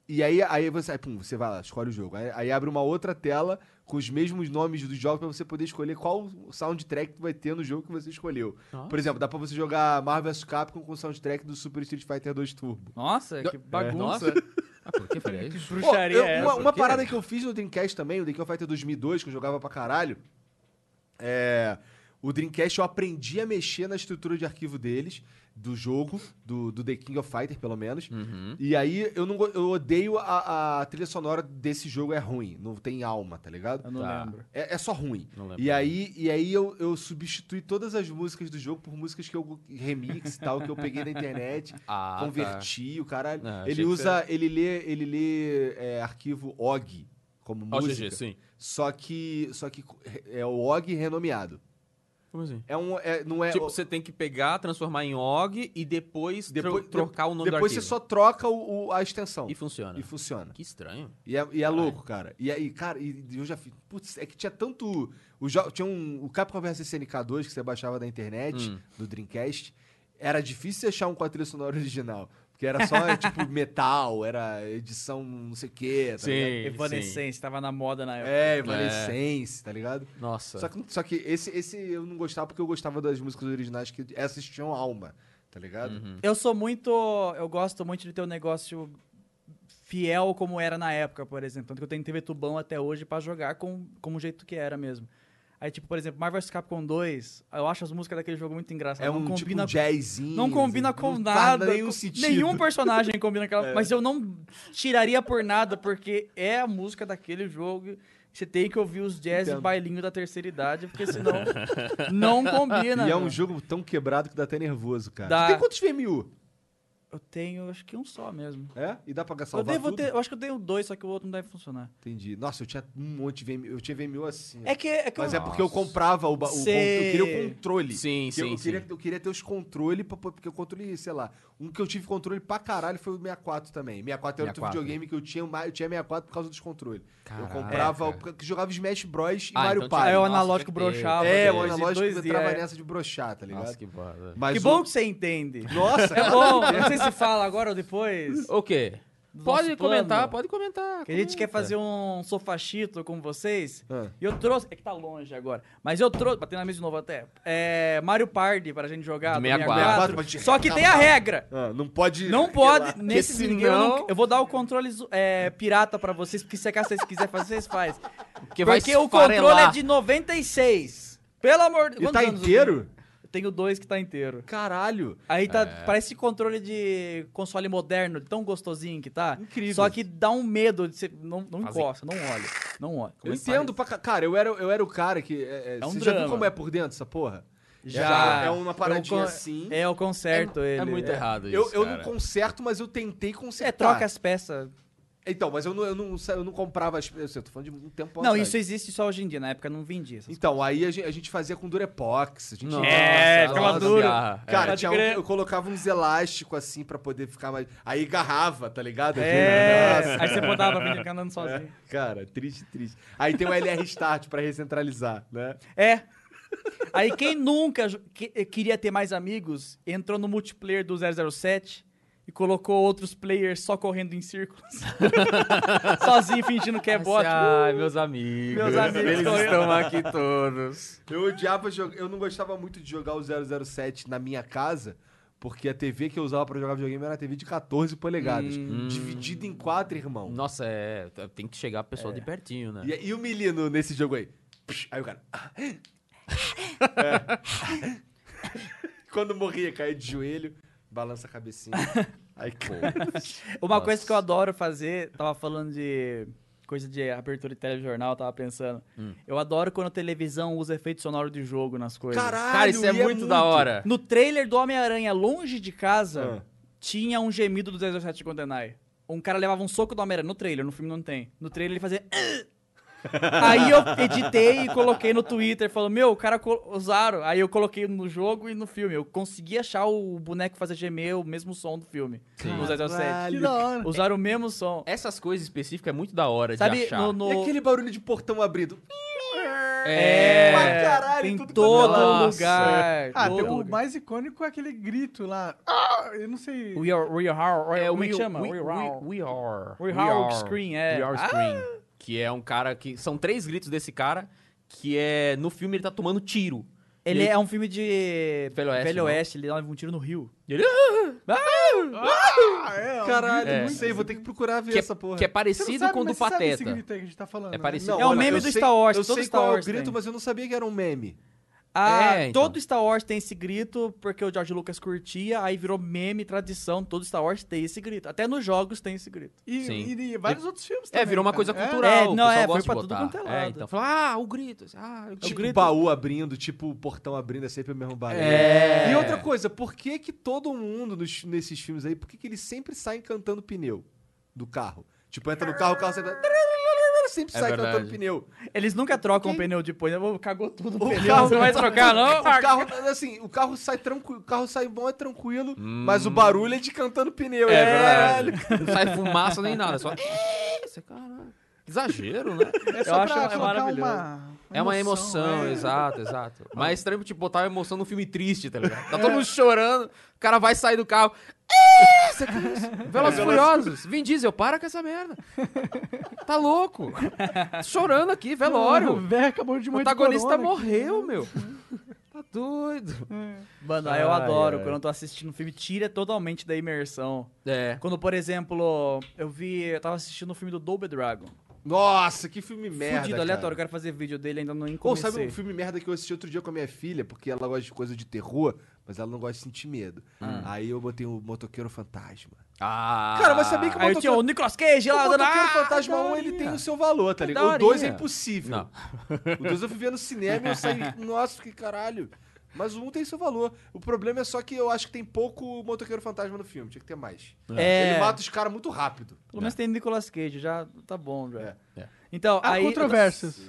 S3: E aí, aí você, aí, pum, você vai lá, escolhe o jogo. Aí, aí abre uma outra tela com os mesmos nomes dos jogos pra você poder escolher qual soundtrack que vai ter no jogo que você escolheu. Por exemplo, dá pra você jogar Marvel vs Capcom com o soundtrack do Super Street Fighter 2 Turbo.
S5: Nossa, que bagunça.
S2: Nossa. Ah, pô, quem faria isso?
S3: Pô,
S5: Bruxaria
S3: eu-
S5: é
S3: uma,
S5: essa?
S3: uma parada que eu fiz no Dreamcast também, o Dreamcast Fighter 2002, que eu jogava pra caralho, é, o Dreamcast eu aprendi a mexer na estrutura de arquivo deles, do jogo, do, do The King of Fighter, pelo menos. E aí eu não go- eu odeio a, a trilha sonora desse jogo, é ruim, não tem alma, tá ligado?
S5: Eu não
S2: Tá.
S5: lembro.
S3: É, é só ruim.
S2: Não lembro.
S3: E aí, e aí eu, eu substituí todas as músicas do jogo por músicas que eu remix e tal, que eu peguei na internet,
S2: Ah, tá.
S3: converti, o cara.
S2: Ah, achei
S3: ele
S2: que
S3: usa. Ele lê, ele lê é, arquivo OG como
S2: Ó,
S3: música.
S2: GG, Ah, sim.
S3: Só que. Só que é o OG renomeado.
S2: Como assim?
S3: É um. É, não é.
S2: tipo, você tem que pegar, transformar em OG e depois, tro-
S3: depois,
S2: trocar o nome
S3: Depois
S2: do
S3: você
S2: arquivo.
S3: só troca o- o- a extensão.
S2: E funciona.
S3: E funciona.
S2: Que estranho.
S3: E é, e é louco, cara. E aí, cara, e eu já fiz. Putz, é que tinha tanto. O jo... Tinha um. O Capcom vs SNK 2 que você baixava da internet,
S2: Hum.
S3: do Dreamcast. Era difícil você achar um com a trilha sonora original. Porque era só, tipo, metal, era edição não sei o quê. Tá ligado?
S6: é
S5: Evanescence, tava na moda na época.
S3: É, Evanescence, tá ligado?
S2: Nossa.
S3: Só que, só que esse, esse eu não gostava porque eu gostava das músicas originais, que essas tinham alma, tá ligado?
S5: Eu sou muito. Eu gosto muito de ter um negócio fiel como era na época, por exemplo. Tanto que eu tenho TV tubão até hoje pra jogar com, como o jeito que era mesmo. Aí, tipo, por exemplo, Marvel vs Capcom 2, eu acho as músicas daquele jogo muito engraçadas.
S3: É
S5: não
S3: um
S5: combina
S3: tipo um jazzinho. assim,
S5: Não combina com
S3: não faz
S5: nada.
S3: Nenhum
S5: com-
S3: sentido. É.
S5: nenhum personagem combina com aquela. Mas eu não tiraria por nada, porque é a música daquele jogo. Você tem que ouvir os jazz e
S3: Entendo.
S5: bailinho da terceira idade, porque senão não combina.
S3: E é um
S5: mano.
S3: jogo tão quebrado que dá até nervoso, cara.
S5: Dá.
S3: Tem quantos VMU?
S5: Eu tenho, acho que um só mesmo.
S3: É? E dá pra gastar
S5: Eu, devo ter, eu acho que eu tenho dois, só que o outro não deve funcionar.
S3: Entendi. Nossa, eu tinha um monte de VMU. Eu tinha VMU assim. ó.
S5: É que, é que
S3: Mas
S5: eu,
S3: é porque eu comprava o, ba- o
S5: Cê-
S3: con- Eu queria o controle.
S2: Sim,
S3: Que eu,
S2: sim,
S3: eu
S2: sim.
S3: queria, eu queria ter os controles, pra- porque o controle, sei lá. Um que eu tive controle pra caralho foi o 64 também. 64 era o
S2: 64.
S3: videogame que eu tinha, ma- eu tinha 64 por causa dos controles. Eu
S2: Caraca.
S5: É,
S3: comprava, o- porque eu jogava Smash Bros e
S2: Ah,
S3: Mario
S2: então tinha-
S3: Party.
S5: Aí o
S2: Nossa,
S5: analógico
S2: certeza.
S5: broxava.
S3: É, o
S5: dois e
S3: analógico
S5: dois e
S3: entrava
S5: é.
S3: nessa de broxar, tá ligado?
S2: Nossa, que boda.
S3: Mas
S5: Que
S3: o-
S5: bom que você entende.
S3: Nossa,
S5: É bom, não sei se fala agora ou depois.
S2: O quê?
S5: Do
S2: Pode
S5: nosso
S2: comentar,
S5: plano.
S2: pode comentar. Hum,
S5: Que a gente
S2: comenta.
S5: quer fazer um sofachito com vocês.
S3: É. Ah.
S5: E eu trouxe. É que tá longe agora. Mas eu trouxe. Batendo na mesa de novo até. É. Mario Party pra gente jogar.
S2: De
S5: do
S2: 64.
S3: 64.
S5: Só que tem a regra.
S3: Ah, não pode.
S5: Não
S3: Sei
S5: pode.
S3: lá.
S5: Nesse
S2: Porque
S5: ninguém. Eu, não-
S2: senão-
S5: eu vou dar o controle zo- é, pirata pra vocês. Porque se é que vocês quiserem fazer, vocês fazem.
S2: Porque, vai
S5: Porque o
S2: esfarelar.
S5: controle é de 96. Pelo amor de
S3: E
S5: Quantos
S3: tá
S5: anos eu
S3: inteiro?
S5: tenho? Eu tenho dois que tá inteiro.
S3: Caralho.
S5: Aí tá,
S2: É.
S5: parece controle de console moderno, tão gostosinho que tá.
S3: Incrível.
S5: Só que dá um medo de você. Não, não
S2: Fazer.
S5: encosta, não olha. Não olha.
S3: Eu entendo pra ca- cara, eu era, eu era o cara que. É, é,
S5: É um
S3: você já viu
S5: drama.
S3: como é por dentro essa porra?
S5: Já.
S3: É, é uma paradinha
S5: Eu con-
S3: assim.
S5: É, eu conserto ele.
S2: É muito errado isso.
S3: eu eu
S2: cara.
S3: não conserto, mas eu tentei
S5: É,
S3: consertar.
S5: troca as peças.
S3: Então, mas eu não, eu não, sa- eu não comprava as. Eu sei, eu tô falando de um tempo
S5: Não,
S3: atrás.
S5: isso existe só hoje em dia. Na época eu não vendia. essas
S3: Então, aí a gente, a gente fazia com Durepox. A gente
S2: Nossa,
S5: É,
S2: nossa,
S5: ficava duro.
S2: garra. É.
S3: Cara,
S5: Pode
S3: tinha um-
S5: crer.
S3: eu colocava uns elásticos assim pra poder ficar mais. Aí garrava, tá ligado?
S5: É,
S3: Nossa,
S5: aí você botava pra ficar andando sozinho.
S3: Cara, triste, triste. Aí tem o LR Start pra recentralizar, né?
S5: É. Aí quem nunca jo- que- eh, queria ter mais amigos, entrou no multiplayer do 007 e colocou outros players só correndo em círculos. sozinho, fingindo que é
S2: Ai,
S5: bot.
S2: Ai, meus amigos.
S5: Meus amigos
S2: Eles
S5: estão eu.
S2: estão aqui todos.
S3: Eu odiava jogar. Eu não gostava muito de jogar o 007 na minha casa, porque a TV que eu usava pra jogar videogame era uma TV de 14 polegadas,
S5: Hum.
S3: dividida em quatro, irmão.
S2: Nossa, é. Tem que chegar a pessoa de pertinho, né?
S3: E, e o menino nesse jogo aí? Psh, Aí o cara. ah, É. Quando morria, caía de joelho, balança a cabecinha. Aí, pô.
S5: Uma
S2: Nossa.
S5: coisa que eu adoro fazer, tava falando de coisa de abertura de telejornal, tava pensando.
S2: Hum.
S5: Eu adoro quando a televisão usa efeito sonoro de jogo nas coisas.
S3: Caralho,
S2: Cara, isso é
S3: e
S2: muito, da hora.
S5: No trailer do Homem-Aranha Longe de
S3: Ah.
S5: Casa, tinha um gemido do 007 GoldenEye. Um cara levava um soco do Homem-Aranha no trailer, no filme não tem. No trailer ele fazia. "Ah!" Aí eu editei e coloquei no Twitter, falou, meu, o cara co- usaram. Aí eu coloquei no jogo e no filme. Eu consegui achar o boneco fazer gemer o mesmo som do filme. No
S3: Ah,
S5: 007.
S1: Que da hora.
S5: Usaram o mesmo som.
S6: Essas coisas específicas é muito da hora de
S5: Sabe,
S6: achar.
S5: no...
S3: E
S5: no-
S3: aquele barulho de portão abrido?
S5: É,
S3: Pra caralho,
S5: tem
S3: tudo
S5: todo
S6: quanto é lado.
S5: lugar.
S1: Ah, tem
S5: todo
S1: o
S5: lugar.
S1: mais icônico é aquele grito lá. Ah, eu não sei.
S5: We are, we are,
S6: É,
S5: como é
S6: we-
S5: que chama?
S6: We, we, we are.
S5: We are Screen, é.
S6: We are screen. Que é um cara que... São três gritos desse cara, que é... No filme ele tá tomando tiro.
S5: Ele
S6: E aí-
S5: é um filme de
S6: Velho Oeste,
S5: Velho
S6: não?
S5: Oeste ele leva um tiro no rio.
S6: E ele... "Ah!"
S1: Ah, é, um
S3: Caralho,
S6: É.
S3: não sei, vou ter que procurar ver
S6: que, é-
S3: essa porra.
S6: que é
S1: Você não
S6: parecido
S1: sabe,
S6: com o do
S1: mas você sabe esse
S6: Pateta.
S1: grito aí que a gente tá falando,
S6: É
S1: né?
S6: parecido.
S3: Não,
S5: É o
S3: olha,
S5: meme
S3: eu
S5: do
S3: sei-
S5: Star Wars,
S3: Eu
S5: todo
S3: sei
S5: Star
S3: qual é o
S5: Wars
S3: grito,
S5: tem.
S3: mas eu não sabia que era um meme.
S5: Ah,
S6: É, então.
S5: todo Star Wars tem esse grito porque o George Lucas curtia, aí virou meme, tradição, todo Star Wars tem esse grito. Até nos jogos tem esse grito.
S1: E,
S6: Sim.
S1: e- e vários outros filmes
S6: É,
S1: também,
S6: virou uma
S1: cara.
S6: coisa
S1: É.
S6: cultural.
S5: É,
S6: o
S5: não,
S6: pessoal
S5: é, foi
S6: gosta de
S5: pra tudo
S6: botar.
S5: quanto é lado.
S6: então, fala, ah, o grito. assim, Ah, o
S3: Tipo,
S6: grito.
S3: baú abrindo, tipo, o portão abrindo é sempre o mesmo barulho.
S6: É.
S3: E outra coisa, por que que todo mundo nos- nesses filmes aí, por que que eles sempre saem cantando pneu do carro? Tipo, entra no carro, o carro sai... Sempre
S6: É
S3: sai
S6: verdade.
S3: cantando pneu.
S5: Eles nunca trocam o pneu depois, né? Ô, Cagou tudo o
S3: O
S5: pneu.
S3: carro-
S5: Você não vai trocar,
S6: Ah,
S5: não?
S3: É O carro, assim, o carro sai tranquilo, o carro sai bom, é tranquilo, mas o barulho é de cantando pneu.
S6: Hum. É
S3: Caralho.
S6: verdade. Não sai fumaça nem nada, só. Você, caralho. Exagero, né?
S1: É só pra
S5: Eu acho- é
S1: colocar
S5: maravilhoso.
S1: uma
S6: É uma emoção,
S1: é.
S6: exato, exato. Mas é estranho, tipo, botar uma emoção num filme triste, tá ligado? Tá todo mundo chorando, o cara vai sair do carro. "Ih, você que isso? Velas Furiosos, Vin Diesel, para com essa merda. Tá louco. Chorando
S1: Mano,
S6: aqui,
S1: O
S6: velório.
S1: velho acabou de
S6: O
S1: morrer de
S6: protagonista
S1: corona,
S6: morreu, meu. Tá doido.
S5: Mano, aí eu
S6: Ai,
S5: adoro.
S6: ai.
S5: Quando eu tô assistindo um filme, tira totalmente da imersão.
S6: É.
S5: Quando, por exemplo, eu vi.
S6: Tá,
S5: Eu tava assistindo o filme do Double Dragon.
S3: Nossa, que filme merda.
S6: tá,
S5: Fudido,
S3: cara.
S5: aleatório, eu quero fazer vídeo dele, ainda não
S3: Ou
S5: comecei.
S3: sabe um filme merda que eu assisti outro dia com a minha filha, porque ela gosta de coisa de terror, mas ela não gosta de sentir medo. Aí eu botei o Motoqueiro Fantasma.
S6: Ah.
S3: Cara, mas sabia que o
S5: Aí eu tinha o
S3: Motoqueiro,
S5: Nicolas Cage
S3: o
S5: lá dando...
S3: Motoqueiro
S5: Ah,
S3: Fantasma 1 ele tem o seu valor, tá ligado? O
S6: daorinha.
S3: 2 é impossível.
S6: Não.
S3: O 2 eu fui ver no cinema e eu saí, nossa, que caralho. Mas o 1 tem seu valor. O problema é só que eu acho que tem pouco Motoqueiro Fantasma no filme, tinha que ter mais.
S5: É.
S3: Ele mata os caras muito rápido.
S5: Pelo menos tem Nicolas Cage, já tá bom, já.
S3: É.
S6: É.
S5: Então,
S1: Há
S5: aí...
S1: controvérsias.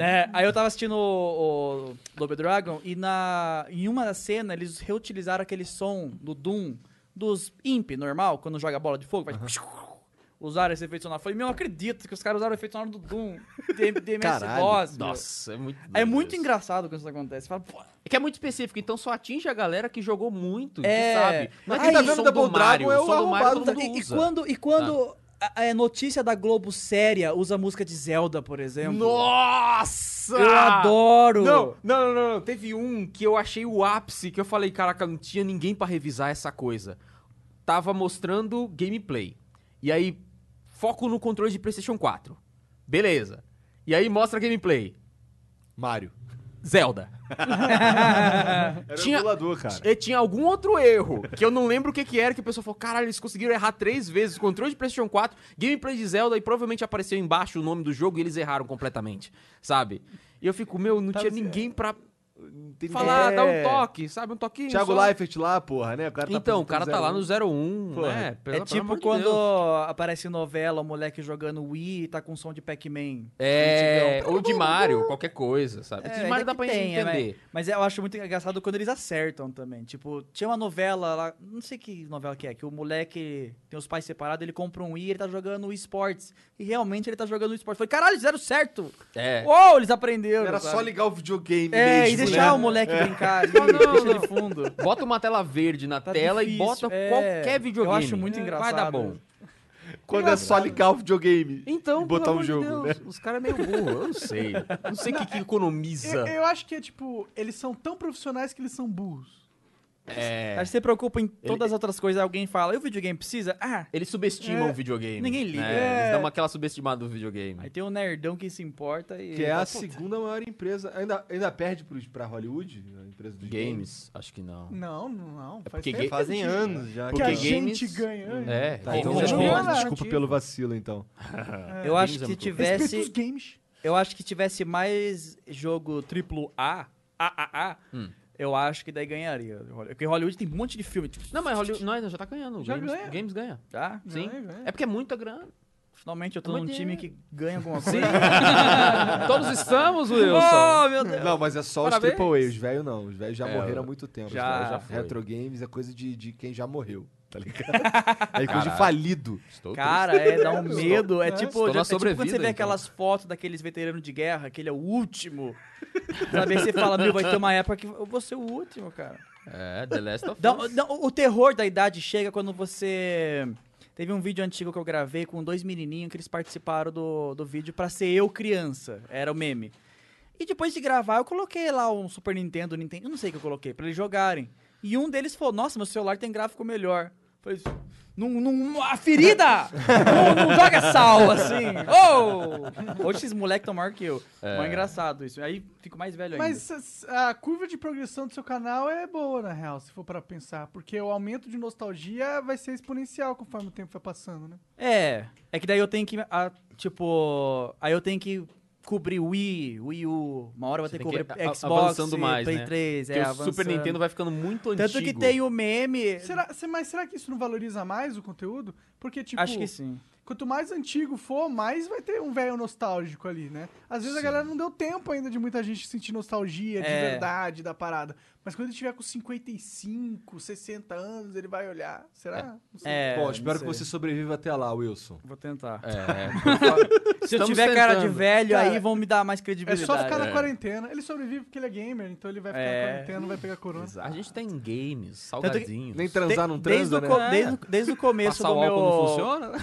S5: É, aí eu tava assistindo o, o Double Dragon e na, em uma cena eles reutilizaram aquele som do Doom dos Imp, normal, quando joga bola de fogo, vai... Usaram esse efeito sonoro. Eu Falei, meu, eu acredito que os caras usaram o efeito sonoro do Doom, de, de MS
S3: Caralho,
S5: Boss. meu.
S6: Nossa, é muito.
S5: É
S6: doido
S5: muito
S6: isso.
S5: engraçado quando isso acontece. Você Fala, pô,
S6: É que é muito específico, então só atinge a galera que jogou muito, que
S5: É.
S6: sabe. Não é
S5: Aí,
S6: que tá
S3: o
S6: vendo
S3: som
S6: da
S3: do
S6: Double
S3: Mario,
S6: Dragon,
S3: é
S6: é
S3: o
S6: o som do Mario todo
S3: arrombado
S6: mundo
S5: E- E,
S6: usa. Tá.
S5: quando, e quando a, a notícia da Globo séria usa música de Zelda, por exemplo?
S6: Nossa!
S5: Eu adoro!
S6: Não, não, não, não, não. Teve um que eu achei o ápice, que eu falei, caraca, não tinha ninguém pra revisar essa coisa. Tava mostrando gameplay. E aí, foco no controle de PlayStation 4. Beleza. E aí mostra gameplay.
S3: Mário.
S6: Zelda.
S3: Era
S6: Tinha-
S3: o emulador, cara.
S6: E tinha algum outro erro, que eu não lembro o que que era, que o pessoal falou, caralho, eles conseguiram errar três vezes, controle de Playstation 4, gameplay de Zelda, e provavelmente apareceu embaixo o nome do jogo e eles erraram completamente, sabe? E eu fico, meu, não
S5: Tá
S6: tinha ninguém pra falar, dar um toque, sabe? Um toquinho
S3: Thiago
S6: só.
S3: Leifert lá, porra, né? O cara tá
S6: Então, o cara tá lá
S3: apresentando
S6: no 01, né? Pelo-
S5: É
S6: pelo amor
S5: tipo
S6: de
S5: quando
S6: Deus.
S5: aparece em novela o moleque jogando Wii e tá com som de Pac-Man.
S6: É, ou de Mario, qualquer coisa, sabe?
S5: É,
S6: de Mario
S5: ainda
S6: dá
S5: que
S6: pra
S5: tenha,
S6: entender.
S5: Mas, mas eu acho muito engraçado quando eles acertam também. Tipo, tinha uma novela lá, não sei que novela que é, que o moleque tem os pais separados, ele compra um Wii e ele tá jogando Wii Sports. E realmente ele tá jogando Wii Sports. Falei, caralho, eles fizeram certo!
S6: É.
S5: Uou, eles aprenderam!
S3: Era
S5: sabe?
S3: só ligar o videogame
S5: É,
S3: mesmo,
S5: e deixar
S3: né?
S5: o moleque brincar,
S6: Não, não,
S5: deixa
S6: não.
S5: ele fundo.
S6: Bota uma tela verde na
S5: Tá
S6: tela e
S5: difícil,
S6: bota
S5: é.
S6: qualquer videogame.
S5: Eu acho muito
S6: Vai dar
S5: engraçado.
S6: bom.
S3: Quando é só ligar o videogame
S6: Então,
S3: e botar
S6: pelo
S3: um
S6: amor de
S3: jogo,
S6: Deus,
S3: né?
S6: Os caras é meio burro, eu não sei. Não sei o que, que economiza.
S1: Eu, eu acho que é tipo, eles são tão profissionais que eles são burros.
S6: É.
S5: Aí você se preocupa em todas as outras coisas, alguém fala, e o videogame precisa? Ah,
S6: Eles subestimam o videogame.
S5: ninguém liga.
S6: né? Eles
S5: É.
S6: dão uma- aquela subestimada do videogame.
S5: aí tem um nerdão que se importa e...
S3: Que é a
S5: Puta.
S3: segunda maior empresa. Ainda, ainda perde pros, pra Hollywood, a empresa dos games.
S6: Games, acho que não.
S1: Não, não, não. faz
S6: É porque
S1: tempo
S6: ga-
S12: Fazem anos já.
S1: que
S6: porque
S1: a
S12: cara.
S6: games-
S1: gente ganha.
S6: É,
S3: Tá, então
S6: games é
S5: né?
S1: já
S3: desculpa,
S6: muito
S1: ganharam.
S6: antigo.
S5: tipo
S3: desculpa pelo vacilo, então.
S5: Eu acho
S6: Games é muito
S5: que
S6: louco.
S1: Respeita os
S5: tivesse...
S1: games.
S5: Eu acho que tivesse mais jogo triplo A, AAA, eu acho que daí ganharia. Porque Hollywood tem um monte de filme, tipo,
S6: Não, mas Hollywood, nós já tá ganhando.
S1: Já
S6: games,
S1: ganha.
S6: games ganha.
S5: tá?
S6: Sim.
S1: Ganha, ganha.
S6: É porque é muita grana.
S5: Finalmente eu tô
S2: É
S5: num
S2: muito
S5: time que ganha alguma coisa.
S2: Sim. Todos estamos, Wilson.
S5: Oh, meu Deus.
S3: Não, mas é só
S2: Parabéns.
S3: os AAA, os velhos não. Os velhos já
S2: É,
S3: morreram há muito tempo.
S2: já-
S3: os velhos
S2: já foi.
S3: Retro Games é coisa de, de quem já morreu, tá ligado? é coisa de falido.
S6: Estou
S5: Cara, é, dá um medo.
S6: Estou na
S5: É tipo, é tipo quando você
S6: sobrevida,
S5: vê
S6: então.
S5: aquelas fotos daqueles veteranos de guerra, que ele é o último. Sabe, aí você fala, meu, vai ter uma época que eu vou ser o último, cara.
S6: triste. É, The Last of
S5: Dá-
S6: Us.
S5: dá- o terror da idade chega quando você. Teve um vídeo antigo que eu gravei com dois menininhos que eles participaram do, do vídeo pra ser eu criança. Era o meme. E depois de gravar, eu coloquei lá um Super Nintendo, Nintendo, eu não sei o que eu coloquei, pra eles jogarem. E um deles falou: Nossa, meu celular tem gráfico melhor. Eu Falei: assim, Não, não, a ferida! não, não joga sal assim! Oh! Hoje esses moleques estão maior que eu. É. Mas é engraçado isso. Aí fico mais velho ainda.
S1: Mas s- a curva de progressão do seu canal é boa, na real, se for para pensar. Porque o aumento de nostalgia vai ser exponencial conforme o tempo vai passando, né?
S5: É, é que daí eu tenho que, ah, tipo, aí eu tenho que cobrir Wii, Wii U, uma hora eu vou
S6: Você
S5: ter que
S6: tem que
S5: cobrir
S6: ir a- a-
S5: Xbox,
S6: avançando mais,
S5: Play
S6: né?
S5: 3,
S6: Porque
S5: é,
S6: o Super
S5: avançando.
S6: Nintendo vai ficando muito antigo.
S5: Tanto que tem o meme,
S1: Será, se- mas será que isso não valoriza mais o conteúdo? Porque, tipo,
S5: acho que sim.
S1: quanto mais antigo for, mais vai ter um velho nostálgico ali, né? Às vezes a galera não deu tempo ainda de muita gente sentir nostalgia de
S5: É.
S1: verdade da parada. Mas quando ele tiver com 55, 60 anos, ele vai olhar. Será? Não sei.
S5: É,
S3: Bom,
S5: não
S3: espero que
S5: sei.
S3: você sobreviva até lá, Wilson.
S5: Vou tentar.
S6: É,
S5: Se eu
S6: Estamos
S5: tiver cara de
S6: tentando.
S5: velho, aí
S1: Cara,
S5: vão me dar mais
S1: É
S5: credibilidade.
S1: só ficar na quarentena. Ele sobrevive porque ele é gamer, então ele vai ficar
S5: É.
S1: na quarentena, não vai pegar corona.
S6: a gente tem games,
S5: que-
S6: salgadinhos.
S3: Nem
S5: De-
S6: É.
S3: transar não
S5: desde,
S3: transa,
S5: o
S3: né?
S5: co- desde, o- É. desde o começo
S6: Passar
S5: do
S6: o
S5: meu...
S6: álcool não funciona, né?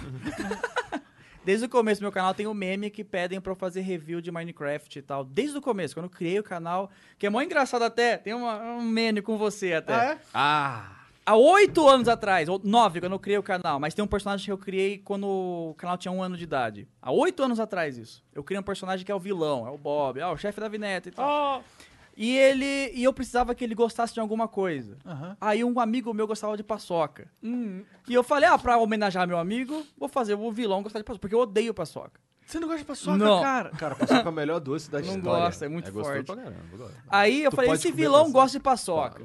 S5: Desde o começo do meu canal tem um meme que pedem pra eu fazer review de Minecraft e tal. Desde o começo, quando eu criei o canal, que é mó engraçado até, tem uma- um meme com você até.
S1: Ah, é?
S6: Ah,
S5: Há oito anos atrás, ou nove, quando eu criei o canal, mas tem um personagem que eu criei quando o canal tinha um ano de idade. Há oito anos atrás, isso. Eu criei um personagem que é o vilão, é o Bob, é o chefe da vineta e tal.
S6: Oh.
S5: E ele. E eu precisava que ele gostasse de alguma coisa.
S1: Aham.
S5: Aí um amigo meu gostava de paçoca.
S1: Hum,
S5: E eu falei, ah, pra homenagear meu amigo, vou fazer o vilão gostar de paçoca, porque eu odeio paçoca.
S1: Você não gosta de paçoca,
S5: Não.
S1: cara?
S3: Cara, passou com a melhor doce da
S5: Não
S3: história.
S5: gosto, é muito
S6: é gostoso
S5: forte.
S6: pra caramba. eu gosto.
S5: Aí eu
S3: Tu
S5: falei,
S3: pode
S5: esse
S3: comer
S5: vilão
S3: paçoca.
S5: gosta de paçoca.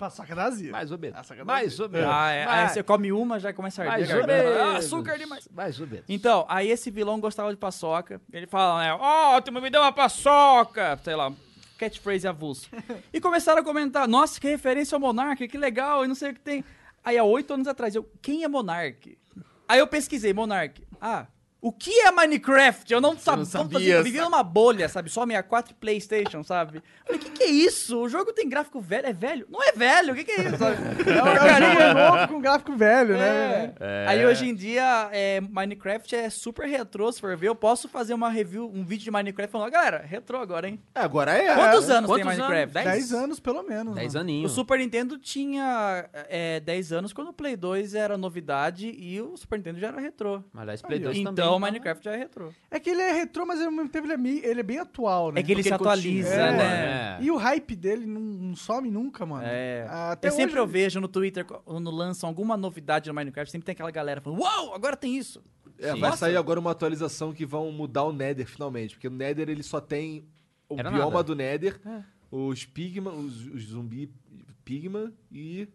S1: Paçoca é da Zia.
S6: Mais ou menos.
S1: Ah, sacanagem.
S6: Mais ou menos.
S5: Ah, é, aí você come uma, já começa a arder.
S6: Mais
S5: a
S6: ou
S5: garganta.
S6: menos.
S5: Ah, açúcar demais.
S6: Mais ou menos.
S5: Então, aí esse vilão gostava de paçoca. Ele fala, né? Ó, tu me deu uma paçoca! Sei lá, catchphrase avulso. e começaram a comentar, nossa, que referência ao Monark, que legal, e não sei o que tem. Aí há oito anos atrás, eu, quem é Monark? Aí eu pesquisei, Monark. Ah, o que é Minecraft? Eu não, sab... não
S6: sabia,
S5: fazia- eu vivia numa bolha, sabe? Só 64 e Playstation, sabe? Falei, o que, que é isso? O jogo tem gráfico velho? É velho? Não é velho, o que, que é isso? Sabe?
S1: É um jogo novo com gráfico velho, né?
S5: É. Aí hoje em dia, é, Minecraft é super retrô, se for ver. Eu posso fazer uma review, um vídeo de Minecraft falando, galera, retrô agora, hein?
S3: É, agora é.
S5: Quantos anos
S6: Quantos
S5: tem
S6: anos?
S5: Minecraft?
S6: Dez?
S1: 10 anos, pelo menos.
S6: 10
S1: mano.
S5: O
S6: aninhos.
S5: Super Nintendo tinha é, 10 anos quando o Play 2 era novidade e o Super Nintendo já era retrô.
S6: Mas aliás, Play 2 também.
S5: Então o Minecraft já é retrô.
S1: É que ele é retrô, mas ao mesmo tempo ele é, meio- ele é bem atual, né?
S5: É que ele
S6: Porque
S5: se atualiza,
S6: continua,
S3: É.
S5: né?
S6: né?
S1: E o hype dele não, não some nunca, mano.
S5: É.
S1: Ah, Até
S5: eu sempre eu
S1: hoje-
S5: vejo no Twitter, quando lançam alguma novidade no Minecraft, sempre tem aquela galera falando, uau, agora tem isso.
S3: É, vai sair agora uma atualização que vão mudar o Nether finalmente, porque o Nether ele só tem o
S6: Era
S3: bioma
S6: nada.
S3: do Nether, os Pigma, os, os zumbi Pigma e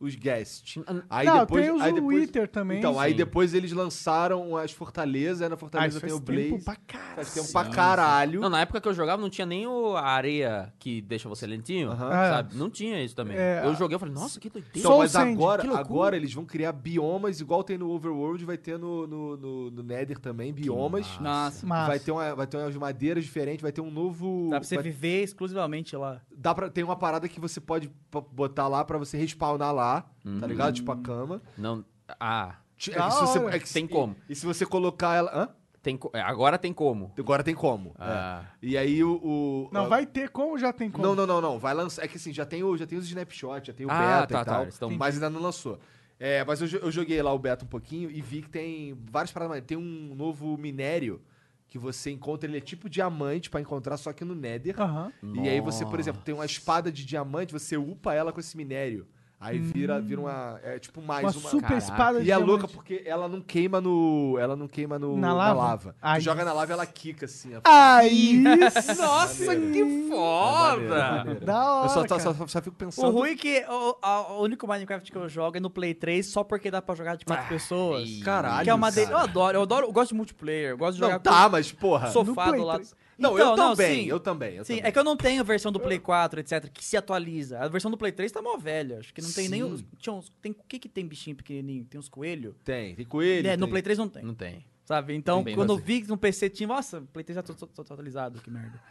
S3: os Guest. Aí
S1: não,
S3: depois,
S1: tem os
S3: aí depois-
S1: Wither também.
S3: Então, aí
S6: sim.
S3: depois eles lançaram as fortalezas, aí na
S1: Ah,
S3: fortaleza
S1: isso
S3: tem o
S1: faz tempo
S3: Blaze.
S1: pra caralho.
S3: Faz tempo pra caralho.
S6: Não, na época que eu jogava não tinha nem o- a areia que deixa você lentinho,
S3: Aham.
S5: Ah.
S6: sabe? Não tinha isso também.
S1: É,
S6: eu
S1: a-
S6: joguei e falei, nossa, que doideira.
S3: Então,
S1: Soul
S3: mas
S1: Sand,
S3: agora,
S1: que loucura.
S3: agora eles vão criar biomas, igual tem no Overworld, vai ter no, no, no- no Nether também, biomas.
S5: Nossa.
S1: Massa.
S3: Vai ter, uma, vai ter umas madeiras diferentes, vai ter um novo.
S5: Dá pra você
S3: vai-
S5: viver exclusivamente lá.
S3: dá pra, tem uma parada que você pode p- botar lá pra você respawnar lá,
S6: Uhum.
S3: tá ligado? Tipo a cama.
S6: Não, ah,
S3: Ti- é
S1: Da
S3: que se você-
S1: hora.
S3: que se-
S6: Tem como.
S3: E, se você colocar ela. Hã?
S6: tem co- é, agora tem como.
S3: Agora tem como.
S6: Ah.
S3: é. E aí o. o-
S1: Não,
S3: a-
S1: vai ter como já tem como.
S3: Não, não, não, não. Vai lançar. É que assim, já tem, o, já tem os snapshots, já tem o
S6: Ah,
S3: beta
S6: tá,
S3: e
S6: tá,
S3: tal.
S6: eles tão-
S3: Mas ainda não lançou. É, mas eu, jo- eu joguei lá o beta um pouquinho e vi que tem várias paradas. Tem um novo minério que você encontra, ele é tipo diamante pra encontrar, só que no Nether.
S1: Aham.
S3: E aí você, por exemplo, tem uma espada de diamante, você upa ela com esse minério. Aí vira, vira uma. É tipo mais
S1: Uma
S3: uma.
S1: super espada de
S3: E é
S1: diamante.
S3: louca porque ela não queima no. Ela não queima no,
S1: Na
S3: na
S1: lava?
S3: lava.
S1: Ai.
S3: Tu joga na lava e ela quica assim. ó.
S5: Ah,
S1: Aí!
S2: Nossa, que foda!
S1: da hora,
S3: Eu só, só,
S1: cara.
S3: só, só fico pensando.
S5: O ruim que o, a- o único Minecraft que eu jogo é no Play 3 só porque dá pra jogar de quatro pessoas.
S3: Caralho.
S5: que é uma
S3: cara.
S5: dele... Ah. Eu adoro, eu adoro, eu gosto de multiplayer, eu gosto de jogar
S3: Não, tá, mas porra.
S5: com sofá
S1: No Play
S5: do lado.
S1: 3.
S3: Não, eu também, eu também, eu
S5: Então, sim,
S3: também.
S5: é que eu não tenho a versão do Play 4, etc, que se atualiza. A versão do Play 3 tá mó velha, acho que não tem nem
S3: Sim.
S5: os... Tinha uns, tem, o que que tem bichinho pequenininho? Tem uns coelhos?
S3: Tem, tem coelho.
S5: É, no
S3: tem-
S5: Play 3 não tem.
S6: Não tem.
S5: Sabe? Então,
S6: Bem
S5: quando eu
S6: vazio.
S5: vi que no PC tinha. Nossa, o Play 3 já tô, tô, tô atualizado, que merda.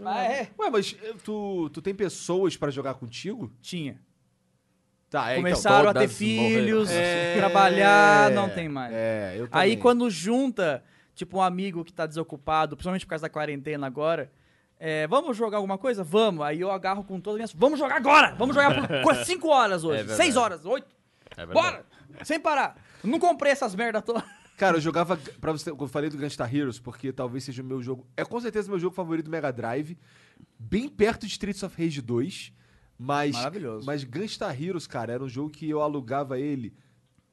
S5: Mas é,
S3: Ué, mas eh, tu, tu tem pessoas pra jogar contigo?
S5: tinha.
S3: Tá, é,
S5: Começaram a ter
S6: então, todas É.
S5: filhos,
S3: morreram.
S5: trabalhar,
S3: É,
S5: não tem mais.
S3: É, eu também.
S5: Aí quando junta, tipo, um amigo que tá desocupado, principalmente por causa da quarentena agora. é, vamos jogar alguma coisa? Vamos. Aí eu agarro com todas as minhas. Vamos jogar agora! Vamos jogar por 5 horas
S6: É
S5: hoje.
S6: verdade.
S5: 6 horas, 8.
S6: É verdade.
S5: Bora! Sem parar. Não comprei essas merda todas.
S3: Cara, eu jogava. Pra você, eu falei do Gunstar Heroes, porque talvez seja o meu jogo. É com certeza o meu jogo favorito do Mega Drive. Bem perto de Streets of Rage 2. Mas,
S5: Maravilhoso.
S3: Mas Gunstar Heroes, cara, era um jogo que eu alugava ele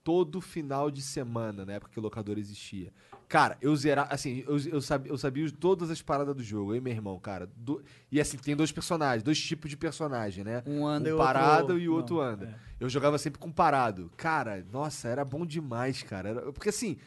S3: todo final de semana, na época que o locador existia. Cara, eu zerava. Assim, eu, eu, sabia, eu sabia todas as paradas do jogo, eu e meu irmão, cara. Do- e assim, tem dois personagens, dois tipos de personagem, né?
S5: Um anda e o outro-
S3: parado e o outro
S5: não,
S3: anda.
S5: é.
S3: Eu jogava sempre com parado. Cara, nossa, era bom demais, cara. Era- porque assim,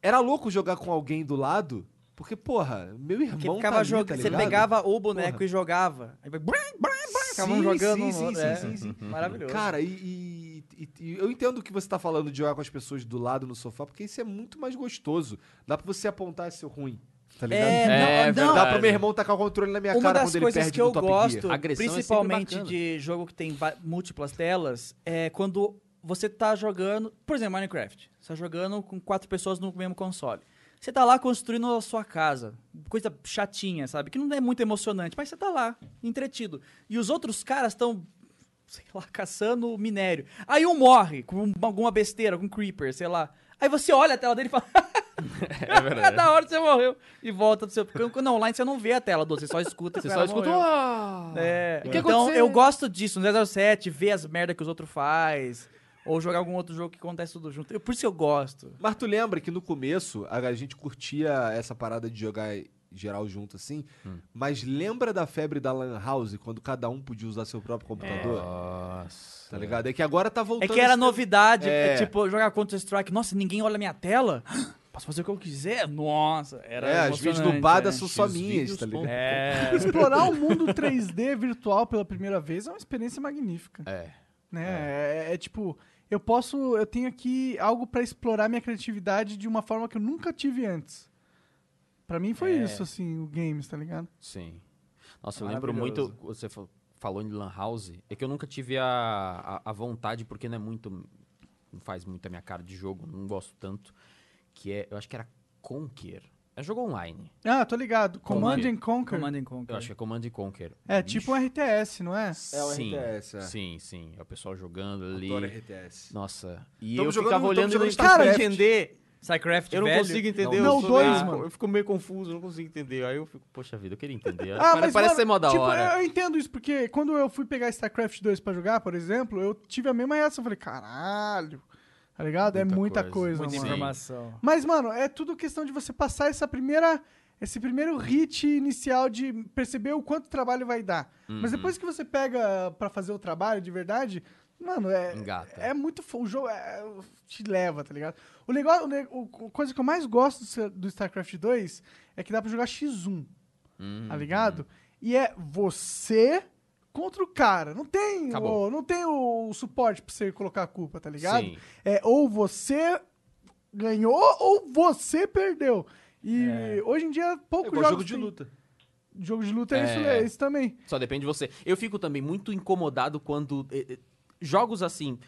S3: era louco jogar com alguém do lado, porque, porra, meu irmão
S5: Porque
S3: tá
S5: ficava
S3: ali,
S5: jogando.
S3: tá
S5: você
S3: ligado?
S5: pegava o boneco e jogava. Aí vai. brum, brum, brum, Ficavam
S3: Sim,
S5: jogando.
S3: sim,
S5: um
S3: sim,
S5: outro,
S3: sim,
S5: é.
S3: sim, sim.
S5: Maravilhoso.
S3: Cara, e, e- e- e eu entendo que você tá falando de jogar com as pessoas do lado no sofá, porque isso é muito mais gostoso. Dá pra você apontar seu ruim, tá ligado?
S5: É,
S6: É
S5: não, não,
S3: Dá
S6: verdade.
S3: pro meu irmão tacar o controle na minha
S5: Uma
S3: cara
S5: das
S3: quando ele
S5: coisas
S3: perde
S5: que
S3: no
S5: eu
S3: Top
S5: gosto,
S3: Gear.
S6: Agressão é sempre
S5: principalmente
S6: bacana.
S5: de jogo que tem va- múltiplas telas, é quando você tá jogando, por exemplo, Minecraft. Você tá jogando com quatro pessoas no mesmo console. Você tá lá construindo a sua casa. Coisa chatinha, sabe? Que não é muito emocionante, mas você tá lá, entretido. E os outros caras estão, sei lá, caçando minério. Aí um morre com alguma besteira, com um creeper, sei lá. Aí você olha a tela dele e fala.
S6: É verdade.
S5: da hora você morreu. E volta pro seu. Porque não, online você não vê a tela do outro, você só escuta.
S6: Você só escuta
S5: o.
S6: um...
S5: É.
S6: E que
S5: então
S6: aconteceu?
S5: eu gosto disso, no 007, ver as merda que os outros faz, ou jogar algum outro jogo que acontece tudo junto. Eu- por isso que eu gosto.
S3: Mas tu lembra que no começo a a gente curtia essa parada de jogar geral junto assim,
S5: Hum.
S3: mas lembra da febre da Lan House quando cada um podia usar seu próprio computador?
S6: Nossa.
S3: Tá ligado? É que agora tá
S5: É
S6: Então,
S3: voltando.
S5: que era
S3: esse-
S5: novidade, é.
S3: É.
S5: tipo, jogar Counter-Strike, nossa, ninguém olha minha tela? Posso fazer o que eu quiser? Nossa, era
S3: É, as vezes
S5: emocionante,
S3: no Bada
S5: né?
S3: são só
S6: Xvideos
S3: minhas, tá ligado?
S5: É.
S1: Explorar o mundo 3D virtual pela primeira vez é uma experiência magnífica.
S6: É.
S1: Né? É, é tipo, eu posso, eu tenho aqui algo pra explorar minha criatividade de uma forma que eu nunca tive antes. Pra mim
S3: É.
S1: foi isso, assim, o games, tá ligado?
S6: Sim. Nossa, eu lembro muito. Você fa- falou em Lan House. É que eu nunca tive a, a, a vontade, porque não é muito. Não faz muito a minha cara de jogo, não gosto tanto. Que é. Eu acho que era Conquer. É jogo online.
S1: Ah, tô ligado. Command and Conquer.
S5: Command and Conquer.
S6: Eu acho que é Command and Conquer.
S1: É, tipo um RTS, não é?
S3: É o
S6: sim,
S3: RTS, é.
S6: Sim, sim. É o pessoal jogando ali.
S3: Adoro RTS.
S6: Nossa. E
S3: Tamo
S6: eu
S3: jogando-
S6: ficava
S3: tamo
S6: olhando e não
S3: jogando
S6: estava
S3: StarCraft.
S6: entender.
S5: StarCraft,
S6: Eu não
S5: velho.
S6: consigo entender.
S1: Não,
S6: eu sou
S1: dois,
S6: meio-
S1: mano.
S6: Eu fico meio confuso, não consigo entender. Aí eu fico, poxa vida, eu queria entender.
S1: Ah,
S6: Pare- Parece
S1: mano,
S6: ser mó da
S1: tipo,
S6: hora.
S1: Eu, eu entendo isso, porque quando eu fui pegar StarCraft 2 pra jogar, por exemplo, eu tive a mesma reação. Eu falei, caralho, tá ligado? é
S6: Muita
S1: muita coisa,
S6: coisa.
S5: Muita
S6: Sim.
S1: mano.
S5: informação.
S1: Mas, mano, é tudo questão de você passar essa primeira. Esse primeiro hit inicial de perceber o quanto trabalho vai dar. Mas
S6: Uhum.
S1: depois que você pega pra fazer o trabalho de verdade, mano, é.
S6: Engata.
S1: É muito. fo- O jogo é- te leva, tá ligado? O legal. O, ne- o- a coisa que eu mais gosto do Star- do StarCraft 2 é que dá pra jogar X1. Tá
S6: Uhum.
S1: ligado? E é você contra o cara. Não tem,
S6: Acabou.
S1: o, não tem o, suporte pra você colocar a culpa, tá ligado?
S6: Sim.
S1: É ou você ganhou ou você perdeu. E hoje em dia pouco
S3: Eu gosto de É. jogo de luta.
S1: Jogo de luta é, isso,
S6: É.
S1: né? isso também.
S6: Só depende de você. Eu fico também muito incomodado quando. eh, eh, jogos assim.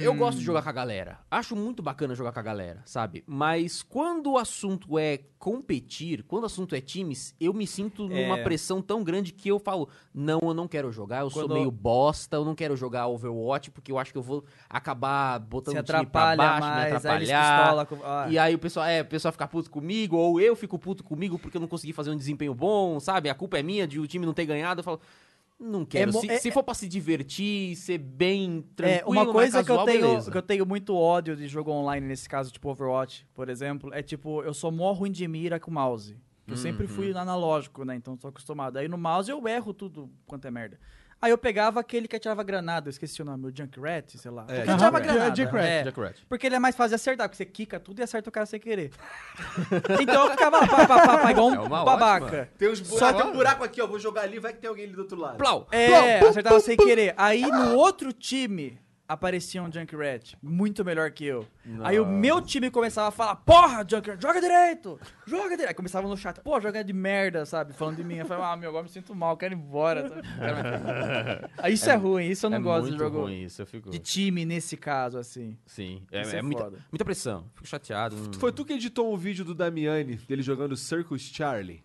S6: Eu gosto de jogar com a galera. Acho muito bacana jogar com a galera, sabe? Mas quando o assunto é competir, quando o assunto é times, eu me sinto
S5: É.
S6: numa pressão tão grande que eu falo: não, eu não quero jogar, eu
S5: Quando-
S6: sou meio bosta, eu não quero jogar Overwatch porque eu acho que eu vou acabar botando
S5: Se
S6: o time pra
S5: atrapalha
S6: baixo, me
S5: mais, aí eles
S6: atrapalhar.
S5: pistola com- ah.
S6: E aí o pessoal, é, o pessoal fica puto comigo, ou eu fico puto comigo porque eu não consegui fazer um desempenho bom, sabe? A culpa é minha de o time não ter ganhado. Eu falo, Não quero.
S5: mo-
S6: se,
S5: é-
S6: se for pra se divertir, ser bem
S5: É,
S6: tranquilo,
S5: uma coisa
S6: mais
S5: que eu,
S6: casual,
S5: tenho,
S6: beleza.
S5: que eu tenho muito ódio de jogo online, nesse caso, tipo Overwatch, por exemplo, é tipo, eu sou mó ruim de mira com mouse. Eu sempre
S6: Uhum.
S5: fui no analógico, né? Então tô acostumado. Aí no mouse eu erro tudo quanto é merda. Aí eu pegava aquele que atirava granada, eu esqueci o nome, o Junkrat, sei lá. que atirava
S1: Junkrat.
S5: granada.
S1: É, Junkrat,
S5: é.
S6: Junkrat.
S5: Porque ele é mais fácil de acertar, porque você quica tudo e acerta o cara sem querer. então eu ficava pá, pá, pá, pá, igual um
S2: É uma
S5: babaca.
S2: ótima.
S3: Tem, uns
S5: Só
S3: buraco, tem um
S5: que-
S3: buraco aqui, ó. Vou jogar ali, vai que tem alguém ali do outro lado.
S6: Plau.
S5: É, acertava sem querer. Aí no outro time aparecia um Junkrat, muito melhor que eu. Aí o meu time começava a falar: Porra, Junkrat, joga direito! Joga direito! Aí começava no chat: Pô, joga de merda, sabe? Falando de mim. Eu falava: Ah, meu, agora me sinto mal, quero ir embora. sabe? Aí isso é, ruim, isso eu não
S2: é
S5: gosto de
S2: muito
S5: jogo
S2: ruim isso, eu fico...
S5: de time nesse caso, assim.
S6: Sim. É,
S5: Isso
S6: é
S5: é
S6: muita,
S5: foda.
S6: muita pressão. Fico chateado. hum, não-
S3: Foi tu que editou o vídeo do Damiani, dele jogando Circus Charlie?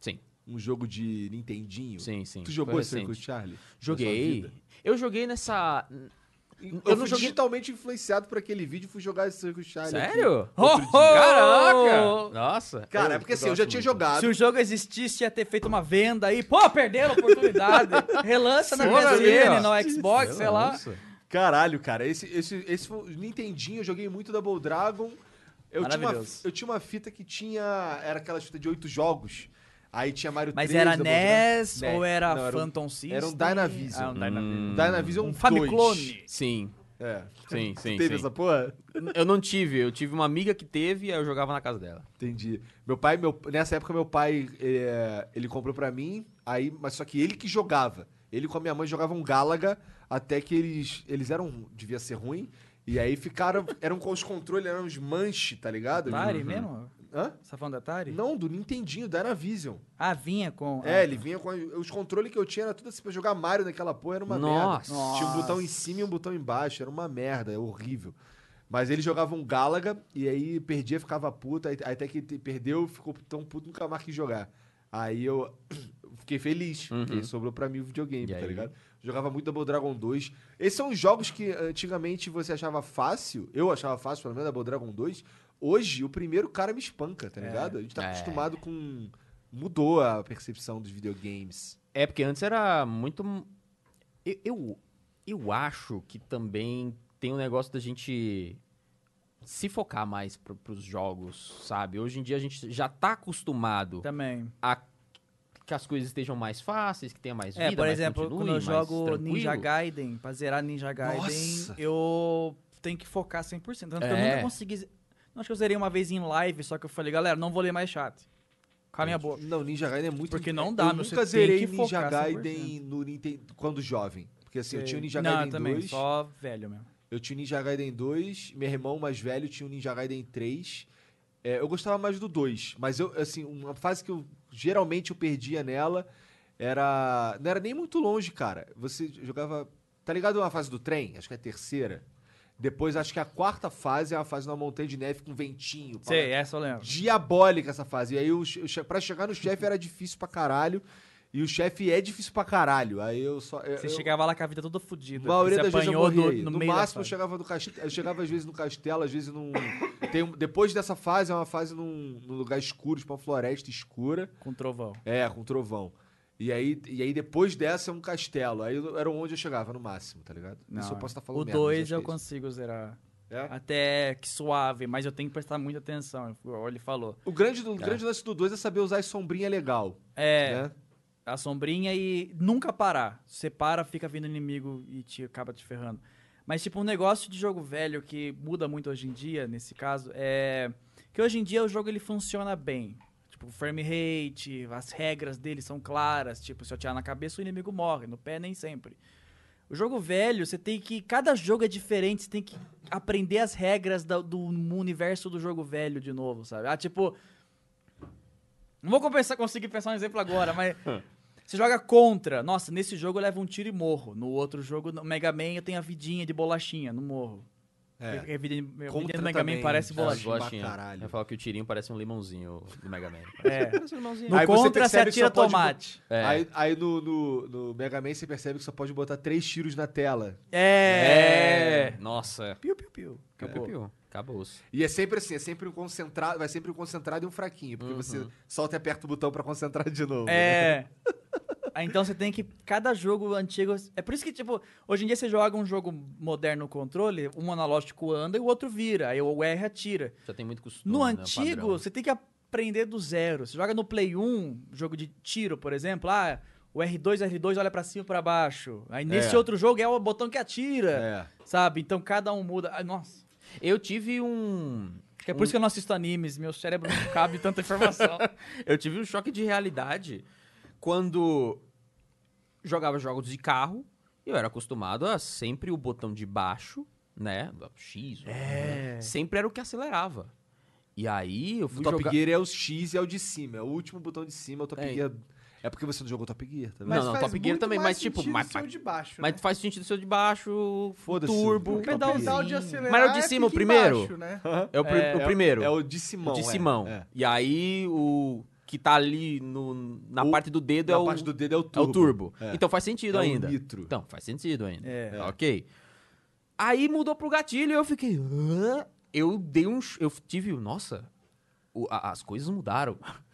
S6: Sim.
S3: Um jogo de Nintendinho?
S6: Sim, sim.
S3: Tu jogou
S6: Foi
S3: Circus
S6: recente.
S3: Charlie? na sua
S6: Joguei.
S3: vida?
S6: Eu joguei nessa.
S3: Eu,
S6: Eu não
S3: fui
S6: joguei-
S3: digitalmente influenciado por aquele vídeo e fui jogar esse Circus Charlie. aqui
S6: Sério? Oh,
S3: outro dia.
S6: Caraca! Nossa!
S3: Cara, é porque assim, eu já tinha jogado.
S5: Se o jogo existisse, ia ter feito uma venda aí. Pô, perderam a oportunidade. Relança na
S6: Olha aí,
S5: PSN,
S6: ó.
S5: no Xbox, sei lá.
S3: Caralho, cara, esse, esse, esse foi o Nintendinho, eu joguei muito Double Dragon. Eu tinha, uma,
S5: Maravilhoso.
S3: eu tinha uma fita que tinha. Era aquelas fitas de oito jogos. Aí tinha Mario
S5: Mas
S3: 3,
S5: era
S3: Double
S5: NES
S3: Dragon.
S5: ou era
S3: né? Não, um-
S5: Phantom System?
S3: Era um Dynavision.
S5: Ah, um Dynavision.
S3: Um Dynavision
S5: Um
S3: 2.
S5: Famiclone.
S6: Sim,
S3: É.
S6: sim, sim.
S3: Teve
S6: sim.
S3: essa porra?
S6: Eu não tive, eu tive uma amiga que teve e aí eu jogava na casa dela.
S3: Entendi. Meu pai, meu, nessa época, meu pai, é, ele comprou pra mim, aí, mas só que ele que jogava. Ele com a minha mãe jogavam Galaga, até que eles, eles eram, devia ser ruim, e aí ficaram, eram com os controles, eram uns manche, tá ligado? Uhum.
S5: Atari É mesmo?
S3: Hã?
S5: Você tá falando da Atari?
S3: Não, do Nintendinho, da Navision.
S5: Ah, vinha com...
S3: É,
S6: tá.
S3: ele vinha com. Os controles que eu tinha era tudo assim pra jogar Mario naquela porra, era uma
S6: Nossa.
S3: merda. Tinha um botão em cima e um botão embaixo, era uma merda, é horrível. Mas ele jogava um Galaga e aí perdia, ficava puto, aí, aí até que te- perdeu, ficou tão puto, nunca mais quis jogar. Aí eu fiquei feliz, porque sobrou pra mim o videogame,
S6: Uhum. E
S3: tá
S6: aí?
S3: ligado? Jogava muito Double Dragon 2. Esses são os jogos que eh, antigamente você achava fácil, eu achava fácil, pelo menos, Double Dragon 2. Hoje, o primeiro cara me espanca, tá ligado? A gente tá
S6: É.
S3: acostumado com mudou a percepção dos videogames.
S6: É porque antes era muito. Eu, eu, eu acho que também tem um negócio da gente se focar mais pro, pros jogos, sabe? Hoje em dia a gente já tá acostumado
S5: é, Também.
S6: a que as coisas estejam mais fáceis, que tenha mais vida,
S5: É, por
S6: mais
S5: exemplo,
S6: continue,
S5: quando eu
S6: mais
S5: jogo
S6: tranquilo.
S5: Ninja Gaiden, pra zerar Ninja Gaiden,
S3: Nossa!
S5: eu tenho que focar 100%. Tanto que eu
S6: É.
S5: nunca consegui... ze- Acho que eu zerei uma vez em live, só que eu falei, galera, não vou ler mais chat. Com a minha boca.
S3: Não, Ninja Gaiden é muito
S5: Porque não dá,
S3: eu
S5: meu, você
S3: nunca
S5: tem
S3: zerei
S5: que
S3: Ninja
S5: focar
S3: Gaiden no Nintendo quando jovem, porque assim, eu tinha o Ninja
S5: não, eu
S3: Gaiden
S5: também,
S3: 2,
S5: só velho mesmo.
S3: eu tinha o Ninja Gaiden 2, meu irmão mais velho tinha o Ninja Gaiden 3. É, eu gostava mais do 2, mas eu assim, uma fase que eu geralmente eu perdia nela era não era nem muito longe, cara. Você jogava, tá ligado a fase do trem? Acho que é a terceira. Depois acho que a quarta fase é a fase na montanha de neve com ventinho, pra lá
S5: Sei, é. essa eu lembro.
S3: diabólica essa fase. E aí, o, che- o che- pra chegar no chefe era difícil pra caralho. E o chefe é difícil pra caralho. Aí eu só. Eu,
S5: Você
S3: eu-
S5: chegava lá com a vida toda fodida.
S3: a maioria
S5: você
S3: das vezes eu
S5: apanhou
S3: morria.
S5: no,
S3: aí.
S5: no
S3: No,
S5: meio da
S3: máximo eu
S5: fase.
S3: chegava no castelo. Eu chegava às vezes no castelo, às vezes num. tem um- depois dessa fase, é uma fase num, num lugar escuro, tipo uma floresta escura.
S5: Com trovão.
S3: É, com trovão. E aí, e aí depois dessa é um castelo. Aí eu- era onde eu chegava, no máximo, tá ligado? Isso eu
S5: Não,
S3: posso estar falando
S5: O
S3: merda, mas
S5: 2
S3: acho
S5: eu
S3: que é isso.
S5: consigo zerar.
S3: É?
S5: Até que suave, mas eu tenho que prestar muita atenção, igual ele falou.
S3: O grande, do- o grande lance do 2 é saber usar as sombrinha legal.
S5: É,
S3: né?
S5: a sombrinha e nunca parar. Você para, fica vindo inimigo e te acaba te ferrando. Mas, tipo, um negócio de jogo velho que muda muito hoje em dia, nesse caso, é que hoje em dia o jogo ele funciona bem. Tipo, o frame rate, as regras dele são claras. Tipo, se eu atirar na cabeça, o inimigo morre. No pé, nem sempre. O jogo velho, você tem que. Cada jogo é diferente, você tem que aprender as regras da- do universo do jogo velho de novo, sabe? Ah, tipo. Não vou compensar, conseguir pensar um exemplo agora, mas. Você joga contra. Nossa, nesse jogo eu levo um tiro e morro. No outro jogo, no Mega Man, eu tenho a vidinha de bolachinha, não morro.
S3: É.
S5: Porque A vidinha, a vidinha
S3: Contra
S5: do Mega Man
S3: também,
S5: parece
S3: cara.
S5: bolachinha.
S3: Bolachinha pra
S6: Bolachinha.
S3: caralho.
S6: Eu falo que o tirinho parece um limãozinho do Mega Man.
S5: É.
S6: Parece um limãozinho.
S5: No
S3: Aí você
S5: contra, você,
S3: percebe que
S5: atira
S3: só pode-
S5: tomate.
S6: É.
S3: Aí, aí no, no, no Mega Man você percebe que só pode botar três tiros na tela.
S5: É.
S6: É. Nossa.
S5: Piu, piu, piu. Acabou.
S6: Acabou.
S3: E é sempre assim, é sempre um concentrado, vai
S6: Uhum.
S3: É. sempre um concentrado e um fraquinho, porque você solta e aperta o botão pra concentrar de novo. né?
S5: É. Aí, Então você tem que. Cada jogo antigo. É por isso que, tipo, hoje em dia você joga um jogo moderno no controle, um analógico anda e o outro vira. Aí o R atira.
S6: Já tem muito costume.
S5: No
S6: né,
S5: antigo,
S6: padrão.
S5: você tem que aprender do zero. Você joga no Play 1, jogo de tiro, por exemplo, ah, o R2, R2 olha pra cima e pra baixo. Aí nesse outro jogo é o botão que
S3: É.
S5: atira, sabe? Então cada um muda. Ai, nossa.
S6: Eu tive um.
S5: Acho que é por isso que eu não assisto animes, meu cérebro não cabe tanta informação.
S6: Eu tive um choque de realidade quando jogava jogos de carro. Eu era acostumado a sempre o botão de baixo, né? X, né? sempre era o que acelerava. E aí eu
S3: É. O
S6: fui
S3: Top
S6: jogar.
S3: Gear é o X e é o de cima. É o último botão de cima, é o Top
S6: É.
S3: Gear. É porque você não jogou Top Gear, tá vendo?
S6: Não, não,
S1: faz
S6: Top Gear
S1: muito
S6: também,
S1: mais
S6: mas, tipo,
S1: sentido
S6: mas-
S1: ser o de baixo,
S6: Mas
S1: né?
S6: faz sentido ser o de baixo,
S3: Foda-se. É
S6: turbo,
S3: O
S1: Porque o pedal de
S3: pedalzinho.
S1: acelerar
S6: Mas era o de
S1: é
S6: cima, o
S1: fica embaixo,
S6: primeiro?
S1: né?
S6: É o, pri-
S5: É,
S6: o primeiro.
S3: É o de Simão.
S6: de
S3: é.
S6: Simão.
S3: É.
S6: E aí o que tá ali no- na
S3: O-
S6: parte do dedo
S3: Na
S6: é o
S3: parte do dedo é o
S6: é
S3: turbo.
S6: o turbo.
S3: É.
S6: Então faz sentido
S3: É o
S6: ainda.
S3: nitro.
S6: Então faz sentido ainda.
S5: É.
S6: Ok. Aí mudou pro gatilho e eu fiquei. "Hã?" Eu dei um. ch- Eu tive. Nossa, o- a- as coisas mudaram.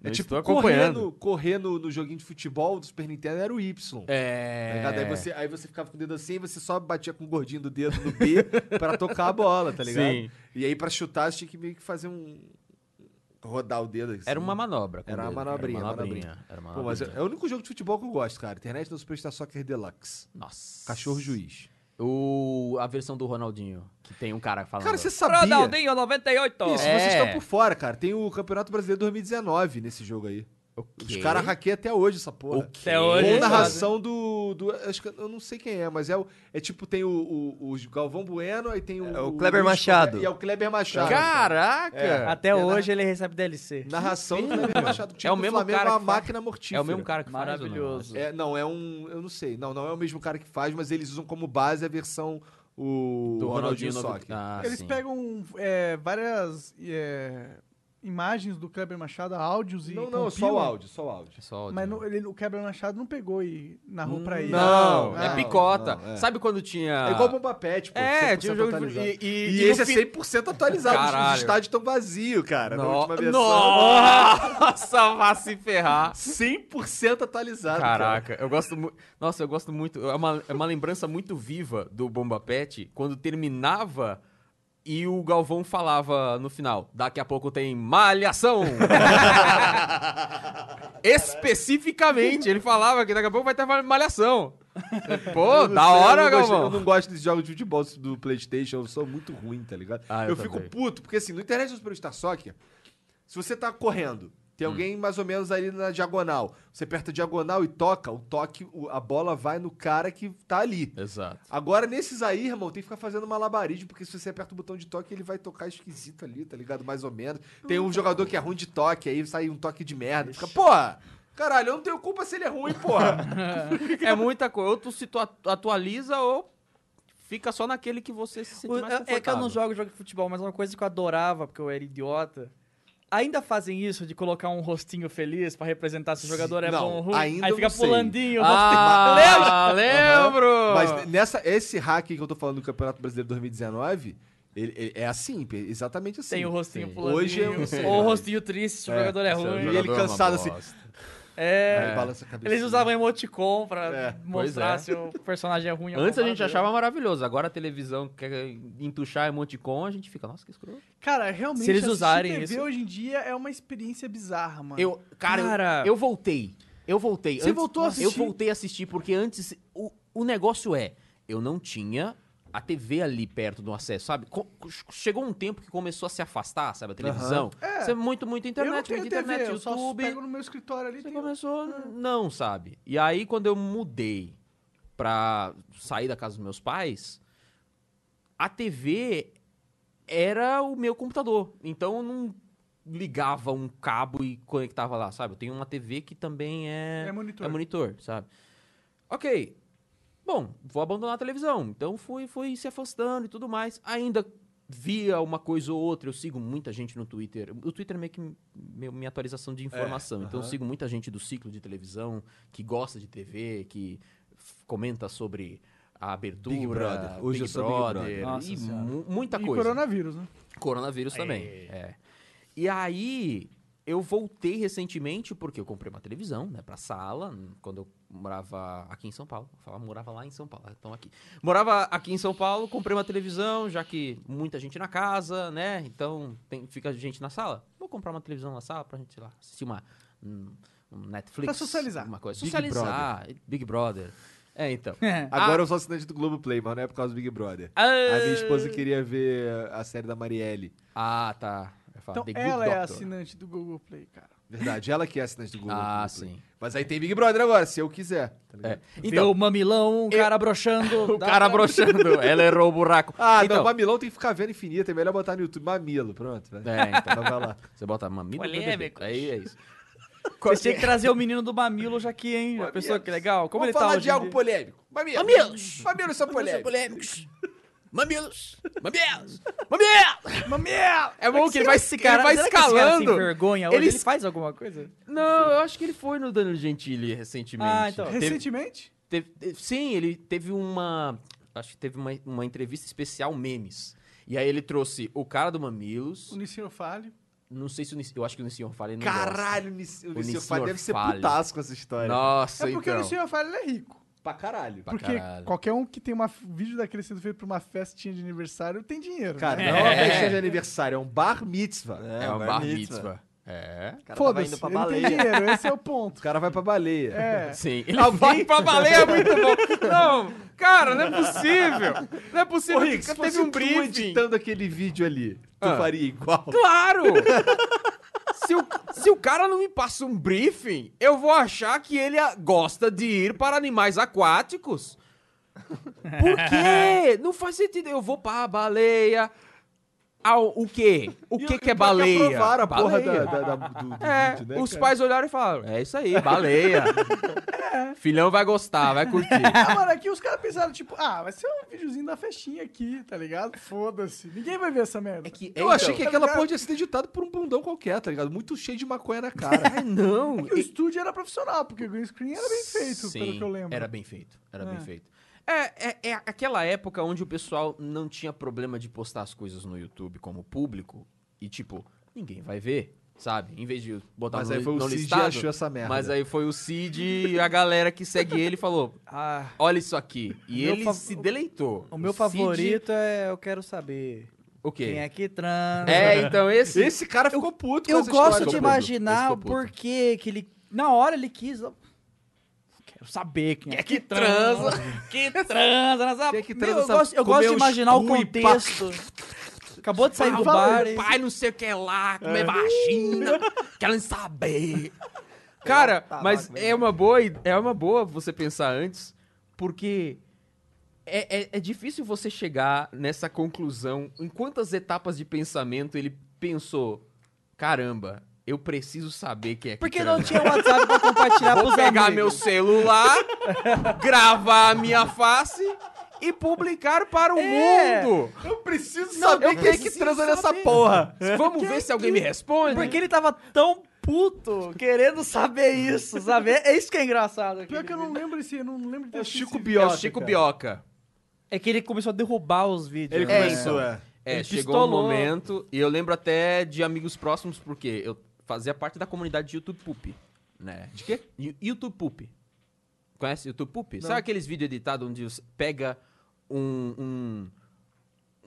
S3: É
S6: Eu
S3: tipo,
S6: estou acompanhando.
S3: correr, no, correr no, no joguinho de futebol do Super Nintendo era o Y. tá
S6: É.
S3: ligado? Aí, você, aí você ficava com o dedo assim e você só batia com o gordinho do dedo no B pra tocar a bola, tá ligado?
S6: Sim.
S3: E aí pra chutar você tinha que meio que fazer um. rodar o dedo assim.
S6: Era uma manobra. com
S3: Era
S6: o
S3: uma
S6: dedo.
S3: manobrinha,
S6: Era uma
S3: manobrinha.
S6: manobrinha. Era uma
S3: Pô, mas
S6: manobrinha.
S3: é o único jogo de futebol que eu gosto, cara. Internet no Superstar Soccer Deluxe.
S6: Nossa.
S3: é um Cachorro juiz.
S6: O... A versão do Ronaldinho. Que tem um cara falando.
S3: Cara, você sabia.
S5: Ronaldinho 98!
S3: Isso,
S6: É.
S3: vocês estão por fora, cara. Tem o Campeonato Brasileiro 2019 nesse jogo aí. Os
S6: Quê?
S3: caras hackeiam até hoje essa porra.
S6: O quê?
S5: Até hoje.
S3: Ou
S5: Exato.
S3: narração do, do. Acho que eu não sei quem é, mas é o. É tipo, tem o, o, o Galvão Bueno, aí tem o.
S13: É, o Kleber Machado.
S3: E é o Kleber Machado.
S6: Caraca!
S3: É.
S5: Até hoje ele recebe DLC.
S3: narração do Kleber Machado.
S6: É o mesmo
S3: Flamengo
S6: cara
S3: é uma
S6: que faz.
S3: máquina mortífera.
S6: É o mesmo cara que faz, ou não?
S5: Maravilhoso.
S3: É, não, é um. Eu não sei. Não, não é o mesmo cara que faz, mas eles usam como base a versão. O
S6: Do
S3: Ronaldinho,
S6: Ronaldinho
S3: Soccer.
S6: Soccer. Ah,
S1: Eles
S6: sim.
S1: pegam é, várias é, imagens do Kleber Machado, áudios e.
S3: Não, não, só
S1: compilam,
S3: o áudio, só o áudio.
S6: Pessoal,
S1: Mas
S6: de-
S1: não- ele- o Kleber Machado não pegou e narrou pra Ah, ele.
S6: Não,
S3: Não,
S6: é
S3: não,
S6: picota.
S3: não, é.
S6: Sabe quando tinha.
S3: É igual Bomba Pet, pô.
S6: Ah. É,
S3: 100%
S6: tinha um jogo de-
S3: atualizado.
S6: e-
S3: E,
S6: e- e
S3: esse
S6: no
S3: é 100% atualizado. os- Os
S6: Caralho.
S3: estádios estão vazios, cara. Na
S6: No-
S3: última versão.
S6: Nossa, vai se ferrar.
S3: 100% atualizado. cara.
S6: Caraca, eu gosto muito. Nossa, eu gosto muito. É uma, é uma lembrança muito viva do Bomba Pet quando terminava e o Galvão falava no final: daqui a pouco tem malhação. Especificamente, ele falava que daqui a pouco vai ter malhação. Pô,
S3: Eu não
S6: da
S3: sei,
S6: hora,
S3: eu não gosto-
S6: Galvão.
S3: Eu não gosto desses jogos de futebol do PlayStation, eu sou muito ruim, tá ligado?
S6: Ah, eu
S3: eu fico
S6: também.
S3: puto, porque assim, no internet do Superstar Soccer, se você tá correndo, tem
S6: Hum.
S3: alguém mais ou menos ali na diagonal, você aperta a diagonal e toca, o toque, o- a bola vai no cara que tá ali.
S6: Exato.
S3: Agora, nesses aí, irmão, tem que ficar fazendo malabarismo, porque se você aperta o botão de toque, ele vai tocar esquisito ali, tá ligado? Mais ou menos. Tem um jogador que é ruim de toque, aí sai um toque de merda. Fica, porra! Caralho, eu não tenho culpa se ele é ruim, porra!
S6: É muita coisa. Ou tu se tu atu- atualiza ou fica só naquele que você se sente
S5: O-
S6: mais
S5: é-
S6: confortável.
S5: É que eu não jogo jogo de futebol, mas é uma coisa que eu adorava, porque eu era idiota. Ainda fazem isso de colocar um rostinho feliz pra representar se o jogador é
S3: Não,
S5: bom ou ruim?
S3: ainda
S5: aí
S3: eu
S5: fica
S3: não sei.
S5: pulandinho, rostinho.
S6: Ah, lembro!
S3: Mas nessa, esse hack que eu tô falando do Campeonato Brasileiro 2019, ele, ele- é assim, pe- exatamente assim.
S5: Tem o rostinho
S3: Sim.
S5: pulandinho.
S3: Hoje é eu não sei,
S5: Ou o
S3: mas-
S5: rostinho triste se o
S3: É,
S5: jogador é
S6: se o
S3: E
S5: ruim.
S6: jogador-
S3: ele
S6: é uma
S3: cansado assim.
S5: É.
S3: aí Balança a cabeça.
S5: Eles usavam emoticon pra
S3: É,
S5: mostrar
S6: é.
S5: se o personagem é ruim ou
S6: Antes a gente
S5: malvado.
S6: achava maravilhoso, agora a televisão quer entuchar emoticon, a gente fica, nossa, que escroto.
S1: Cara, realmente,
S5: Se eles
S1: assistir
S5: usarem
S1: TV
S5: isso-
S1: hoje em dia é uma experiência bizarra, mano.
S6: Eu, cara, eu-
S5: Cara.
S6: Eu, voltei. Eu voltei.
S1: Você voltou a assistir?
S6: Eu voltei a assistir, porque antes o, o negócio é, eu não tinha a TV ali perto do acesso, sabe? Co- chegou um tempo que começou a se afastar, sabe, a televisão.
S1: É.
S6: Você é muito,
S1: eu
S6: muito
S1: não
S6: internet,
S1: tenho
S6: muito
S1: TV,
S6: internet,
S1: eu só
S6: YouTube.
S1: pego no meu escritório ali.
S6: Você
S1: Tem...
S6: começou, não, sabe? E aí, quando eu mudei pra sair da casa dos meus pais, a TV era o meu computador. Então, eu não ligava um cabo e conectava lá, sabe? Eu tenho uma TV que também é,
S1: É monitor.
S6: é monitor, sabe? Ok. Bom, vou abandonar a televisão. Então, fui, fui se afastando e tudo mais. Ainda via uma coisa ou outra. Eu sigo muita gente no Twitter. O Twitter é meio que meu- minha atualização de
S3: É,
S6: informação. Então, eu sigo muita gente do ciclo de televisão, que gosta de TV, que f- comenta sobre a abertura,
S3: Big Brother. Hoje
S6: Big
S3: eu sou Big Brother.
S6: Brother,
S5: Nossa
S6: e
S5: Senhora.
S6: mu- muita
S1: E
S6: coisa.
S1: coronavírus, né?
S6: Coronavírus também. É. E aí, Eu voltei recentemente porque eu comprei uma televisão, né, pra sala, n- quando eu morava aqui em São Paulo. Eu falava, morava lá em São Paulo, então aqui. Morava aqui em São Paulo, comprei uma televisão, já que muita gente na casa, né, então tem- fica gente na sala. Vou comprar uma televisão na sala pra gente, sei lá, assistir uma um um Netflix.
S1: Pra socializar.
S6: Uma coisa.
S3: Big
S6: socializar. Big Brother. É, então.
S5: Ah.
S3: Agora eu sou assinante do Globoplay, mas não é por causa do Big Brother.
S6: Ah,
S3: A minha esposa queria ver a série da Marielle.
S6: Ah, tá. Eu ia falar,
S1: Então,
S6: The Good
S1: ela é
S6: Doctor.
S1: assinante do Google Play, cara.
S3: Verdade, ela que é assinante do Globo.
S6: Ah,
S3: Globoplay.
S6: sim.
S3: Mas aí tem Big Brother agora, se eu quiser. tá ligado?
S6: É.
S5: Vê o mamilão, o cara broxando.
S6: O cara broxando, ela errou o buraco.
S3: Ah,
S6: então,
S3: não, Mamilão tem que ficar vendo infinito, é melhor botar no YouTube Mamilo, pronto. Né?
S6: É, então.
S3: Então vai lá.
S6: Você bota mamilo Polêmicos. Aí é isso.
S5: Você tinha que trazer o menino do mamilo já aqui, hein? A pessoa que legal. Como
S3: Vamos
S5: ele tá
S3: falar
S5: hoje
S3: de
S5: em
S3: algo
S5: dia?
S3: polêmico. Mamilos.
S6: Mamilos.
S3: Mamilos são É polêmicos.
S6: Polêmicos. Mamilos. Mamilos. Mamilos. Mamilos. É bom que ele vai, se-
S5: Esse cara-
S6: ele vai
S5: será que esse cara
S6: escalando.
S5: sem vergonha hoje,
S6: Ele
S5: ele,
S6: es-
S5: faz alguma coisa?
S6: Não, eu acho que ele foi no Danilo Gentili recentemente.
S5: Ah, então.
S6: Teve-
S1: Recentemente,
S6: teve- teve- sim, ele teve uma... Acho que teve uma, uma entrevista especial memes. E aí ele trouxe o cara do Mamilos.
S1: o É Nissinho Falho.
S6: Não sei se o Nici- Eu acho que o Nissinho Fale não gosta.
S3: Caralho, o Nissinho
S6: Nissinho
S3: Fale deve ser
S6: Orfale.
S3: putasco com essa história.
S6: Nossa,
S1: É porque o
S6: então.
S1: Nissinho Falho ele é rico.
S3: Pra caralho.
S6: Pra
S1: porque
S6: caralho.
S1: qualquer um que tem um vídeo daquele sendo feito pra uma festinha de aniversário tem dinheiro.
S3: Cara,
S1: né?
S3: não é uma festa de aniversário, é um bar mitzvah.
S6: É um bar mitzvah. É.
S1: cara
S13: tava
S1: né? foda-se.
S13: indo pra
S1: Ele tem
S13: baleia.
S1: dinheiro, esse é o
S3: O
S1: ponto.
S3: cara vai pra baleia.
S1: É.
S6: Sim. Ele vai pra baleia é muito bom. Não, cara, não é possível. Não é possível.
S3: Ô, Rick, se
S6: Teve
S3: fosse
S6: um
S3: tu
S6: briefing.
S3: editando aquele vídeo ali, tu
S6: Ah.
S3: faria igual.
S6: Claro! Se o, se o cara não me passa um briefing, eu vou achar que ele ah, gosta de ir para animais aquáticos. Por quê? Não faz sentido. Eu vou para a baleia. Ao, o quê? O que, que é baleia?
S3: aprovaram a porra
S6: Baleia.
S3: da, da- da- do, do
S6: É,
S3: vídeo, né,
S6: os
S3: cara?
S6: pais olharam e falaram: É isso aí, baleia. É. Filhão vai gostar, vai curtir.
S1: Agora aqui os caras pensaram, tipo, ah, vai ser um videozinho da festinha aqui, tá ligado? Foda-se. Ninguém vai ver essa merda.
S6: É que, então
S3: Eu achei que aquela porra tinha sido editada por um bundão qualquer, tá ligado? Muito cheio de maconha na cara.
S6: Cara, não.
S1: E o estúdio era profissional, porque o green screen era bem feito, pelo que eu lembro.
S6: Era bem feito. Era bem
S1: É.
S6: feito. É, é, é aquela época onde o pessoal não tinha problema de postar as coisas no YouTube como público e, tipo, ninguém vai ver, sabe? Em vez de botar
S3: Mas
S6: no,
S3: aí foi o
S6: no
S3: Cid e
S6: listado.
S3: achou essa merda.
S6: Mas aí foi o Cid e a galera que segue ele falou:
S5: Ah,
S6: Olha isso aqui. E
S5: Meu
S6: ele
S5: fav-
S6: se deleitou.
S5: o meu
S6: Cid-
S5: favorito é Eu Quero Saber.
S6: O quê?
S5: Quem é que transa?
S6: É, então esse.
S3: Esse cara ficou puto com
S5: Eu
S3: essa
S5: gosto
S3: história.
S5: de
S3: Ficou puto.
S5: imaginar
S6: ficou
S5: é o
S6: puto.
S5: porquê que ele... Na hora ele quis... eu Quero saber quem é que transa. Que transa. nessa-
S3: Quem é que
S5: Meu,
S3: transa
S5: eu gosto, eu
S3: comeu
S5: gosto de
S3: um
S5: imaginar o
S3: cu e pá.
S5: contexto. Acabou de sair do
S1: fala
S5: bar.
S1: aí,
S5: e-
S6: pai não sei o que é lá, comer vagina, querem saber. Cara, mas é uma boa, i- é uma boa você pensar antes, porque é, é- é difícil você chegar nessa conclusão em quantas etapas de pensamento ele pensou, caramba, eu preciso saber quem é que
S5: Porque
S6: transa.
S5: não tinha WhatsApp pra compartilhar
S6: Vou
S5: pros
S6: pegar
S5: amigos.
S6: meu celular, gravar a minha face e publicar para o
S5: É.
S6: mundo.
S3: Eu preciso
S6: Não, eu
S3: saber quem é que
S6: preciso
S3: transa nessa
S6: saber.
S3: porra.
S6: Vamos ver se alguém me responde.
S5: Porque ele tava tão puto querendo saber isso, sabe? É isso que é engraçado.
S1: Pior que eu não
S5: aquele
S1: lembro esse, eu não lembro de ter
S3: É o
S1: assistido
S3: Chico
S1: esse
S6: É
S3: Bioca.
S6: o Chico
S3: cara.
S6: Bioca.
S5: vídeo. É que ele começou a derrubar os vídeos.
S3: Ele
S5: né?
S3: começou, é.
S6: É,
S5: Ele
S6: chegou um
S5: pistolou.
S6: momento, e eu lembro até de amigos próximos, porque eu fazia parte da comunidade de YouTube Poop, né? De quê? Yo- YouTube Poop. Conhece YouTube Poop? Sabe aqueles vídeos editados onde você pega um, um-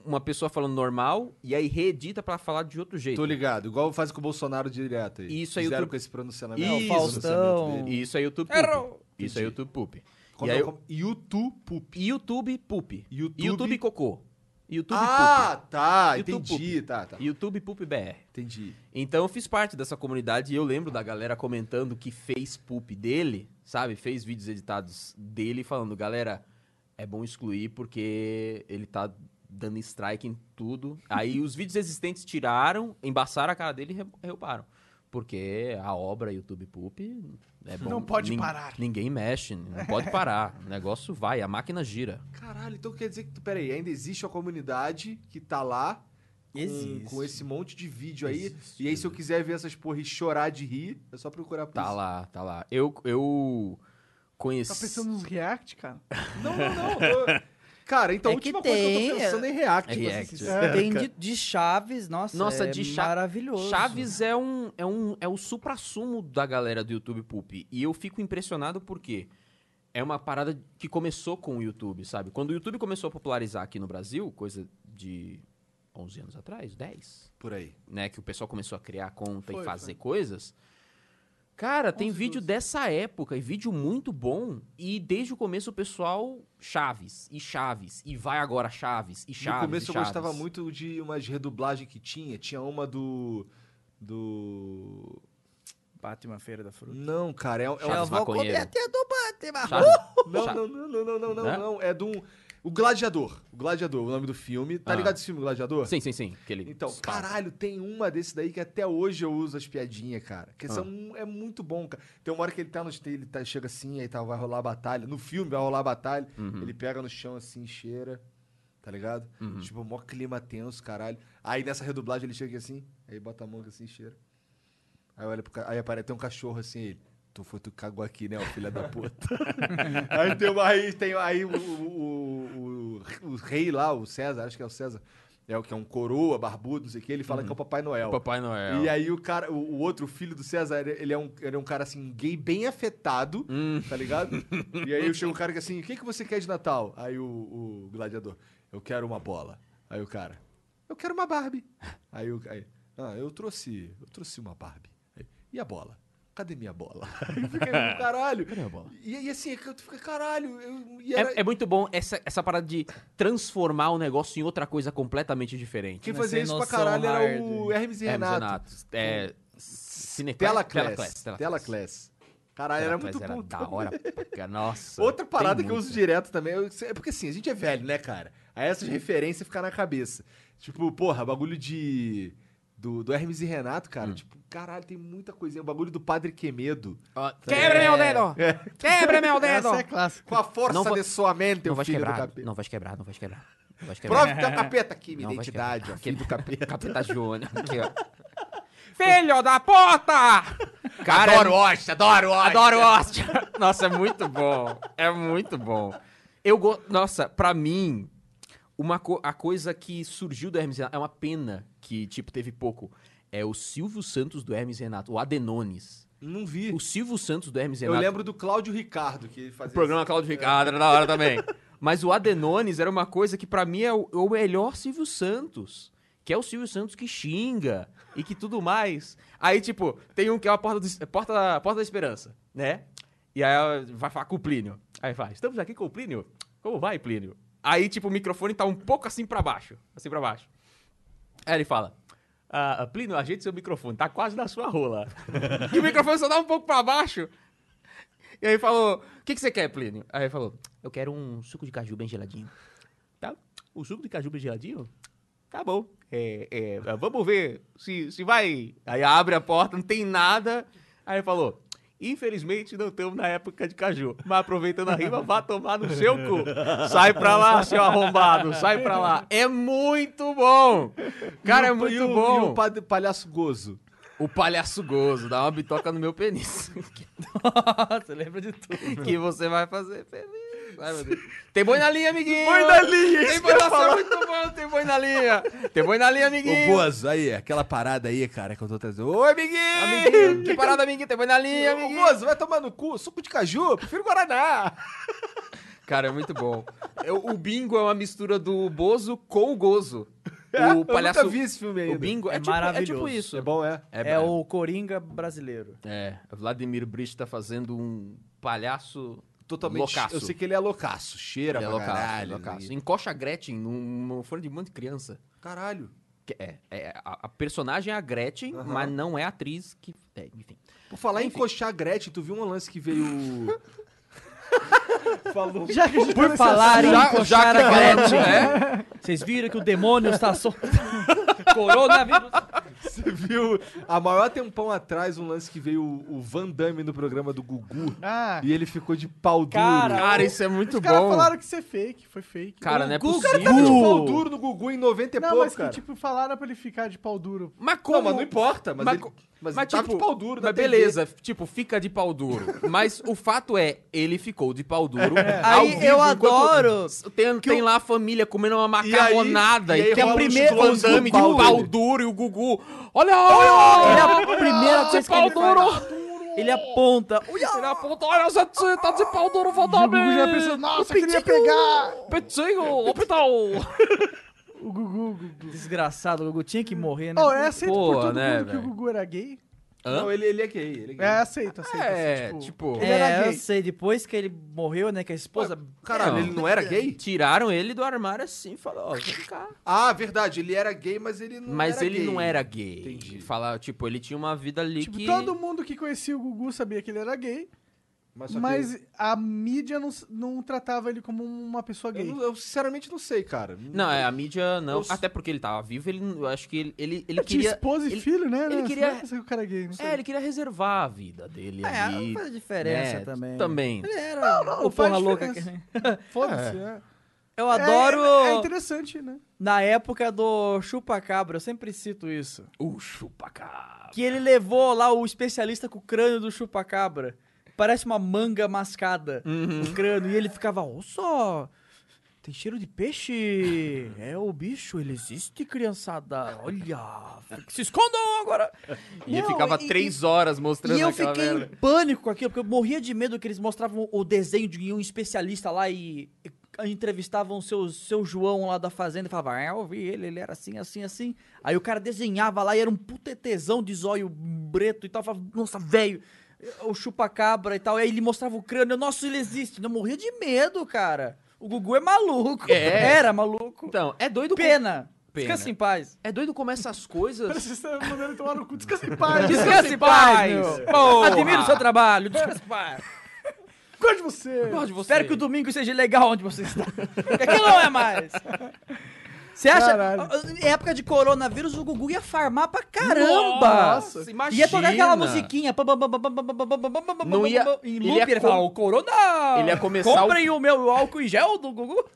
S6: uma pessoa falando normal e aí reedita pra falar de outro jeito?
S3: Tô ligado, igual faz com o Bolsonaro direto aí.
S6: Isso aí,
S3: Fizeram
S6: YouTube-
S3: com esse pronunciamento.
S6: Isso.
S3: esse pronunciamento dele.
S6: E isso é YouTube Poop. Isso é YouTube Poop.
S3: Como
S6: E
S3: é o
S6: aí eu...
S3: nome? YouTube Poop.
S6: YouTube Poop.
S3: YouTube-
S6: YouTube Cocô. YouTube
S3: Ah, tá,
S6: YouTube
S3: entendi. Tá, tá.
S6: Poop. YouTube Poop BR.
S3: Entendi.
S6: Então eu fiz parte dessa comunidade e eu lembro da galera comentando que fez poop dele, sabe? Fez vídeos editados dele falando, galera, é bom excluir porque ele tá dando strike em tudo. Aí os vídeos existentes tiraram, embaçaram a cara dele e re- derrubaram. Porque a obra YouTube Poop é bom.
S1: Não pode
S6: nin-
S1: parar.
S6: Ninguém mexe, não pode parar. O negócio vai, a máquina gira.
S3: Caralho, então quer dizer que tu, peraí, ainda existe uma comunidade que tá lá com,
S5: Existe.
S3: com esse monte de vídeo aí. e aí, se eu quiser ver essas porra e chorar de rir, é só procurar por
S6: Tá
S3: isso.
S6: lá, tá lá. Eu, eu conheci.
S1: Tá pensando nos react, cara?
S3: Não, não, não. tô- Cara, então
S5: É
S3: a última
S5: que
S3: coisa que eu
S5: tem,
S3: tô pensando é em React. é pra ser
S6: React.
S3: sincero,
S5: Tem
S3: cara.
S5: de, de Chaves, nossa,
S6: Nossa,
S5: é
S6: de Cha-
S5: maravilhoso.
S6: Chaves é um é um é o suprassumo da galera do YouTube Poop. E eu fico impressionado porque é uma parada que começou com o YouTube, sabe? Quando o YouTube começou a popularizar aqui no Brasil, coisa de 11 anos atrás, 10,
S3: Por aí.
S6: né, que o pessoal começou a criar conta
S1: Foi,
S6: e fazer coisas. Cara, tem
S1: 11,
S6: vídeo
S1: 12.
S6: dessa época e vídeo muito bom. E desde o começo o pessoal Chaves e Chaves e vai agora Chaves e Chaves.
S3: no começo
S6: e
S3: eu
S6: Chaves.
S3: gostava muito de umas redublagens que tinha. Tinha uma do. Do.
S5: Batman Feira da Fruta.
S3: Não, cara, é, é um.
S6: Chaves maconheiro.
S5: do Batman.
S6: Chaves-
S3: Não,
S6: Chaves-
S3: não, não, não, não, não, não,
S6: Né?
S3: não. É de um. O Gladiador. O Gladiador, o nome do filme. Tá
S6: Ah.
S3: ligado esse filme, Gladiador?
S6: Sim, sim, sim. Aquele
S3: Então,
S6: espada.
S3: caralho, tem uma desse daí que até hoje eu uso as piadinhas, cara. Que são, é muito bom, cara. Tem uma hora que ele tá no. Ele tá, chega assim, aí tá, vai rolar a batalha. No filme vai rolar a batalha. Ele pega no chão assim, cheira. Tá ligado? Tipo, mó clima tenso, caralho. Aí nessa redublagem ele chega aqui assim, aí bota a mão aqui assim, cheira. Aí olha pro ca... Aí aparece tem um cachorro assim, ele. Tu foi, tu cagou aqui, né, ô filha da puta. aí tem, uma- aí, tem aí o, o, o, o rei lá, o César, acho que é o César. É o que é um coroa, barbudo, não sei o que, ele fala que é o Papai Noel.
S6: Papai Noel.
S3: E aí o cara, o, o outro filho do César, ele- ele é um, ele é um cara assim, gay bem afetado, tá ligado? E aí chega um cara que assim, o que, que você quer de Natal? Aí o, o gladiador, eu quero uma bola. Aí o cara, eu quero uma Barbie. Aí o aí, ah, eu trouxe, eu trouxe uma Barbie. Aí, e a bola? Cadê minha bola? Aí fica aí, caralho. Cadê a bola? E, e assim, tu fica, caralho. eu- e era-
S6: É, é muito bom essa, essa parada de transformar o negócio em outra coisa completamente diferente.
S3: quem
S5: Mas
S3: fazia
S5: sem
S3: isso pra
S5: noção,
S3: caralho era
S5: hard.
S3: o Hermes e
S6: Hermes e
S3: Renato.
S6: É, Cineclass?
S3: Tela
S6: Telaclass,
S3: Class.
S6: Telaclass.
S3: Tela Class. Caralho, era
S6: Telaclass
S3: muito bom.
S6: da hora. pra ca- Nossa.
S3: Outra
S6: tem
S3: parada que eu
S6: muito.
S3: uso direto também, eu- é porque assim, a gente é velho, né, cara? Aí essas referências ficam na cabeça. Tipo, porra, bagulho de. Do, do Hermes e Renato, cara.
S6: Hum.
S3: Tipo, caralho, tem muita coisinha. O bagulho do Padre Quemedo.
S6: Ah, Quebra meu dedo! Quebra meu dedo!
S1: Essa é clássica.
S3: Com É. a força
S6: Não va-
S3: de sua mente,
S6: Não
S3: o
S6: vais
S3: filho do
S6: quebrar,
S3: capeta.
S6: não vais quebrar, não vais quebrar. Não vais quebrar. É,
S3: Prove teu capeta aqui, minha
S6: Não vais
S3: identidade, ó, filho do capeta.
S6: Capeta Joana. Aqui, ó. Filho da puta! Cara, adoro hóstia, adoro hóstia. Adoro hóstia. Nossa, é muito bom. É muito bom. Eu go... Nossa, pra mim, uma co- a coisa que surgiu do Hermes e Renato, é uma pena que, tipo, teve pouco, é o Silvio Santos do Hermes e Renato, o Adenones.
S3: Não vi.
S6: O Silvio Santos do Hermes e
S3: Eu
S6: Renato.
S3: lembro do Cláudio Ricardo, que ele
S6: O
S3: fazia.
S6: programa Cláudio Ricardo era da hora também. Mas o Adenones era uma coisa que pra mim é o, é o melhor Silvio Santos. Que é o Silvio Santos que xinga e que tudo mais. Aí, tipo, tem um que é a porta, do- porta, porta da esperança, né? E aí vai falar com o Plínio. Aí fala, estamos aqui com o Plínio? Como vai, Plínio? Aí, tipo, o microfone tá um pouco assim pra baixo. Assim pra baixo. Aí ele fala: ah, Plínio, ajeite seu microfone, tá quase na sua rola. e o microfone só dá um pouco pra baixo. E aí falou: O que, que você quer, Plínio? Aí ele falou: Eu quero um suco de caju bem geladinho. Tá? O suco de caju bem geladinho? Tá bom. É, é, vamos ver se, se vai. Aí abre a porta, não tem nada. Aí ele falou: Infelizmente não estamos na época de caju. Mas aproveitando a rima, vá tomar no seu cu. Sai pra lá, seu arrombado. Sai pra lá. É muito bom. Cara,
S3: E
S6: é
S3: o-
S6: muito
S3: e o- E
S6: bom.
S3: o padre- palhaço gozo.
S6: O palhaço gozo, dá uma bitoca no meu penis.
S5: Nossa, lembra de tudo.
S6: que você vai fazer feliz. Ai, meu Deus. Tem boi na linha, amiguinho.
S3: Boi na linha,
S6: Tem
S3: isso
S6: boi
S3: que eu
S6: na
S3: ia falar.
S6: muito bom, tem boi na linha. Tem boi na linha, amiguinho.
S3: Ô, Bozo, aí, aquela parada aí, cara, que eu tô trazendo. Ô, amiguinho!
S6: Amiguinho, que parada, amiguinho. Tem boi na linha,
S3: Ô,
S6: amiguinho.
S3: moço, vai tomar no cu. Suco de caju? Prefiro Guaraná.
S6: Cara, é muito bom. É, O bingo é uma mistura do bozo com o gozo. O palhaço...
S3: Eu nunca vi esse filme ainda.
S6: O bingo é,
S5: É
S6: tipo,
S5: maravilhoso.
S6: É tipo isso.
S3: É bom, é.
S5: É, o Coringa brasileiro.
S6: É, Vladimir Brist tá fazendo um palhaço...
S3: Totalmente.
S6: Loucaço.
S3: Eu sei que ele é loucaço. Cheira
S6: Ele é
S3: pra
S6: loucaço,
S3: caralho.
S6: loucaço.
S3: né?
S6: Encoxa a Gretchen num, num fone de um monte de criança.
S3: Caralho.
S6: Que É, é, a, a personagem é a Gretchen, mas não é a atriz que. é, enfim.
S3: Por falar em
S6: Enfim.
S3: encoxar a Gretchen, tu viu um lance que veio... Falou.
S1: Já que a gente tá
S5: Por
S1: nesse
S5: falar em
S6: Já- já
S5: encoxar
S6: que
S5: a
S6: a Gretchen,
S5: Gretchen,
S6: né?
S5: vocês viram que o demônio está solto. né, Coronavírus.
S3: Você viu há maior tempão atrás um lance que veio o, o Van Damme no programa do Gugu
S1: Ah,
S3: e ele ficou de pau duro.
S5: Cara,
S6: Cara, isso é muito
S1: os caras
S6: bom.
S1: falaram que isso é fake, foi fake.
S6: Cara, é não é
S3: o
S6: possível.
S3: cara tava de pau duro no Gugu em 90 e
S1: não,
S3: pouco,
S1: mas que,
S3: cara.
S1: tipo, falaram pra ele ficar de pau duro.
S6: Mas como?
S3: não, mas não importa, mas,
S6: Mas
S3: ele,
S6: co-
S3: mas
S6: mas,
S3: ele tava
S6: tipo,
S3: de pau duro né, na
S6: Mas
S3: TV.
S6: beleza, tipo, fica de pau duro. Mas o fato é, ele ficou de pau duro. ao
S5: Aí
S6: vivo,
S5: eu
S6: enquanto-
S5: adoro.
S6: Tem, tem lá a família comendo uma
S3: E aí-
S6: macarronada.
S3: e aí
S6: E, tem
S3: rola
S6: o
S3: uns
S6: primeiro Van
S3: clones do
S6: Damme de
S3: pau
S6: pau,
S3: dele.
S6: duro e o Gugu. Olha, olha, olha.
S5: Ele é a primeira coisa que
S6: pau
S5: ele faz.
S6: duro.
S5: Ele aponta.
S6: Ele aponta, olha, você tá de pau duro, Van Damme.
S1: Gugu já pensou, nossa, queria pegar.
S6: Petinho, hospital.
S1: O Gugu, Gugu.
S5: Desgraçado, o Gugu tinha que morrer, né?
S1: Oh, é aceito
S6: Pô,
S1: por todo
S6: né,
S1: mundo que o
S6: velho?
S1: Gugu era gay?
S3: Não, ele, ele é gay, ele é gay.
S1: É, aceito, aceito.
S6: É,
S1: assim,
S6: tipo...
S1: Ele era
S5: É, eu
S1: gay.
S5: sei, depois que ele morreu, né, que a esposa...
S3: Caralho,
S6: Não.
S3: ele não era gay?
S6: é, Tiraram ele do armário assim, falou, ó, vem cá.
S3: Ah, verdade, ele era gay, mas ele não
S6: Mas
S3: era
S6: ele
S3: gay.
S6: não era gay.
S3: Entendi.
S6: Falar, tipo, ele tinha uma vida ali
S1: Tipo,
S6: que.
S1: todo mundo que conhecia o Gugu sabia que ele era gay,
S3: Mas, só que
S1: mas a mídia não, não tratava ele como uma pessoa
S3: eu,
S1: gay.
S3: eu não- eu sinceramente não sei, cara.
S6: Não, é, a mídia não.
S3: Eu-
S6: Até porque ele tava vivo, ele eu acho que ele, ele, ele
S1: Ele tinha
S6: queria.
S1: esposa e
S6: ele-
S1: filho, né?
S6: ele
S1: né?
S6: queria-
S1: Você não pensa que o cara é gay, não sei.
S6: É, ele queria reservar a vida dele
S5: É,
S6: ali.
S5: não faz diferença
S6: né,
S5: também.
S6: Também.
S5: Ele é era então, não,
S1: não,
S5: o
S1: faz
S5: porra louca.
S1: diferença.
S5: que-
S1: Foda-se,
S6: É.
S1: né?
S5: Eu adoro...
S1: É, é interessante, né?
S5: Na época do chupa-cabra, eu sempre cito isso.
S6: O chupacá.
S5: Que ele levou lá o especialista com o crânio do chupa-cabra. Parece uma manga mascada
S6: Uhum.
S5: o crânio. E ele ficava, olha só, tem cheiro de peixe. É o bicho, ele existe, criançada. Olha, se escondam agora.
S6: E ele
S5: Não,
S6: ficava
S5: e-
S6: três horas mostrando
S5: E eu
S6: aquela
S5: fiquei em
S6: merda.
S5: pânico com aquilo, porque eu morria de medo que eles mostravam o desenho de um especialista lá e e entrevistavam o seu, seu João lá da fazenda e falavam, é, eu vi ele, ele era assim, assim, assim. Aí o cara desenhava lá e era um putetezão de zóio preto e tal. Eu falava, nossa, velho, o chupacabra e tal. E aí ele mostrava o crânio, eu, nossa, ele existe. Eu morria de medo, cara. O Gugu é maluco.
S6: É.
S5: Era maluco.
S6: Então, é doido. como-
S5: Pena.
S6: Pena.
S5: Descansa em paz.
S6: É doido como essas coisas.
S1: Vocês estão mandando tomar no cu, descansa em paz.
S5: Descansa em paz. meu.
S6: Porra.
S5: Admiro o seu trabalho. Descansa em paz.
S1: Gosto de você.
S6: Gosto de você.
S5: Espero que o domingo seja legal onde você está. Porque aqui não é mais. Você acha?
S1: Caralho.
S5: Em época de coronavírus, o Gugu ia farmar pra caramba.
S6: Nossa, imagina.
S5: Ia tocar aquela musiquinha. pam, pam, pam, pam, pam, pam, pam, pam, pam, pam,
S6: Não
S5: pam,
S6: ia-
S5: pam, Em
S6: ele
S5: loop,
S6: ia
S5: ele ia falar,
S6: com-
S5: o corona!
S6: ele ia começar
S5: Comprem o meu álcool em gel do Gugu.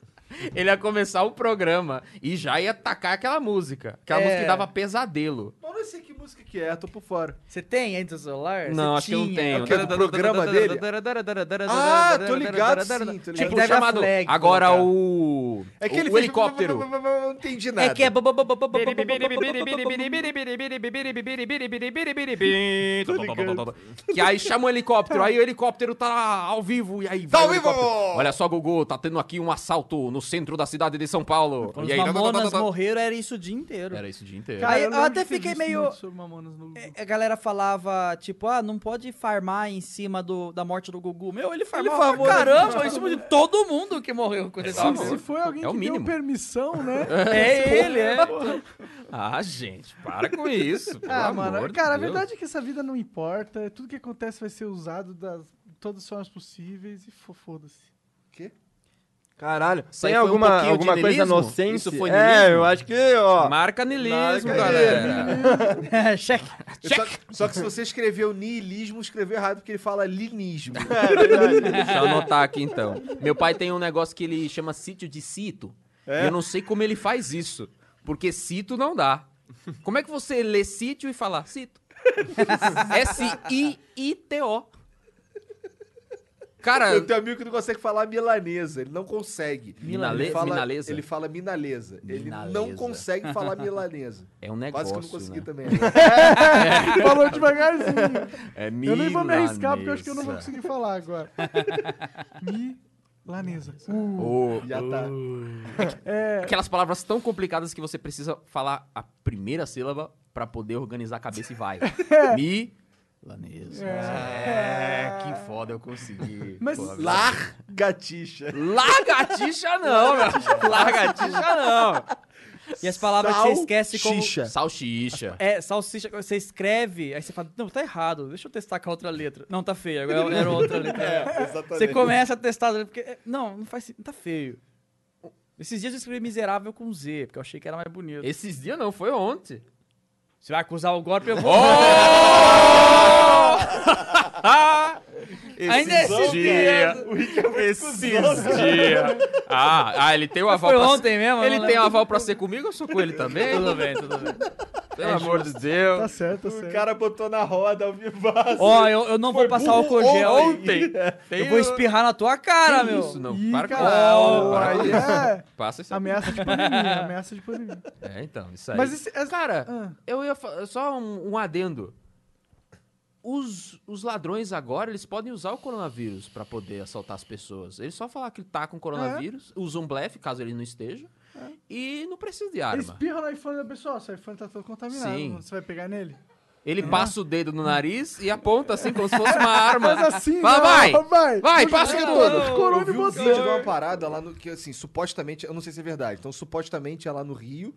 S6: Ele ia começar o programa e já ia tacar aquela música. Aquela
S5: É.
S6: música que dava pesadelo.
S3: Eu não sei que música que é, tô por fora.
S5: Você tem aí no seu celular?
S6: Não,
S5: Você
S6: acho que eu não
S5: tinha?
S6: tenho.
S3: É o quê? Do programa dele? Ah, tô ligado sim, tô ligado.
S6: Tipo,
S5: que deve
S6: chamado.
S5: a flag
S6: Agora
S5: colocar.
S6: o.
S3: É que
S6: o-
S3: ele
S6: o
S3: fez-
S6: helicóptero.
S3: Não entendi nada.
S5: É que é... bam, bam, bam, bam, bam, bam, bam, bam, bam, bam, bam, bam, bam, bam.
S6: Que aí chama o helicóptero, aí o helicóptero tá ao vivo, e aí
S3: Tá
S6: vai
S3: ao
S6: o
S3: vivo!
S6: helicóptero. Olha só, Gugu, tá tendo aqui um assalto no centro da cidade de São Paulo.
S5: Quando
S6: E
S5: os
S6: aí, Tá,
S5: mamonas morreram, era isso o dia inteiro.
S6: Era isso o dia inteiro.
S5: Aí
S1: eu
S5: eu
S1: lembro
S5: até
S1: de ter
S5: fiquei
S1: visto
S5: meio- É,
S1: muito sobre Mamonas no Gugu.
S5: A galera falava, tipo, ah, não pode farmar em cima do, da morte do Gugu. Meu, ele farmou pra
S3: farmou, né?
S5: caramba, em cima de todo mundo que morreu com esse
S1: Se, se
S5: amor.
S1: foi alguém
S6: É o
S1: que deu
S6: mínimo.
S1: permissão, né?
S5: É ele, é.
S6: Ah, gente, para com isso. pelo
S1: Ah,
S6: amor
S1: mano,
S6: de
S1: cara, a
S6: Deus.
S1: verdade é que essa vida não importa. Tudo que acontece vai ser usado das todas as formas possíveis e fo- foda-se.
S13: Caralho.
S6: Isso aí
S13: Tem
S6: foi um
S13: alguma,
S6: pouquinho
S13: alguma
S6: de
S13: coisa
S6: niilismo?
S13: inocente?
S6: Isso foi
S13: É,
S6: niilismo?
S13: eu acho que, ó.
S6: Marca nilismo,
S13: Marca
S6: galera.
S5: É, Check.
S3: Só, só que se você escreveu niilismo, escreveu errado, porque ele fala linismo. É.
S6: Deixa eu anotar aqui então. Meu pai tem um negócio que ele chama sítio de cito.
S1: É?
S6: E eu não sei como ele faz isso. Porque cito não dá. Como é que você lê sítio e fala cito? S-I-I-T-O. Cara,
S3: Eu tenho um amigo que não consegue falar milanesa, ele não consegue.
S6: Minale-
S3: Ele fala,
S6: minalesa?
S3: Ele fala minalesa. Ele
S6: Minalesa.
S3: não consegue falar milanesa.
S6: é um
S3: Quase
S6: negócio.
S3: que eu não consegui
S6: né?
S3: também.
S1: Falou devagarzinho.
S6: É
S1: Eu nem vou me arriscar porque eu acho que eu não vou conseguir falar agora. Milanesa. Uh,
S6: Oh,
S3: Já tá.
S6: aquelas palavras tão complicadas que você precisa falar a primeira sílaba pra poder organizar a cabeça e vai. Mi. Lanesa. É. que foda eu consegui.
S1: Mas-
S6: Pô,
S3: Largatixa.
S6: Lagartixa não, meu. Lagartixa não.
S5: E as palavras que você esquece como...
S3: Salsicha.
S6: Salsicha.
S5: É, salsicha, você escreve, aí você fala, não, tá errado, deixa eu testar com a outra letra. Não, tá feio, agora era outra letra.
S3: Exatamente.
S5: é, Você começa a testar, porque, é, não, não faz sentido, tá feio. Esses dias eu escrevi miserável com Z, porque eu achei que era mais bonito.
S2: Esses dias não, foi ontem.
S5: Você vai acusar o golpe, eu vou. Ainda esses dias.
S3: é
S2: Esses dias. Ah, ah, ele tem o aval
S5: Foi
S2: pra ser-
S5: ontem mesmo?
S2: Ele
S6: né?
S5: não
S2: tem o
S5: lembro.
S2: aval pra ser comigo, eu sou com ele também.
S5: Tudo bem, tudo bem.
S2: Pelo amor de Deus.
S1: Tá certo, tá certo.
S3: cara botou na roda o vivaço.
S5: Ó, eu, eu não vou passar álcool gel.
S2: É Ontem.
S5: Eu vou espirrar na tua cara, meu.
S2: Isso, não.
S1: Ih,
S2: para com
S1: caralho,
S2: isso. Para com
S1: aí
S2: isso.
S1: é
S2: Passa isso. aí.
S1: ameaça de pandemia, ameaça de pandemia.
S2: É, então, isso aí.
S1: Mas esse, essa-
S6: Cara,
S1: Ah.
S6: eu ia fa- só um, um adendo. Os, os ladrões agora, eles podem usar o coronavírus pra poder assaltar as pessoas. Eles só falar que tá com coronavírus,
S1: É.
S6: usam blefe, caso ele não esteja, e não precisa de arma.
S1: espirra no iPhone da pessoa, ó, seu iPhone tá todo contaminado,
S6: Sim.
S1: você vai pegar nele?
S6: Ele
S1: É.
S6: passa o dedo no nariz e aponta assim, como se fosse uma arma.
S1: Mas assim,
S6: Vai,
S1: não, vai.
S6: vai! Vai, passa o dedo!
S3: Eu vi um vídeo
S5: é.
S3: de uma parada lá no que, assim, supostamente, eu não sei se é verdade, então supostamente é lá no Rio,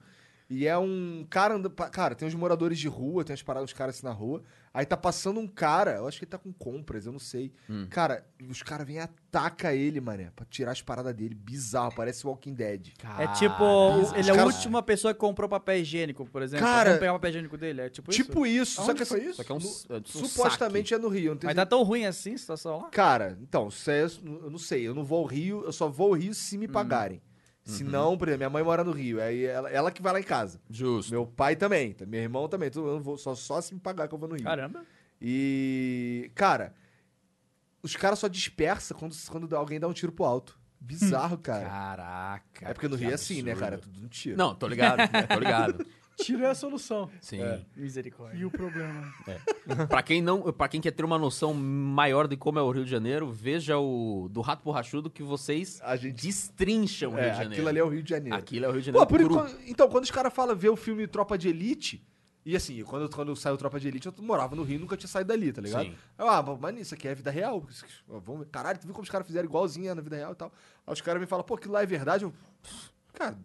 S3: e é um cara andando, pa- cara, tem uns moradores de rua, tem as paradas, os caras assim na rua, aí tá passando um cara, eu acho que ele tá com compras, eu não sei,
S6: Hum.
S3: cara, os caras vêm e ataca ele, mané, pra tirar as paradas dele, bizarro, parece Walking Dead.
S5: É tipo, o- ele é
S3: Cara-
S5: a última pessoa que comprou papel higiênico, por exemplo.
S3: Cara-
S5: Vamos pegar o papel higiênico dele, é tipo, isso?
S3: Tipo isso, só que, assim,
S6: Só que é um, s- é um
S3: supostamente é no Rio, eu não tenho
S5: Mas tá tão ruim assim a situação lá?
S3: Cara, então, se é- eu não sei, eu não vou ao Rio, eu só vou ao Rio se
S6: Hum.
S3: me pagarem. Se
S6: Uhum.
S3: não, por exemplo, minha mãe mora no Rio, aí ela, ela que vai lá em casa.
S6: saque. Justo.
S3: Meu pai também, tá? meu irmão também, todo mundo vou, só, só se me pagar que eu vou no Rio.
S5: Caramba.
S3: E, cara, os caras só dispersa quando, quando dá- alguém dá um tiro pro alto. Bizarro, cara.
S6: Caraca.
S3: É porque no
S6: que
S3: Rio é assim, né,
S6: absurdo.
S3: cara? É tudo um tiro.
S6: Não, tô ligado, né, tô ligado.
S1: Tira é a solução.
S6: Sim. É.
S1: E o problema?
S6: Pra quem não, para quem quer ter uma noção maior de como é o Rio de Janeiro, veja o do Rato Borrachudo que vocês
S3: A gente-
S6: destrincham o Rio
S3: É,
S6: de Janeiro.
S3: aquilo ali é o Rio de Janeiro.
S6: Aquilo é o Rio de
S3: Pô,
S6: Janeiro.
S3: por
S6: cru.
S3: enquanto- então, quando os caras falam ver o filme Tropa de Elite, e assim, quando, quando saiu Tropa de Elite, eu morava no Rio e nunca tinha saído dali, tá ligado?
S6: Sim.
S3: Eu, ah, mas isso aqui é vida real. isso aqui- ó, Vamos, ver. caralho, tu viu como os caras fizeram igualzinho é, na vida real e tal. Aí os caras me falam, pô, aquilo lá é verdade. Eu, cara,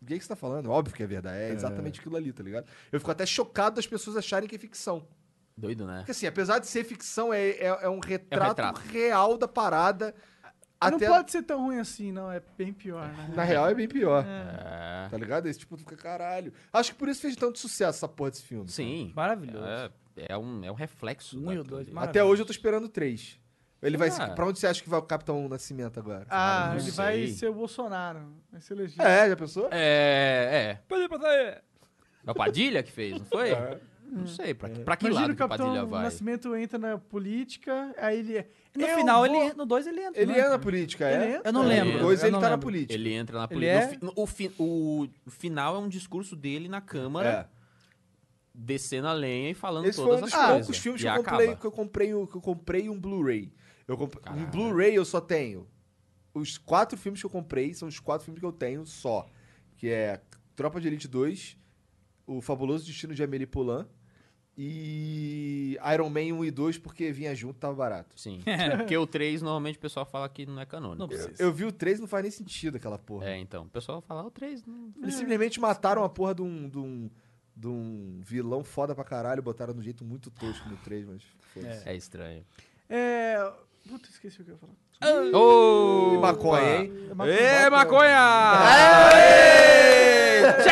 S3: do que, é que você tá falando? Óbvio que é verdade, é exatamente aquilo ali, tá ligado? Eu fico até chocado das pessoas acharem que é ficção.
S6: Doido, né?
S3: Porque assim, apesar de ser ficção, é, é, é um retrato,
S6: retrato.
S3: real da parada.
S1: Não
S3: Até
S1: pode ser tão ruim assim, não, é bem pior, né?
S3: na real é bem pior.
S6: É.
S3: Tá ligado? Esse tipo, tu fica caralho. Acho que por isso fez tanto sucesso essa porra desse filme.
S6: Sim.
S5: Maravilhoso.
S6: É, é um, é um reflexo.
S5: Um
S6: da-
S5: e o dois,
S3: Até
S5: maravilhoso.
S3: hoje eu tô esperando três. Ele vai.
S6: Ah.
S3: Pra onde você acha que vai o Capitão Nascimento agora?
S1: Ah,
S6: não
S1: ele
S6: sei.
S1: vai ser o Bolsonaro, vai ser elegido.
S3: É, já pensou?
S6: É, é.
S5: Pedi pra sair.
S6: É o Padilha que fez, não foi?
S3: É.
S6: Não sei, pra, pra que
S1: Imagina
S6: lado
S1: o
S6: que o Padilha
S1: Capitão
S6: vai?
S1: Nascimento entra na política, aí ele... é-
S5: E no
S1: Eu
S5: final,
S1: vou-
S5: ele, en- no 2 ele entra.
S3: Ele
S5: né?
S3: é na política, é?
S1: Ele entra.
S5: Eu não
S3: É,
S5: lembro.
S3: No dois
S5: eu
S3: ele
S5: não
S3: tá na
S5: lembro.
S3: política.
S6: Ele entra na
S5: Ele
S1: é?
S6: política. O, fi- o fi- o final é um discurso dele na Câmara,
S3: É.
S6: descendo a lenha e falando
S3: Esse foi
S6: todas
S3: um dos
S6: as coisas.
S3: poucos filmes
S6: E
S3: que eu, comprei,
S6: acaba.
S3: que eu comprei um- que eu comprei um Blu-ray. Eu comp... Um
S6: Caralho.
S3: Blu-ray eu só tenho. Os quatro filmes que eu comprei são os quatro filmes que eu tenho só. Que é Tropa de Elite 2, O Fabuloso Destino de Amélie Poulain e Iron Man 1 e 2 porque vinha junto, tava barato.
S6: Sim. É, Porque o 3, normalmente o pessoal fala que não é canônico.
S5: Não precisa.
S3: Eu vi o 3 não faz nem sentido aquela porra.
S6: É, então. O pessoal fala o 3. Não...
S3: Eles simplesmente mataram a porra de um, de um, de um vilão foda pra caralho, botaram de um jeito muito tosco no 3, mas foda-se.
S6: É estranho.
S1: É... Puta, esqueci o que eu ia falar.
S6: Ô!
S3: E maconha, hein?
S6: Ê, maconha!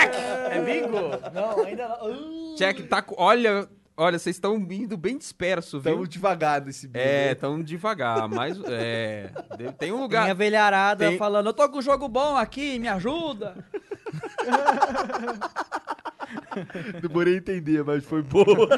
S5: É bingo? Não, ainda não. Ah!
S2: Check tá com. Olha, olha, vocês estão indo bem disperso, viu?
S3: Tamo Tá devagar nesse né? bicho.
S2: É, tão devagar, mas é, de- tem um
S5: Minha
S2: lugar.
S5: velharada
S2: Tem-
S5: falando, eu tô com um jogo bom aqui, me ajuda.
S3: Demorei a entender, mas foi boa.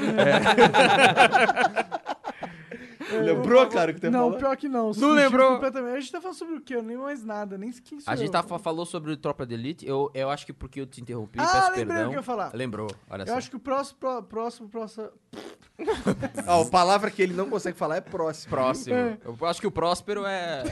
S3: Lembrou, cara, o que tem
S1: não,
S3: falando?
S1: pior que não. Não
S2: lembrou?
S1: Completamente. A gente tá falando sobre o quê? Eu nem mais nada, nem quem sou
S6: A gente
S1: eu.
S6: tá, fa- falou sobre o Tropa de Elite. Eu, eu acho que porque eu te interrompi,
S1: Ah,
S6: peço
S1: lembrei o
S6: perdão.
S1: que eu ia falar.
S6: Lembrou, olha
S1: Eu
S6: só.
S1: acho que o próximo, pró- próximo, próximo...
S3: Ah, a palavra que ele não consegue falar é próximo.
S6: Próximo. Eu acho que o Próspero é.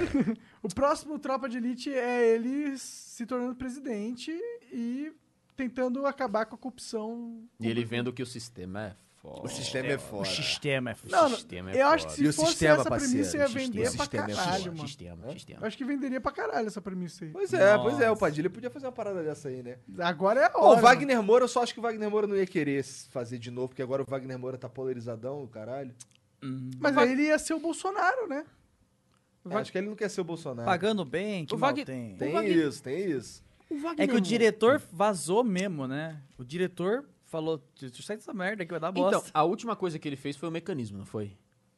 S1: O próximo Tropa de Elite é ele se tornando presidente e tentando acabar com a corrupção.
S6: e ele vendo que o sistema é foda.
S3: O sistema é foda.
S5: sistema é foda.
S1: Não, não,
S6: sistema é
S1: eu acho que
S6: foda.
S1: se
S3: E o
S1: fosse
S3: sistema,
S1: essa premissa, ia
S3: parceiro? O
S1: vender pra
S3: sistema é
S1: caralho,
S3: foda.
S1: mano.
S6: Sistema,
S1: Eu
S6: sistema.
S1: acho que venderia pra caralho essa premissa aí.
S3: Pois é, pois é, o Padilha podia fazer uma parada dessa aí, né?
S1: Agora é a
S3: Ó,
S1: hora.
S3: o Wagner Moura, eu só acho que o Wagner Moura não ia querer fazer de novo, porque agora o Wagner Moura tá polarizadão, caralho.
S1: Mas aí ele ia ser o Bolsonaro, né?
S2: Vai-
S3: É, Acho que ele não quer ser o Bolsonaro.
S5: Pagando bem, que
S2: O
S5: mal
S2: Wagner-
S5: Tipo, tem.
S3: Tem
S2: Wagner-
S3: isso, tem isso.
S2: O Wagner
S5: É que o
S2: Moura-
S5: diretor vazou mesmo, né? O diretor falou, sai dessa merda que vai dar bosta.
S6: Então, a última coisa que ele fez foi o mecanismo, não foi?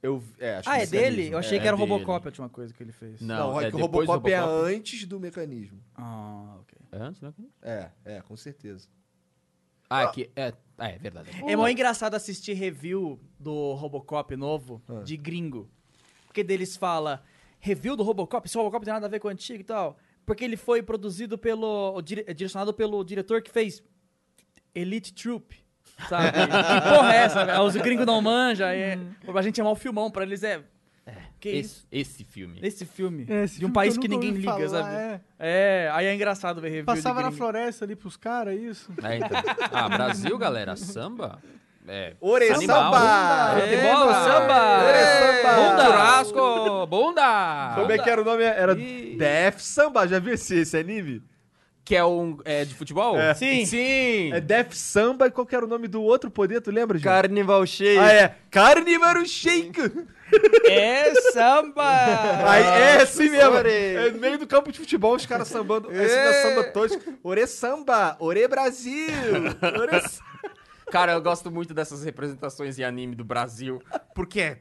S3: Eu, é, acho
S5: ah,
S3: que
S5: é
S3: isso
S5: dele?
S6: mesmo.
S5: Eu achei
S6: É
S5: que era o
S6: dele.
S5: Robocop a última coisa que ele fez.
S3: Não, é, que o
S6: depois do
S3: Robocop, é antes do mecanismo.
S5: Ah, ok.
S6: É antes do mecanismo?
S3: É, é, com certeza.
S6: Ah, é que. É, ah, é verdade.
S5: É mó engraçado assistir review do Robocop novo, de gringo. Porque deles fala review do Robocop, se o Robocop tem nada a ver com o antigo e tal. Porque ele foi produzido pelo. o dire- é direcionado pelo diretor que fez Elite Troop. Sabe? que porra é essa? velho? Os gringos não manjam. É, pra gente é mal filmão, pra eles é. Que isso?
S6: Esse, esse filme.
S5: Esse filme.
S1: É, esse
S5: de um
S1: filme
S5: país
S1: eu
S5: que
S1: nunca
S5: ninguém
S1: ouvi
S5: liga,
S1: falar,
S5: sabe?
S1: é.
S5: É, aí é engraçado ver review.
S1: Passava
S5: de
S1: na
S5: gringo.
S1: floresta ali pros caras, isso?
S6: É, então. Ah, Brasil, galera, samba. É.
S3: Ore
S6: Animal.
S3: Samba!
S6: É,
S5: Tem bola, samba!
S3: É, samba!
S6: Bunda! Churrasco! Bunda!
S3: Como é que era o nome? Era
S6: Ih.
S3: Def Samba, já viu esse, esse anime?
S6: Que é um. É de futebol?
S5: Sim.
S6: Sim!
S3: É Def Samba e qual que era o nome do outro poder, tu lembra, gente?
S13: Carnival cheio.
S3: Ah, é. Carnival Shake!
S5: É samba!
S3: Aí
S6: Ah,
S3: é assim mesmo.
S13: Ore.
S3: É no meio do campo de futebol, os caras sambando. É assim, é samba tosco. Ore Samba! Ore Brasil! Ore Samba!
S6: Cara, eu gosto muito dessas representações em anime do Brasil, porque é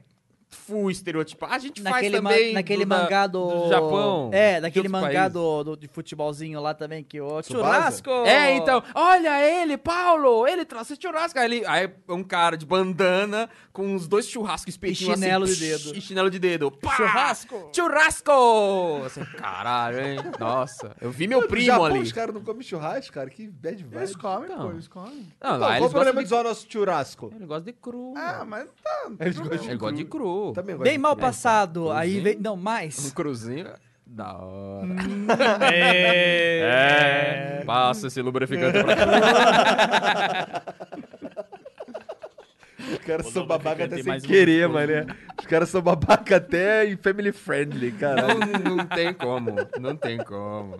S6: full estereotipado. A gente
S5: naquele
S6: faz
S5: ma-
S6: também
S5: naquele
S6: do, da-
S5: mangá do...
S6: do Japão.
S5: É,
S6: de
S5: naquele
S6: outros
S5: mangá
S6: países.
S5: do, do- de futebolzinho lá também, que o
S3: Tsubasa?
S5: churrasco!
S6: É, então, olha ele, Paulo, ele trouxe churrasco. Aí, ele, aí é um cara de bandana com uns dois churrascos espetinhos
S5: E chinelo
S6: assim,
S5: de dedo.
S6: E chinelo de dedo. Pá!
S5: Churrasco!
S6: Churrasco! Assim, caralho, hein? Nossa, eu vi meu primo
S3: Japão,
S6: ali.
S3: Os caras não comem churrasco, cara. Que bad vibe.
S1: Eles comem,
S6: Então.
S1: pô, eles comem.
S6: Não,
S3: Não,
S6: lá
S3: qual o
S6: eles gostam
S3: problema
S6: de...
S3: de usar o nosso churrasco?
S6: Eles gostam de cru.
S1: Ah, mas tá.
S3: Eles gostam de
S6: Eles gostam de cru.
S3: Também gosto
S5: Bem
S3: de
S5: mal
S3: cru.
S5: passado, aí
S6: Né, então. Cruzinho.
S5: vem... Não,
S6: Um
S5: mais...
S6: cruzinho. Da hora. É. Passa esse
S3: É.
S6: lubrificante pra cá.
S3: Os caras são babaca até sem
S2: mais um
S3: querer, mané.
S6: né?
S3: Os caras são babaca até em family friendly, cara.
S6: Não, não tem como. Não tem como.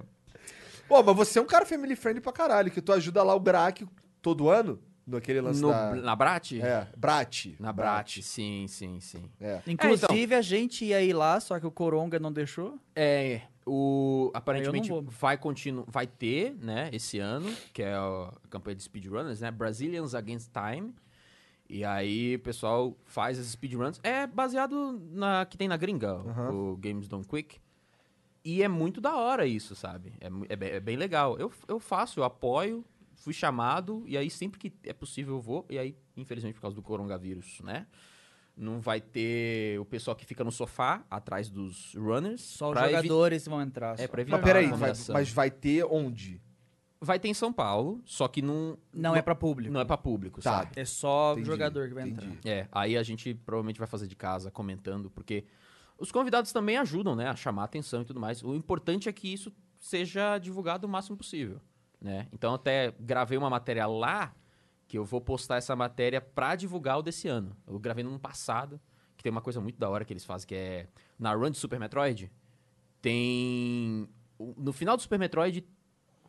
S3: Pô, mas você é um cara family friendly pra caralho, que tu ajuda lá o Grac todo ano, naquele lance
S6: No-
S3: da...
S6: na Brat?
S3: É, Brat.
S6: Na Brat, sim, sim, sim.
S3: É.
S6: então.
S5: Inclusive, a gente ia ir lá, só que o Coronga não deixou.
S6: É, o aparentemente
S5: vou.
S6: vai continu, vai ter, né, esse ano, que é a campanha de speedrunners, né, Brazilians Against Time. E aí o pessoal faz esses speedruns, é baseado na que tem na gringa, o- o Games Don't Quick. E é muito da hora isso, sabe? É, mu- é bem, é bem legal. Eu, eu faço, eu apoio, fui chamado, e aí sempre que é possível eu vou. E aí, infelizmente, por causa do coronavírus, né? Não vai ter o pessoal que fica no sofá, atrás dos runners.
S5: Só os
S6: pra evi-
S5: jogadores vão entrar.
S6: É,
S5: só.
S6: pra evitar
S3: Mas peraí,
S6: a
S3: vai,
S6: aglomeração.
S3: mas vai ter onde?
S6: Vai ter em São Paulo, só que não...
S5: Não é pra público.
S6: Não é pra público,
S3: Tá.
S6: sabe?
S5: É só o
S3: Entendi,
S5: jogador que vai
S3: entendi.
S5: entrar.
S6: É, aí a gente provavelmente vai fazer de casa, comentando, porque os convidados também ajudam, né, a chamar atenção e tudo mais. O importante é que isso seja divulgado o máximo possível, né? Então até gravei uma matéria lá que eu vou postar essa matéria pra divulgar o desse ano. Eu gravei no ano passado, que tem uma coisa muito da hora que eles fazem que é na run de Super Metroid tem no final do Super Metroid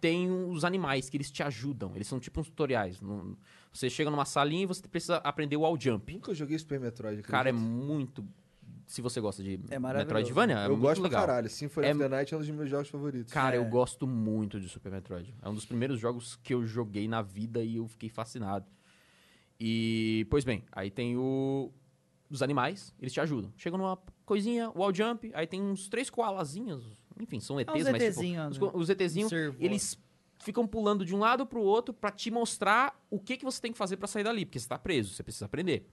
S6: tem os animais que eles te ajudam. Eles são tipo uns tutoriais. Num- Você chega numa salinha e você precisa aprender o wall jump.
S3: Nunca joguei Super Metroid. acredito.
S6: Cara, é muito. Se você gosta de
S5: É maravilhoso.
S6: Metroidvania, é
S3: eu
S6: muito
S3: gosto
S6: legal.
S3: pra caralho. Symphony
S6: É-
S3: of the Night é um dos meus jogos favoritos.
S6: Cara, eu
S5: É.
S6: gosto muito de Super Metroid. É um dos primeiros jogos que eu joguei na vida e eu fiquei fascinado. E, pois bem, aí tem o os animais, eles te ajudam. Chegam numa coisinha, wall jump, aí tem uns três koalazinhos, enfim, são ETs,
S5: uns
S6: mas tipo,
S5: ETzinho,
S6: os
S5: né?
S6: ko- os ETzinhos,
S5: Servo.
S6: eles ficam pulando de um lado pro outro pra te mostrar o que que você tem que fazer pra sair dali, porque você tá preso, você precisa aprender.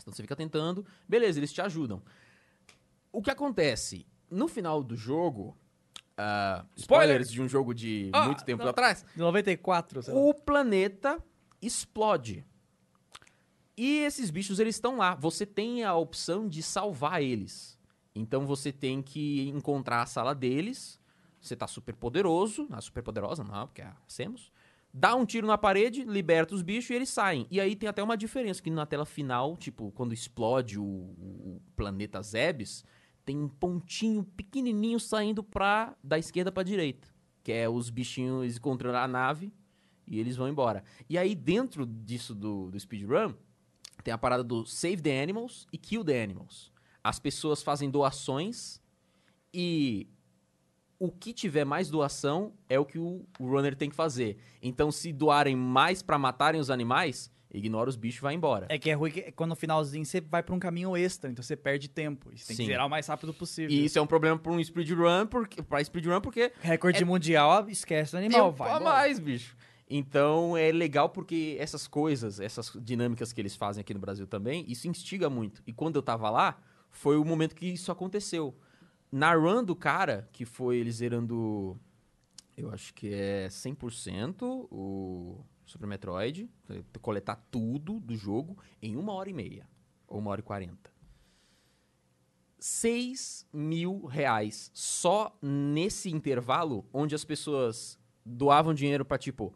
S6: Então você fica tentando, beleza, eles te ajudam. O que acontece? No final do jogo, ah, spoilers de um jogo de muito tempo atrás,
S5: De 94, sei lá.
S6: o planeta explode. E esses bichos, eles estão lá. Você tem a opção de salvar eles. Então você tem que encontrar a sala deles. Você tá super poderoso. Não, super poderosa não, porque é a Samus. Dá um tiro na parede, liberta os bichos e eles saem. E aí tem até uma diferença, que na tela final, tipo, quando explode o, o planeta Zebes, tem um pontinho pequenininho saindo pra, da esquerda pra direita. Que é os bichinhos encontrando a nave e eles vão embora. E aí, dentro disso do, do speedrun, tem a parada do Save the Animals e Kill the Animals. As pessoas fazem doações E o que tiver mais doação é o que o runner tem que fazer. Então, se doarem mais pra matarem os animais, ignora os bichos e vai embora.
S5: É que é ruim que quando no finalzinho você vai pra um caminho extra, então você perde tempo. E você tem
S6: Sim.
S5: que zerar o mais rápido possível.
S6: E isso é um problema pra um speedrun, porque, pra speedrun, porque
S5: Recorde mundial, ó, esquece o animal,
S6: tempo
S5: vai.
S6: a
S5: embora.
S6: mais, bicho. Então é legal porque essas coisas, essas dinâmicas que eles fazem aqui no Brasil também, isso instiga muito. E quando eu tava lá, foi o momento que isso aconteceu. Na run do cara, que foi ele zerando, eu acho que é 100% o Super Metroid, coletar tudo do jogo em uma hora e meia, ou uma hora e quarenta. 6 mil reais só nesse intervalo onde as pessoas doavam dinheiro pra tipo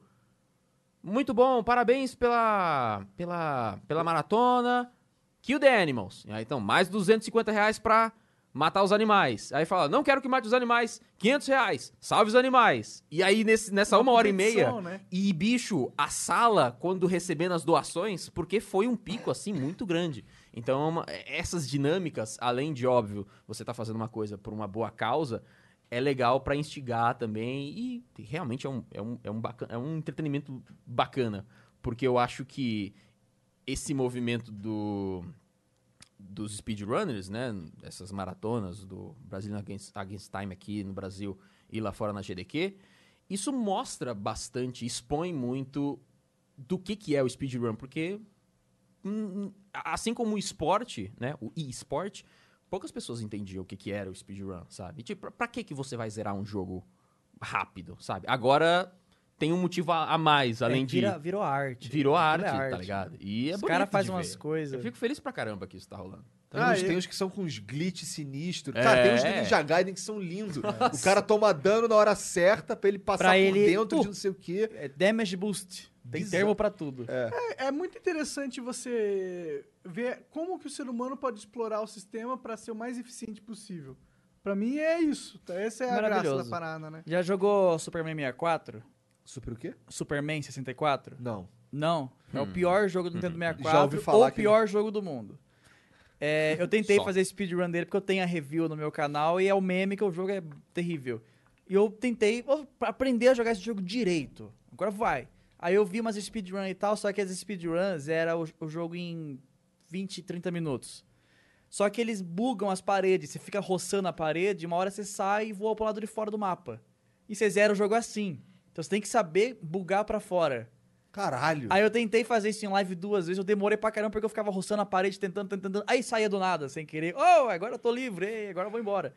S6: muito bom parabéns pela pela pela maratona kill the animals E aí, então mais 250 reais pra matar os animais aí fala não quero que mate os animais 500 reais salve os animais e aí nesse, nessa uma hora e meia
S1: Competição, né?
S6: e, bicho, a sala, quando recebendo as doações, porque foi um pico, assim, muito grande. Então, é uma- essas dinâmicas, além de, óbvio, você tá fazendo uma coisa por uma boa causa, é legal pra instigar também. E realmente é um, é um, é um, bacana, é um entretenimento bacana. Porque eu acho que esse movimento do dos speedrunners, né? Essas maratonas do Brazilian Against, Against Time aqui no Brasil e lá fora na GDQ, isso mostra bastante, expõe muito do que, que é o speedrun, porque hum, assim como o esporte, né? O e-sport, poucas pessoas entendiam o que, que era o speedrun, sabe? Tipo, pra, pra que, que você vai zerar um jogo rápido, sabe? Agora tem um motivo a, a mais, além
S5: É, vira, Virou arte.
S6: de. Virou arte,
S5: Aquilo é
S6: tá ligado? E é
S5: Os
S6: bonito
S5: caras fazem
S6: de
S5: umas
S6: ver.
S5: coisas.
S6: Eu fico feliz pra caramba que isso tá rolando.
S3: Tem,
S1: Ah,
S3: uns,
S1: e-
S3: tem uns que são com uns glitch sinistro. Cara, tem uns do
S6: É.
S3: Ninja Gaiden que são lindos. O cara toma dano na hora certa pra ele passar
S5: Pra
S3: por
S5: ele-
S3: dentro
S5: Uh.
S3: de não sei o quê.
S5: É damage boost. Tem
S3: Bizarro.
S5: termo pra tudo.
S1: É muito interessante você ver como que o ser humano pode explorar o sistema pra ser o mais eficiente possível. Pra mim é isso. tá? Essa é a graça da
S5: Maravilhoso.
S1: parada, né?
S5: Já jogou Superman 64?
S3: Super o quê?
S5: Superman 64?
S3: Não.
S5: Não. É o pior jogo do Nintendo 64.
S3: Já ouvi falar
S5: ou o
S3: que
S5: pior jogo do mundo. É, eu tentei
S6: Só.
S5: fazer speedrun dele porque eu tenho a review no meu canal e é o meme que o jogo é terrível. E eu tentei ó, pra aprender a jogar esse jogo direito. Agora vai. Aí eu vi umas speedrun e tal, só que as speedruns era o, o jogo em 20, 30 minutos. Só que eles bugam as paredes, você fica roçando a parede, uma hora você sai e voa pro lado de fora do mapa. E você zera o jogo assim. Então você tem que saber bugar pra fora.
S3: Caralho.
S5: Aí eu tentei fazer isso em live duas vezes, eu demorei pra caramba porque eu ficava roçando a parede, tentando, tentando, tentando. Aí saía do nada, sem querer. Oh, agora eu tô livre, ei, agora eu vou embora.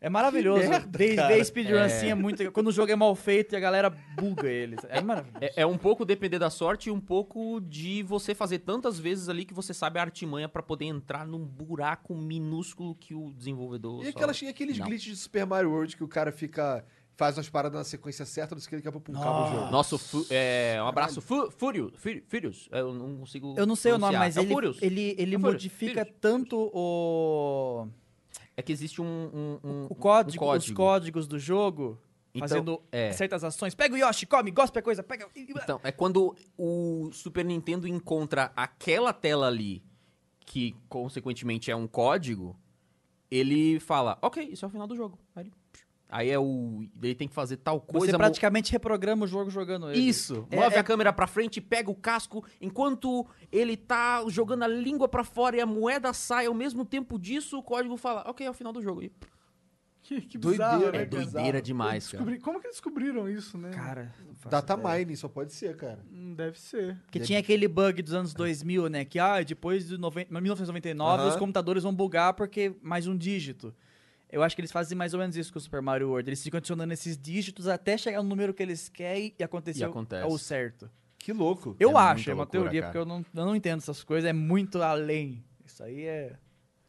S5: É maravilhoso. Ver ver speedrun assim é muito. Quando o jogo é mal feito e a galera buga ele. É maravilhoso.
S6: É, é um pouco depender da sorte e um pouco de você fazer tantas vezes ali que você sabe a artimanha pra poder entrar num buraco minúsculo que o desenvolvedor.
S3: E,
S6: só-
S3: aquelas, e aqueles
S6: Não.
S3: glitches de Super Mario World que o cara fica. faz umas paradas na sequência certa, não sei o que, daqui a pouco um acaba o jogo.
S6: Nosso. Fu- é, um abraço. Fu Furious. Furious. Eu não consigo.
S5: Eu não sei o nome,
S6: pronunciar.
S5: mas
S6: É o
S5: ele,
S6: Furious.
S5: ele, ele
S6: É Furious,
S5: modifica
S6: Furious.
S5: tanto o,
S6: É que existe um. um- um-
S5: o
S6: um
S5: código, os
S6: código.
S5: códigos do jogo,
S6: Então,
S5: fazendo
S6: é.
S5: certas ações. Pega o Yoshi, come, gosta, coisa, pega.
S6: Então, é quando o Super Nintendo encontra aquela tela ali, que consequentemente é um código, ele fala, ok, isso é o final do jogo. Aí, ele, psh, aí é o. Ele tem que fazer tal coisa.
S5: Você
S6: mo-
S5: praticamente reprograma o jogo jogando ele.
S6: Isso.
S5: É-
S6: move
S5: é-
S6: a câmera pra frente, pega o casco, enquanto ele tá jogando a língua pra fora e a moeda sai ao mesmo tempo disso, o código fala, ok, é o final do jogo. E
S1: Que, que
S3: Doideira,
S1: bizarro, né? cara?
S6: é doideira demais, cara.
S1: Descobri- Como que descobriram isso, né?
S5: Cara, não faço
S3: Data
S5: ideia.
S3: mining, só pode ser, cara.
S1: Hum, Deve ser.
S5: Que tinha aquele bug dos anos 2000, né? Que ah, depois de noven- 1999 os
S3: Aham.
S5: computadores vão bugar porque mais um dígito. Eu acho que eles fazem mais ou menos isso com o Super Mario World. Eles ficam adicionando esses dígitos até chegar no número que eles querem e acontecer
S6: E
S5: o-
S6: acontece.
S5: o certo.
S3: Que louco.
S5: Eu
S6: muita
S5: acho, é uma
S6: loucura,
S5: teoria,
S6: cara.
S5: porque eu não, eu não entendo essas coisas, é muito além. Isso aí é.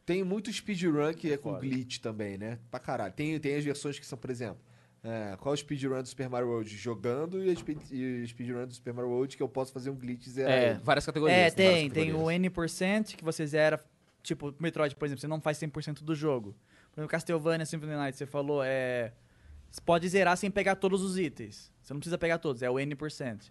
S3: Tem muito speedrun que é com glitch também, né? Pra caralho. Tem, tem as versões que são, por exemplo, é, qual é o speedrun do Super Mario World jogando e a speed- e o speedrun do Super Mario World que eu posso fazer um glitch e zerar
S6: É,
S3: ele.
S6: várias categorias.
S5: É,
S6: várias
S5: tem. Tem o
S6: categorias.
S5: N% que você zera. Tipo, Metroid, por exemplo, você não faz 100% do jogo. Por exemplo, Castlevania Symphony of the Night, você falou, é. Você pode zerar sem pegar todos os itens. Você não precisa pegar todos, é o N%.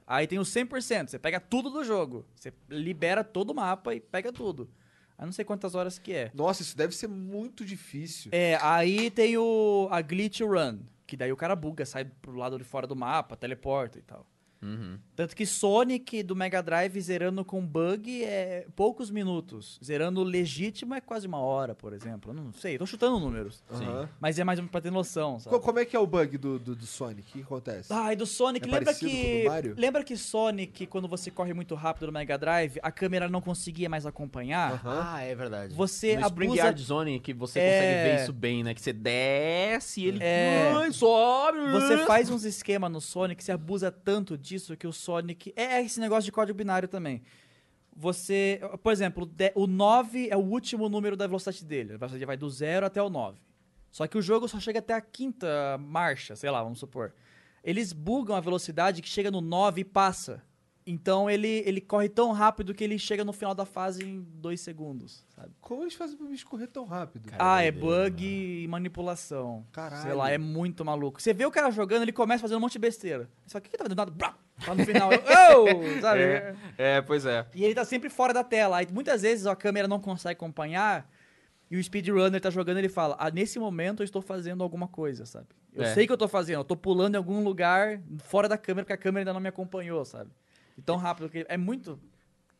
S5: Aí tem o 100%, você pega tudo do jogo. Você libera todo o mapa e pega tudo. Eu não sei quantas horas que é.
S3: Nossa, isso deve ser muito difícil.
S5: É, aí tem o a glitch run, que daí o cara buga, sai pro lado de fora do mapa, teleporta e tal.
S6: Uhum.
S5: Tanto que Sonic do Mega Drive zerando com bug é poucos minutos. Zerando legítimo é quase uma hora, por exemplo. Eu Não sei, tô chutando números.
S3: Aham.
S5: Mas é mais ou menos pra ter noção, sabe?
S3: Co- Como é que é o bug do, do, do Sonic? O que acontece?
S6: Ah,
S5: Ai, do Sonic,
S3: É
S5: lembra
S3: parecido com o
S5: que.
S3: do Mario?
S5: Lembra que Sonic, quando você corre muito rápido no Mega Drive, a câmera não conseguia mais acompanhar?
S6: Ah, é verdade.
S5: Você
S6: no Spring
S5: abusa.
S6: Yard Zone que você
S5: É.
S6: consegue ver isso bem, né? Que você desce e ele
S5: É.
S6: Ai, sobe.
S5: Você faz uns esquemas no Sonic, você abusa tanto disso que o Sonic. É esse negócio de código binário também. Você. Por exemplo, o de- o 9 é o último número da velocidade dele. A velocidade vai do 0 até o 9. Só que o jogo só chega até a quinta marcha, sei lá, vamos supor. Eles bugam a velocidade que chega no 9 e passa. Então ele, ele corre tão rápido que ele chega no final da fase em 2 segundos, sabe?
S3: Como eles fazem pra me escorrer tão rápido?
S5: Ah, é bug e manipulação.
S3: Caralho.
S5: Sei lá, é muito maluco. Você vê o cara jogando, ele começa fazendo um monte de besteira. Só que o que tá fazendo nada? Brá! Lá no final, eu, "Oh!", sabe?
S2: É, pois é.
S5: E ele tá sempre fora da tela. Aí muitas vezes ó, a câmera não consegue acompanhar e o speedrunner tá jogando, ele fala: "Ah, nesse momento eu estou fazendo alguma coisa", sabe? Eu
S2: É.
S5: sei que eu tô fazendo, eu tô pulando em algum lugar fora da câmera porque a câmera ainda não me acompanhou, sabe? E tão rápido que é muito.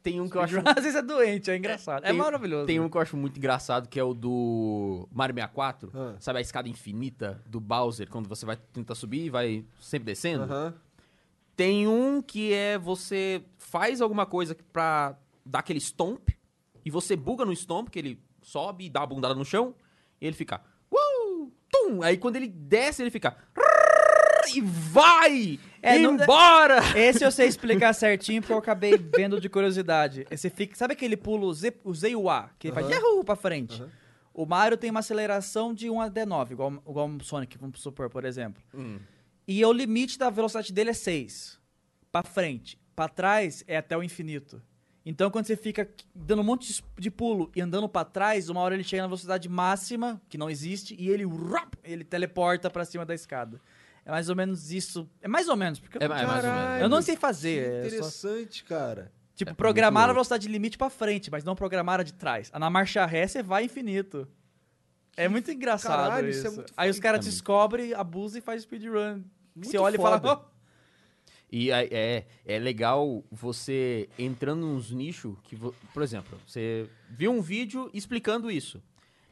S6: Tem um que eu acho
S5: Às vezes é doente, é engraçado. É
S6: Tem-
S5: maravilhoso.
S6: Tem um que eu acho muito engraçado, que é o do Mario 64.
S3: Ah.
S6: Sabe a escada infinita do Bowser, quando você vai tentar subir e vai sempre descendo?
S3: Aham.
S6: Tem um que é você faz alguma coisa que- pra dar aquele stomp, e você buga no stomp, que ele sobe e dá a bundada no chão, e ele fica... "Uou, Tum! Aí quando ele desce, ele fica... E vai!
S5: É, não-
S6: embora!
S5: Esse eu sei explicar certinho porque eu acabei vendo de curiosidade. Você fica, sabe aquele pulo Z, o Z e o A, que ele faz Yahoo pra frente? O Mario tem uma aceleração de 1 até 9, igual, igual um Sonic, vamos supor, por exemplo. E o limite da velocidade dele é 6. Pra frente. Pra trás é até o infinito. Então quando você fica dando um monte de- de pulo e andando pra trás, uma hora ele chega na velocidade máxima, que não existe, e ele, rap, ele teleporta pra cima da escada. É mais ou menos isso. É mais ou menos, porque eu
S6: É,
S5: não
S6: mais ou menos.
S5: eu não sei
S3: Que
S5: fazer. é só-
S3: interessante, cara.
S5: tipo, programaram a velocidade limite pra frente, mas não programaram a de trás. Na marcha ré, você vai infinito. É muito engraçado
S3: caralho, isso
S5: isso.
S3: é muito
S5: Aí os caras
S6: É muito-
S5: descobrem, abusam e faz speedrun.
S3: Muito
S5: Você olha e
S3: foda.
S5: fala, "Oh,
S6: E aí, é, é legal você entrando nos nichos que, vo- por exemplo, você viu um vídeo explicando isso.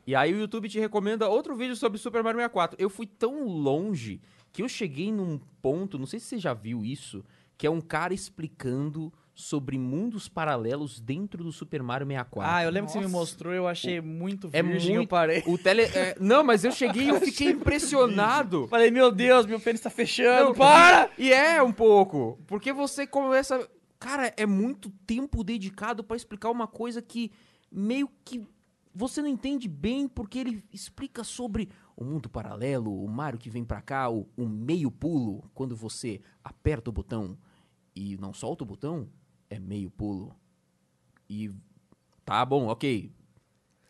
S6: E aí o YouTube te recomenda outro vídeo sobre Super Mario 64. Eu fui tão longe que eu cheguei num ponto, não sei se você já viu isso, que é um cara explicando sobre mundos paralelos dentro do Super Mario 64.
S5: Ah, eu lembro que você me mostrou, eu achei muito
S6: É
S5: virgem, eu
S6: muito-
S5: parei.
S6: O tele... é, não, mas eu cheguei e eu fiquei impressionado.
S5: Falei, meu Deus, meu pênis tá fechando,
S6: Não,
S5: para!
S6: E é um pouco, porque você começa, cara, é muito tempo dedicado pra explicar uma coisa que meio que você não entende bem, porque ele explica sobre o mundo paralelo, o Mario que vem pra cá, o, o meio pulo, quando você aperta o botão e não solta o botão, é meio pulo. E tá bom, OK.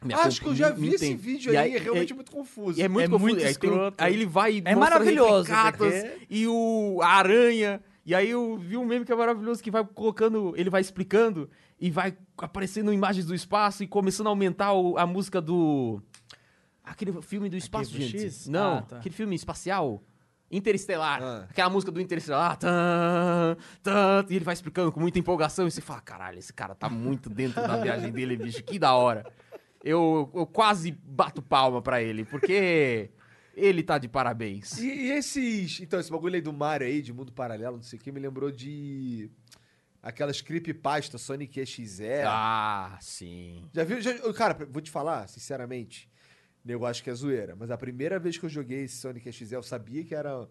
S6: Me
S3: Acho
S6: acom-
S3: que eu já
S6: me-
S3: vi
S6: me
S3: esse
S6: entende.
S3: vídeo
S6: E
S3: aí, é realmente muito confuso.
S6: e é muito
S5: É
S6: confuso.
S5: muito
S6: aí, tem um-
S5: escroto.
S6: aí ele vai e mostra
S5: maravilhoso,
S6: replicatas
S5: porque-
S6: e o a aranha. E aí eu vi um meme que é maravilhoso que vai colocando, ele vai explicando e vai aparecendo imagens do espaço e começando a aumentar o- a música do aquele filme do espaço,
S5: Arquivo
S6: gente.
S5: X?
S6: Não,
S5: Ah, tá.
S6: aquele filme espacial Interestelar,
S3: Ah.
S6: aquela música do Interestelar, ah, tan, tan, e ele vai explicando com muita empolgação, e você fala: caralho, esse cara tá muito dentro da viagem dele, bicho, que da hora. Eu, eu quase bato palma pra ele, porque ele tá de parabéns.
S3: E, e esses. Então, esse bagulho aí do Mario aí, de mundo paralelo, não sei o que, me lembrou de. Aquelas creepypasta Sonic
S5: É.
S3: EXE.
S6: Ah, sim.
S3: Já viu? Já- cara, vou te falar, sinceramente. Nego, acho que é zoeira. Mas a primeira vez que eu joguei esse Sonic EXE, eu sabia que era.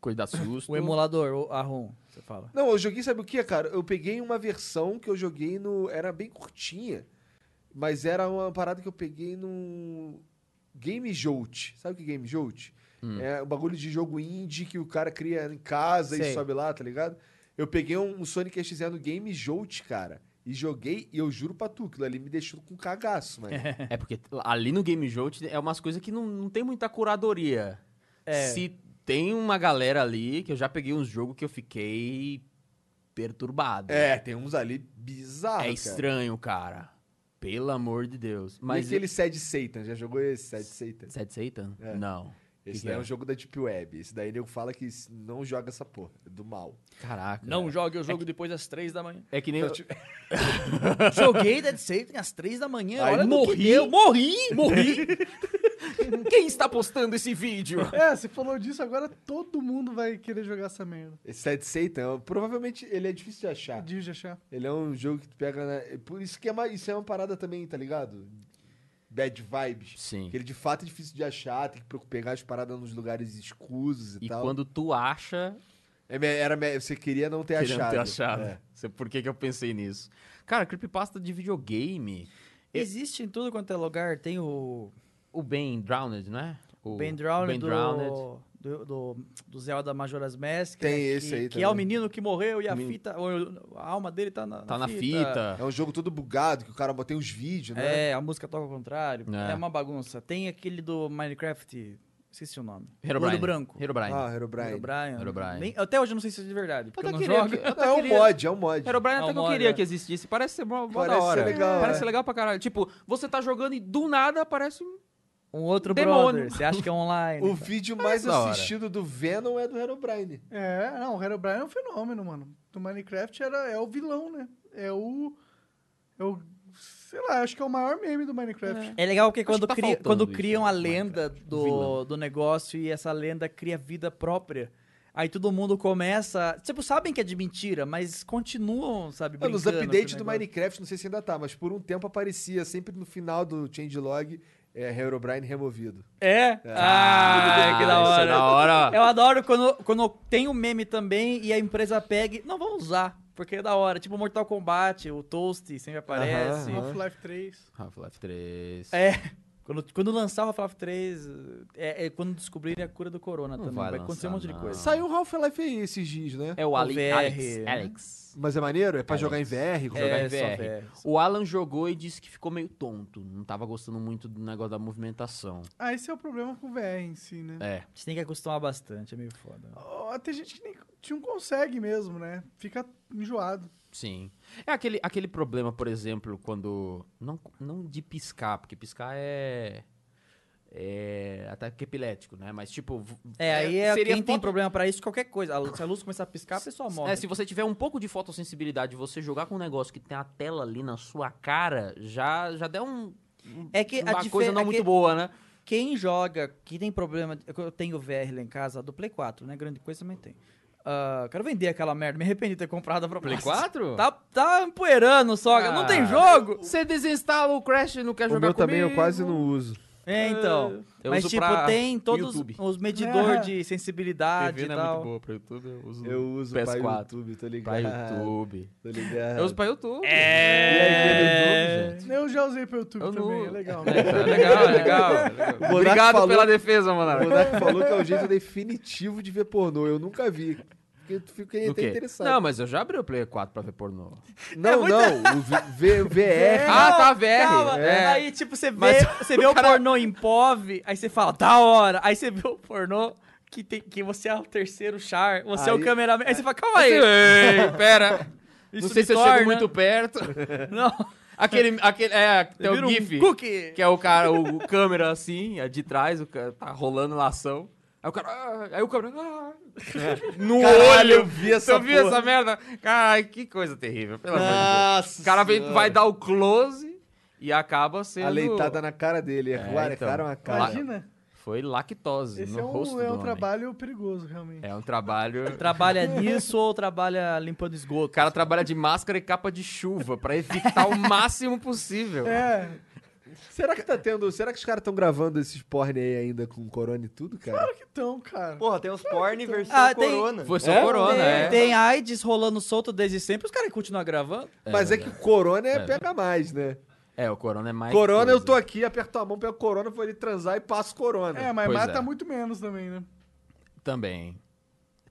S6: Coisa da susto.
S5: O emulador, o- a ROM, você fala.
S3: Não, eu joguei, sabe o que, cara? Eu peguei uma versão que eu joguei no. Era bem curtinha. Mas era uma parada que eu peguei no. Game Jolt. Sabe o que é Game Jolt? É o bagulho de jogo indie que o cara cria em casa
S5: Sei.
S3: e sobe lá, tá ligado? Eu peguei um, um Sonic XZ no Game Jolt, cara. E joguei, e eu juro pra tu, aquilo ali me deixou com cagaço, mano.
S6: É porque ali no Game Jolt é umas coisas que não, não tem muita curadoria.
S5: É.
S6: Se tem uma galera ali que eu já peguei uns jogos que eu fiquei perturbado.
S3: É, tem uns É, ali bizarros.
S6: É estranho, cara. Pelo amor de Deus. Mas
S3: e aquele Sad Satan? Já jogou esse Sad Satan?
S6: Sad Satan?
S3: É.
S6: Não.
S3: Esse
S6: que
S3: daí é
S6: é?
S3: um jogo da Deep Web. Esse daí nego fala que s- não joga essa porra. É do mal.
S6: Caraca.
S5: É.
S14: Não jogue o jogo depois das três da manhã.
S6: É que nem.
S5: Joguei Dead Satan às três da manhã,
S6: Aí
S5: olha no que
S6: morri.
S5: deu.
S6: morri! Morri! Quem está postando esse vídeo?
S1: É, você falou disso, agora todo mundo vai querer jogar essa merda.
S3: Esse Sad Satan, provavelmente ele é difícil de achar.
S1: Diz de achar.
S3: Ele é um jogo que tu pega na... Por isso que é uma... isso é uma parada também, tá ligado? Bad vibes.
S6: Sim.
S3: Que ele de fato é difícil de achar, tem que procu- pegar as paradas nos lugares escusos e,
S6: E
S3: tal.
S6: quando tu acha,
S3: É me- era me- Você queria não ter
S6: querendo
S3: achado.
S6: ter achado.
S3: É.
S6: Sei Por que, que eu pensei nisso? Cara, creepypasta de videogame.
S5: Existe em tudo quanto é lugar, tem o
S6: O Ben Drowned, não é? O
S5: Ben Drowned,
S6: Ben
S5: do,
S6: Drowned.
S5: Do, do, do Zelda Majora's Mask.
S3: Tem
S5: né,
S3: esse
S5: que,
S3: aí
S5: Que
S3: também.
S5: é o menino que morreu e a fita, ou, a alma dele tá na
S6: Tá na fita.
S3: É um jogo todo bugado, que o cara botei uns vídeos, né?
S5: É, a música toca ao contrário.
S6: É.
S5: É. uma bagunça. Tem aquele do Minecraft, esqueci o nome.
S6: Herobrine.
S5: Olho branco.
S6: Herobrine.
S3: Ah, Herobrine.
S5: Herobrine.
S6: Herobrine.
S5: Nem- até hoje eu não sei se é de verdade, porque eu,
S6: até
S5: não
S6: queria
S5: jogo.
S6: que- eu até
S3: É um
S6: queria-
S3: mod, é um mod.
S6: Herobrine
S5: É
S6: até
S5: um
S6: que eu
S5: mod,
S6: queria
S5: é.
S6: que existisse. Parece ser mó, mó da
S3: Parece ser
S6: hora.
S3: legal,
S6: Parece
S3: é.
S6: ser legal pra caralho. Tipo, você tá jogando e do nada aparece um.
S5: Um outro
S6: Demônio.
S5: brother, você acha que é online.
S3: O
S5: cara.
S3: vídeo mais
S6: da hora.
S3: assistido do Venom é do Herobrine.
S1: É, não, o Herobrine é um fenômeno, mano. Do Minecraft era, é o vilão, né? É o. É o. Sei lá, acho que é o maior meme do Minecraft.
S5: É legal porque quando,
S6: tá
S5: cria-
S6: faltando
S5: quando
S6: isso
S5: criam
S6: no
S5: a lenda
S6: vilão.
S5: do, do negócio e essa lenda cria vida própria. Aí todo mundo começa. Tipo, sabem que é de mentira, mas continuam, sabe?
S3: Ah, Nos
S5: brincando com o
S3: updates do
S5: negócio.
S3: Minecraft, não sei se ainda tá, mas por um tempo aparecia sempre no final do changelog é, Herobrine removido.
S5: É? Ah, que da
S6: Isso é
S5: hora.
S6: da hora.
S5: Eu adoro quando, quando tem um meme também e a empresa pega. e, Não, vamos usar, porque é da hora. Tipo Mortal Kombat, o Toast sempre aparece.
S1: Half-Life 3.
S6: Half-Life 3.
S5: É. Quando, quando lançar o Half-Life 3, é, é quando descobrirem a cura do corona
S6: Não
S5: também.
S6: vai
S5: Vai, acontecer um
S6: lançar,
S5: monte de
S6: não.
S5: coisa.
S3: Saiu o Half-Life aí esses dias, né?
S6: Ah. É o Ali,
S5: VR,
S6: Alex.
S5: né?
S6: Alex.
S3: Mas é maneiro? É pra
S6: Alex.
S3: jogar em VR?
S6: É,
S3: jogar em-
S6: só
S5: VR.
S6: VR. O Alan jogou e disse que ficou meio tonto. Não tava gostando muito do negócio da movimentação.
S1: Ah, esse é o problema com o VR em si, né?
S6: É.
S5: Você tem que acostumar bastante, é meio foda.
S1: Ó, Tem gente que nem que não consegue mesmo, né? Fica enjoado.
S6: Sim. É aquele, aquele problema, por exemplo, quando. Não, não de piscar, porque piscar é. É. Ataque epilético, né? Mas tipo. v-
S5: É, aí é
S6: seria
S5: quem tem
S6: foto-
S5: problema pra isso, qualquer coisa. A- Se a luz começar a piscar, a pessoa morre.
S6: É, se você tiver um pouco de fotossensibilidade, você jogar com um negócio que tem a tela ali na sua cara, já, já deu um,
S5: É que a
S6: uma
S5: dife-
S6: coisa não
S5: é que
S6: muito boa, né?
S5: Quem joga, que tem problema... Eu tenho VR lá em casa, do Play 4, né? Grande coisa também tem. Ah, quero vender aquela merda, me arrependi de ter comprado a proposta.
S6: Play 4?
S5: Tá, tá empoeirando, sogra.
S6: Ah.
S5: Não tem jogo!
S6: Você desinstala o Crash e não quer
S3: O
S6: jogar
S3: meu também eu
S6: comigo.
S3: quase não uso.
S5: É, então.
S6: Eu
S5: Mas,
S6: uso
S5: tipo,
S6: pra
S5: tem todos
S6: YouTube.
S5: os medidores
S1: É.
S5: de sensibilidade
S6: TV não
S5: e
S6: é muito
S5: tal.
S6: boa pra YouTube, eu uso
S3: Eu uso pra
S6: PS4.
S3: YouTube, tô ligado.
S6: pra YouTube.
S3: Tô ligado.
S6: Eu uso pra YouTube. É... YouTube, gente.
S1: Eu já usei pro YouTube
S6: Eu não-
S1: também, é legal.
S6: É, tá legal, legal. legal.
S3: Monark
S6: Obrigado
S3: falou-
S6: pela defesa,
S3: O
S6: Monark.
S3: Monark falou que é o jeito definitivo de ver pornô. Eu nunca vi. Fiquei, fiquei
S6: Do
S3: até
S6: quê?
S3: interessado.
S6: Não, mas eu já abri o Play 4 pra ver pornô.
S3: não, não. O v, V- VR.
S5: É.
S6: Ah, tá VR.
S5: Calma,
S6: É.
S5: Aí, tipo, você vê,
S6: Mas
S5: você vê o pornô em POV, aí você fala, da hora. Aí você vê o pornô que, tem, que você é o terceiro char, você é
S3: Aí-
S5: o cameraman. Aí você fala, calma aí.
S6: Ei, pera.
S5: Isso
S6: não sei
S5: me
S6: se eu
S5: torna-
S6: chego muito perto.
S5: Não,
S6: Aquele, aquele, é, tem
S5: vira
S6: o
S5: um
S6: GIF,
S5: cookie.
S6: que é o cara, o, o câmera assim, é de trás, o cara tá rolando na ação. Aí o cara, ah, aí o câmera, ah, no
S3: Caralho,
S6: olho.
S3: eu vi essa
S6: eu vi
S3: porra.
S6: essa merda. Caralho, que coisa terrível, pelo amor de Deus.
S3: Nossa
S6: O cara vem,
S3: Senhora.
S6: vai dar o close e acaba sendo...
S3: A leitada na cara dele. É, claro, é
S6: então.
S3: cara uma cara.
S1: Imagina,
S6: Foi lactose
S1: esse
S6: no
S1: é um,
S6: rosto
S1: é
S6: do
S1: um
S6: homem.
S1: trabalho perigoso, realmente.
S6: É um trabalho...
S5: trabalha nisso ou trabalha limpando esgoto?
S6: O cara trabalha de máscara e capa de chuva pra evitar o máximo possível.
S1: É,
S3: Será que tá tendo. Será que os caras estão gravando esses porn aí ainda com corona e tudo, cara?
S1: então, cara.
S14: Porra, tem uns porn versão
S5: Ah, tem-
S14: corona.
S6: Foi só corona,
S5: tem,
S6: é.
S5: tem AIDS rolando solto desde sempre, os caras continuam gravando.
S3: Mas é, que o corona é, pega mais, né?
S6: É, o corona é mais.
S3: corona, eu
S6: coisa.
S3: tô aqui, aperto a mão, pego corona, vou ali transar e passo corona.
S1: É, mas
S6: Pois
S1: mata
S6: é.
S1: muito menos também, né?
S6: Também.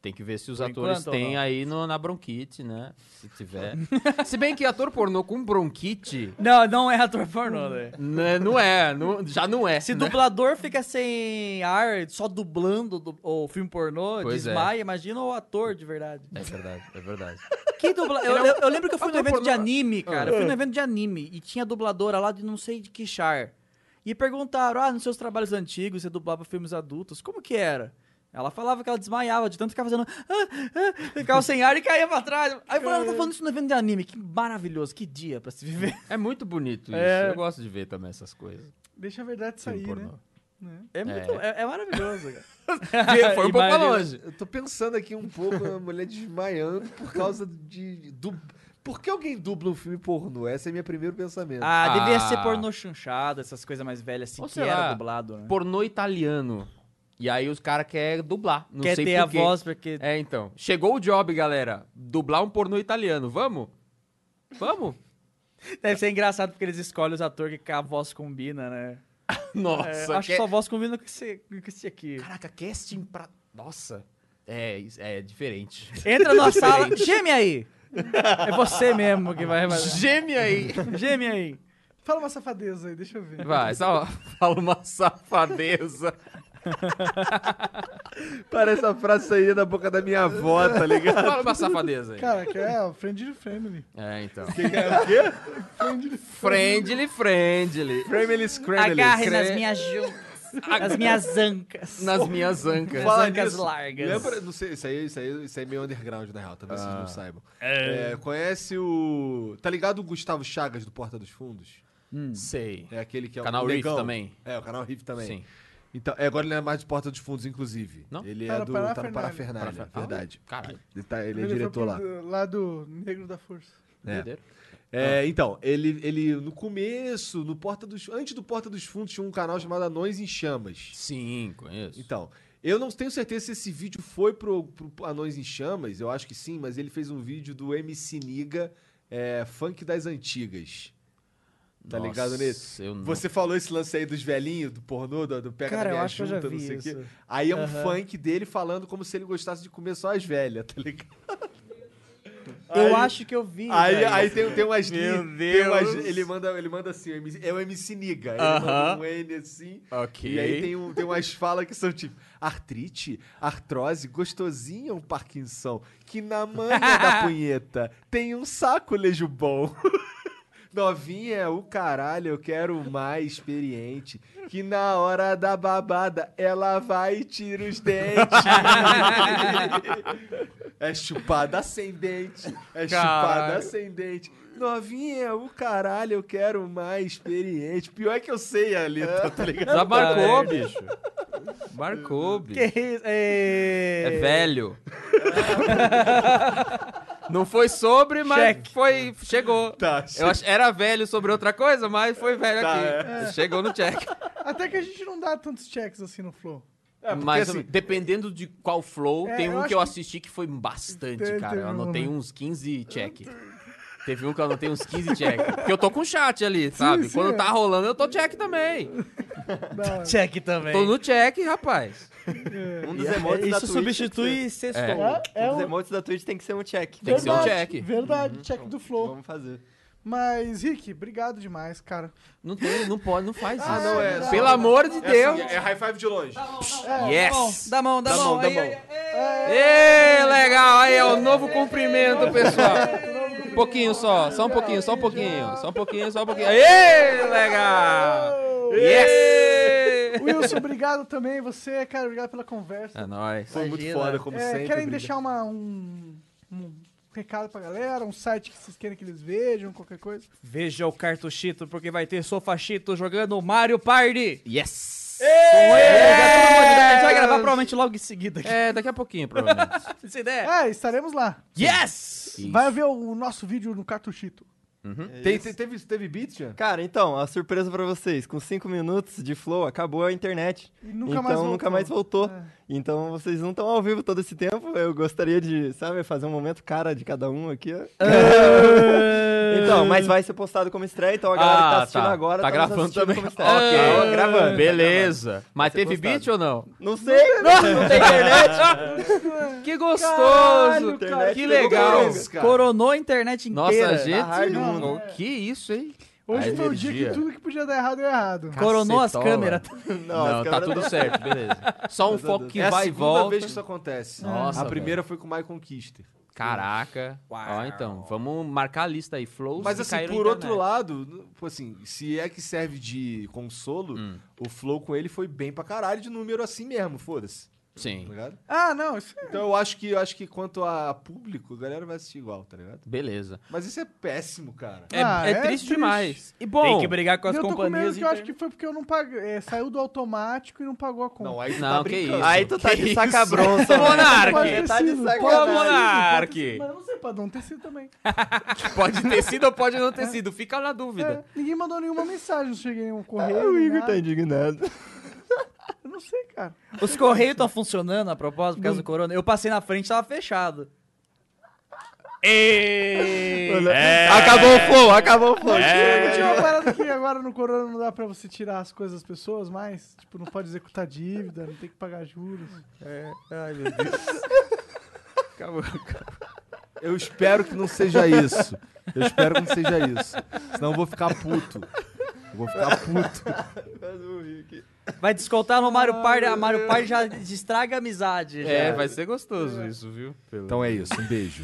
S6: Tem que ver se os
S5: Por
S6: atores
S5: enquanto,
S6: têm
S5: não.
S6: aí no- na bronquite, né? Se tiver. se bem que ator pornô com bronquite,
S5: Não, não é ator pornô, né?
S6: né, não é. não- já não é.
S5: Se
S6: né?
S5: dublador fica sem ar, só dublando du- o filme pornô,
S6: Pois é.
S5: desmaia, imagina o ator de verdade.
S6: É verdade, é verdade.
S5: Que dubla... eu, eu- eu lembro que eu fui num
S6: é um Ator
S5: evento
S6: pornô.
S5: de
S6: É.
S5: anime, cara. Eu fui num evento de anime e tinha dubladora lá de não sei de que char. E perguntaram, ah, nos seus trabalhos antigos você dublava filmes adultos, como que era? Ela falava que ela desmaiava de tanto ficar fazendo... "Ah, ah", ficava sem ar e caía pra trás. Aí eu falei, ela tá falando isso no evento de anime. Que maravilhoso, que dia pra se viver.
S6: É muito bonito isso. Eu gosto de ver também essas coisas.
S1: Deixa a verdade
S6: Filme
S1: sair,
S6: pornô.
S1: né?
S5: É, muito, é, é maravilhoso, cara.
S6: Foi um pouco pra longe.
S3: Eu tô pensando aqui um pouco a mulher desmaiando por causa de. Du... Por que alguém dubla um filme pornô? Esse é meu primeiro pensamento.
S5: Ah, devia ser
S6: Ah.
S5: pornô chanchado, essas coisas mais velhas assim,
S6: Ou
S5: que
S6: sei
S5: era
S6: lá,
S5: dublado, né?
S6: Pornô italiano. E aí os caras querem dublar. Não
S5: Quer
S6: sei
S5: ter
S6: por
S5: a
S6: quê.
S5: voz, porque...
S6: É, então. Chegou o job, galera. Dublar um pornô italiano. Vamos? Vamos? É.
S5: Deve ser engraçado porque eles escolhem os atores que a voz combina, né? É,
S6: Nossa,
S5: acho que sua voz combina com esse, com esse aqui.
S6: Caraca, casting pra. Nossa. É, isso- é diferente.
S5: Entra na sala, geme aí! É você mesmo que vai fazer.
S6: Geme aí.
S5: Geme aí.
S1: Fala uma safadeza aí, deixa eu ver.
S6: Vai, só fala uma safadeza.
S3: Parece a frase saindo da boca da minha avó, tá ligado?
S6: Fala uma safadeza aí.
S1: Cara, que é Friend Family.
S6: É, então.
S1: Friend
S6: Friendly, friendly.
S3: Family Scramble.
S6: nas minhas
S5: As minhas ancas.
S6: Nas minhas ancas.
S3: Fala
S5: ancas
S3: nisso.
S5: largas.
S3: Lembra, não sei, isso aí, isso aí, isso aí é meio underground, na real, talvez vocês não saibam. É, conhece o. Tá ligado o Gustavo Chagas do Porta dos Fundos?
S6: Sei.
S3: É aquele que é
S6: Canal
S3: o
S6: Riff
S3: negão.
S6: também.
S3: É, o canal Riff também.
S6: Sim.
S3: Então, é, agora ele é mais de Porta dos Fundos, inclusive.
S6: Não?
S3: Ele
S1: Tá
S3: é
S1: na
S3: do. Tá no
S1: Parafernália.
S3: Parafernália, verdade.
S6: Caralho.
S3: Ele, tá, ele é
S1: foi
S3: diretor lá.
S1: pro- eh, Lá do Negro da Força.
S3: É. É, então, ele, ele no começo, no Porta dos antes do Porta dos Fundos tinha um canal chamado Anões em Chamas.
S6: Sim, conheço.
S3: Então, eu não tenho certeza se esse vídeo foi pro, pro Anões em Chamas, eu acho que sim, mas ele fez um vídeo do MC Niga, é, funk das antigas. Tá
S6: Nossa,
S3: ligado nesse?
S6: eu não-
S3: Você falou esse lance aí dos velhinhos, do pornô, do, do pega
S5: Cara,
S3: na
S5: eu
S3: minha
S5: acho que eu já
S3: junta, não
S5: vi
S3: sei o quê.
S5: isso.
S3: Aí é um funk dele falando como se ele gostasse de comer só as velhas, tá ligado?
S5: Eu
S3: Aí-
S5: acho que eu vi.
S3: Aí,
S5: velho.
S3: aí tem, tem umas
S6: Meu
S3: li- tem umas-
S6: Deus.
S3: ele, manda, ele manda assim, o MC é o MC Niga. Ele
S6: Aham.
S3: manda um N assim.
S6: Ok.
S3: E aí tem, um, tem umas falas que são tipo artrite, artrose, gostosinha um Parkinson, que na manha da punheta tem um saco lejubom. Novinha é o caralho, eu quero mais experiente. Que na hora da babada ela vai e tira os dentes. É chupada ascendente. É chupada ascendente. Novinha, é o caralho, eu quero mais experiente. Pior é que eu sei a letra, tá ligado?
S6: Já marcou, bicho. Marcou, bicho.
S5: Que isso? É...
S6: É velho. Não foi sobre, mas foi. Chegou.
S3: Tá,
S6: Eu ach- Era velho sobre outra coisa, mas foi velho aqui.
S3: é.
S6: Chegou no check.
S1: Até que a gente não dá tantos checks assim no flow.
S6: mas
S3: assim-
S6: dependendo de qual flow,
S1: É,
S6: tem
S1: eu
S6: um
S1: acho
S6: que eu
S1: que-
S6: assisti que foi bastante,
S1: Teve
S6: cara. Eu
S1: um,
S6: anotei
S1: né?
S6: uns 15 check. Teve um que eu anotei uns 15 check. Porque eu tô com chat ali, sabe?
S1: sim,
S6: Quando
S1: é.
S6: tá rolando, eu tô check também.
S1: Da-
S5: Check também. É,
S6: Tô no check, rapaz.
S14: Um dos emotes da
S5: Isso
S14: Twitch.
S5: substitui sextou.
S1: É, é
S14: Um dos
S1: um-
S14: emotes da Twitch tem que ser um check.
S6: Tem que ser um
S1: verdade,
S6: check. Uhum. Então,
S1: Verdade, check do flow.
S14: Vamos fazer.
S1: Mas, Rick, obrigado demais, cara.
S6: Não tem, não pode, não faz
S1: Ah,
S6: isso.
S3: não, é-
S6: Pelo amor de Deus.
S3: É high five de longe.
S1: É,
S6: Yes!
S5: Dá mão, dá, mão.
S3: dá
S5: Tá aí, é-
S3: mão.
S5: aí, aí.
S6: Ê, legal! Aí é o novo cumprimento, pessoal. Um pouquinho só, só um pouquinho, só um pouquinho, só um pouquinho, só um pouquinho. Ê, legal! Yes!
S1: Wilson, obrigado também. Você, cara, obrigado pela conversa.
S6: É nóis.
S3: Foi muito foda, como
S1: É,
S3: sempre.
S1: querem
S3: obrigado.
S1: deixar uma- um, um recado pra galera? Um site que vocês querem que eles vejam, qualquer coisa?
S5: Veja o cartuchito, porque vai ter Sofachito jogando Mario Party.
S6: Yes!
S5: É, pelo amor de Deus, a gente vai gravar provavelmente logo em seguida. aqui.
S6: É, daqui a pouquinho, provavelmente.
S5: Essa ideia.
S1: É, estaremos É, lá.
S6: Yes!
S1: Vai ver o nosso vídeo no Cartuchito.
S3: Tem, te- teve, teve beats, Jean?
S14: Cara, então, a surpresa pra vocês, com cinco minutos de flow, acabou a internet.
S1: E nunca
S14: então
S1: mais voltou.
S14: nunca mais voltou.
S1: É.
S14: Então vocês não estão ao vivo todo esse tempo. Eu gostaria de, sabe, fazer um momento cara de cada um aqui. ó. então, mas vai ser postado como estreia, então a galera que tá assistindo
S6: É.
S14: agora
S6: Tá
S14: nos
S6: gravando
S14: assistindo
S6: também.
S14: como
S6: Ok,
S14: estreia. Tá gravando.
S6: Beleza. Mas
S14: ser
S6: teve
S14: postado.
S6: beat ou não?
S14: Não sei, não, não tem internet.
S6: Que gostoso!
S14: Caralho, cara,
S6: que
S14: que
S6: legal!
S14: loucura.
S5: Coronou a internet
S6: Nossa,
S5: inteira.
S6: gente.
S14: hard
S6: não-
S1: rock.
S6: que isso, hein?
S1: Hoje
S6: A
S1: foi o dia que
S6: energia.
S1: tudo que podia dar errado deu errado.
S5: Coronou as
S6: Cacetola.
S5: câmeras.
S6: Não, tá
S14: as câmeras-
S6: tudo certo, beleza. Só um foco que
S3: é a
S6: vai e
S3: segunda
S6: volta.
S3: vez que isso acontece.
S6: Nossa,
S3: a primeira foi com o Michael Kister.
S6: Caraca. Ó, então, vamos marcar a lista aí. Flows
S3: Mas
S6: que
S3: assim,
S6: caíram na
S3: por outro
S6: internet.
S3: lado, pô, assim, se é que serve de consolo, o flow com ele foi bem pra caralho de número assim mesmo, foda-se. Tá
S6: Sim.
S3: ligado?
S1: Ah, não, isso é
S3: Então eu acho que eu acho que quanto a público, a galera vai assistir igual, tá ligado?
S6: Beleza.
S3: Mas isso é péssimo, cara.
S6: É,
S1: Ah,
S6: é
S1: é
S6: triste
S1: triste.
S6: demais. E bom,
S5: Tem que brigar com
S1: E
S5: as
S1: eu tô com medo
S5: companhias.
S1: que eu acho que foi porque eu não paguei. é, saiu do automático e não pagou a conta.
S3: Não, aí tu
S6: Não,
S3: tá
S6: que
S3: brincando.
S6: isso.
S14: Aí tu tá
S6: Que
S14: de
S6: isso?
S14: sacabronça. né?
S5: então.
S6: Monark!
S1: Pode ter
S14: tá de
S1: sido,
S14: sacanagem.
S1: pode ter sido,
S6: Monark!
S1: pode ter sido, Mas eu não sei, pode não ter sido também.
S6: Pode ter sido ou pode não ter sido, fica na dúvida.
S1: É, ninguém mandou nenhuma mensagem, não cheguei em um correio.
S14: O
S1: nem
S14: Igor tá
S1: nada.
S14: indignado.
S1: Eu não sei, cara.
S5: Os correios estão funcionando a propósito por causa
S1: Hum.
S5: do corona. Eu passei na frente, tava fechado.
S14: Acabou o flow, acabou o flow.
S1: Eu tinha uma parada que agora no corona não dá pra você tirar as coisas das pessoas mais. Tipo, não pode executar dívida, não tem que pagar juros.
S14: É,
S3: Eu espero que não seja isso. Eu espero que não seja isso. Senão eu vou ficar puto. Eu vou ficar puto.
S5: Vai descontar no Mario Party, a Mario Party já estraga a amizade. já.
S6: É, vai ser gostoso isso, viu?
S3: Então é isso. Um beijo.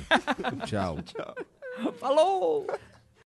S3: Tchau.
S5: Falou!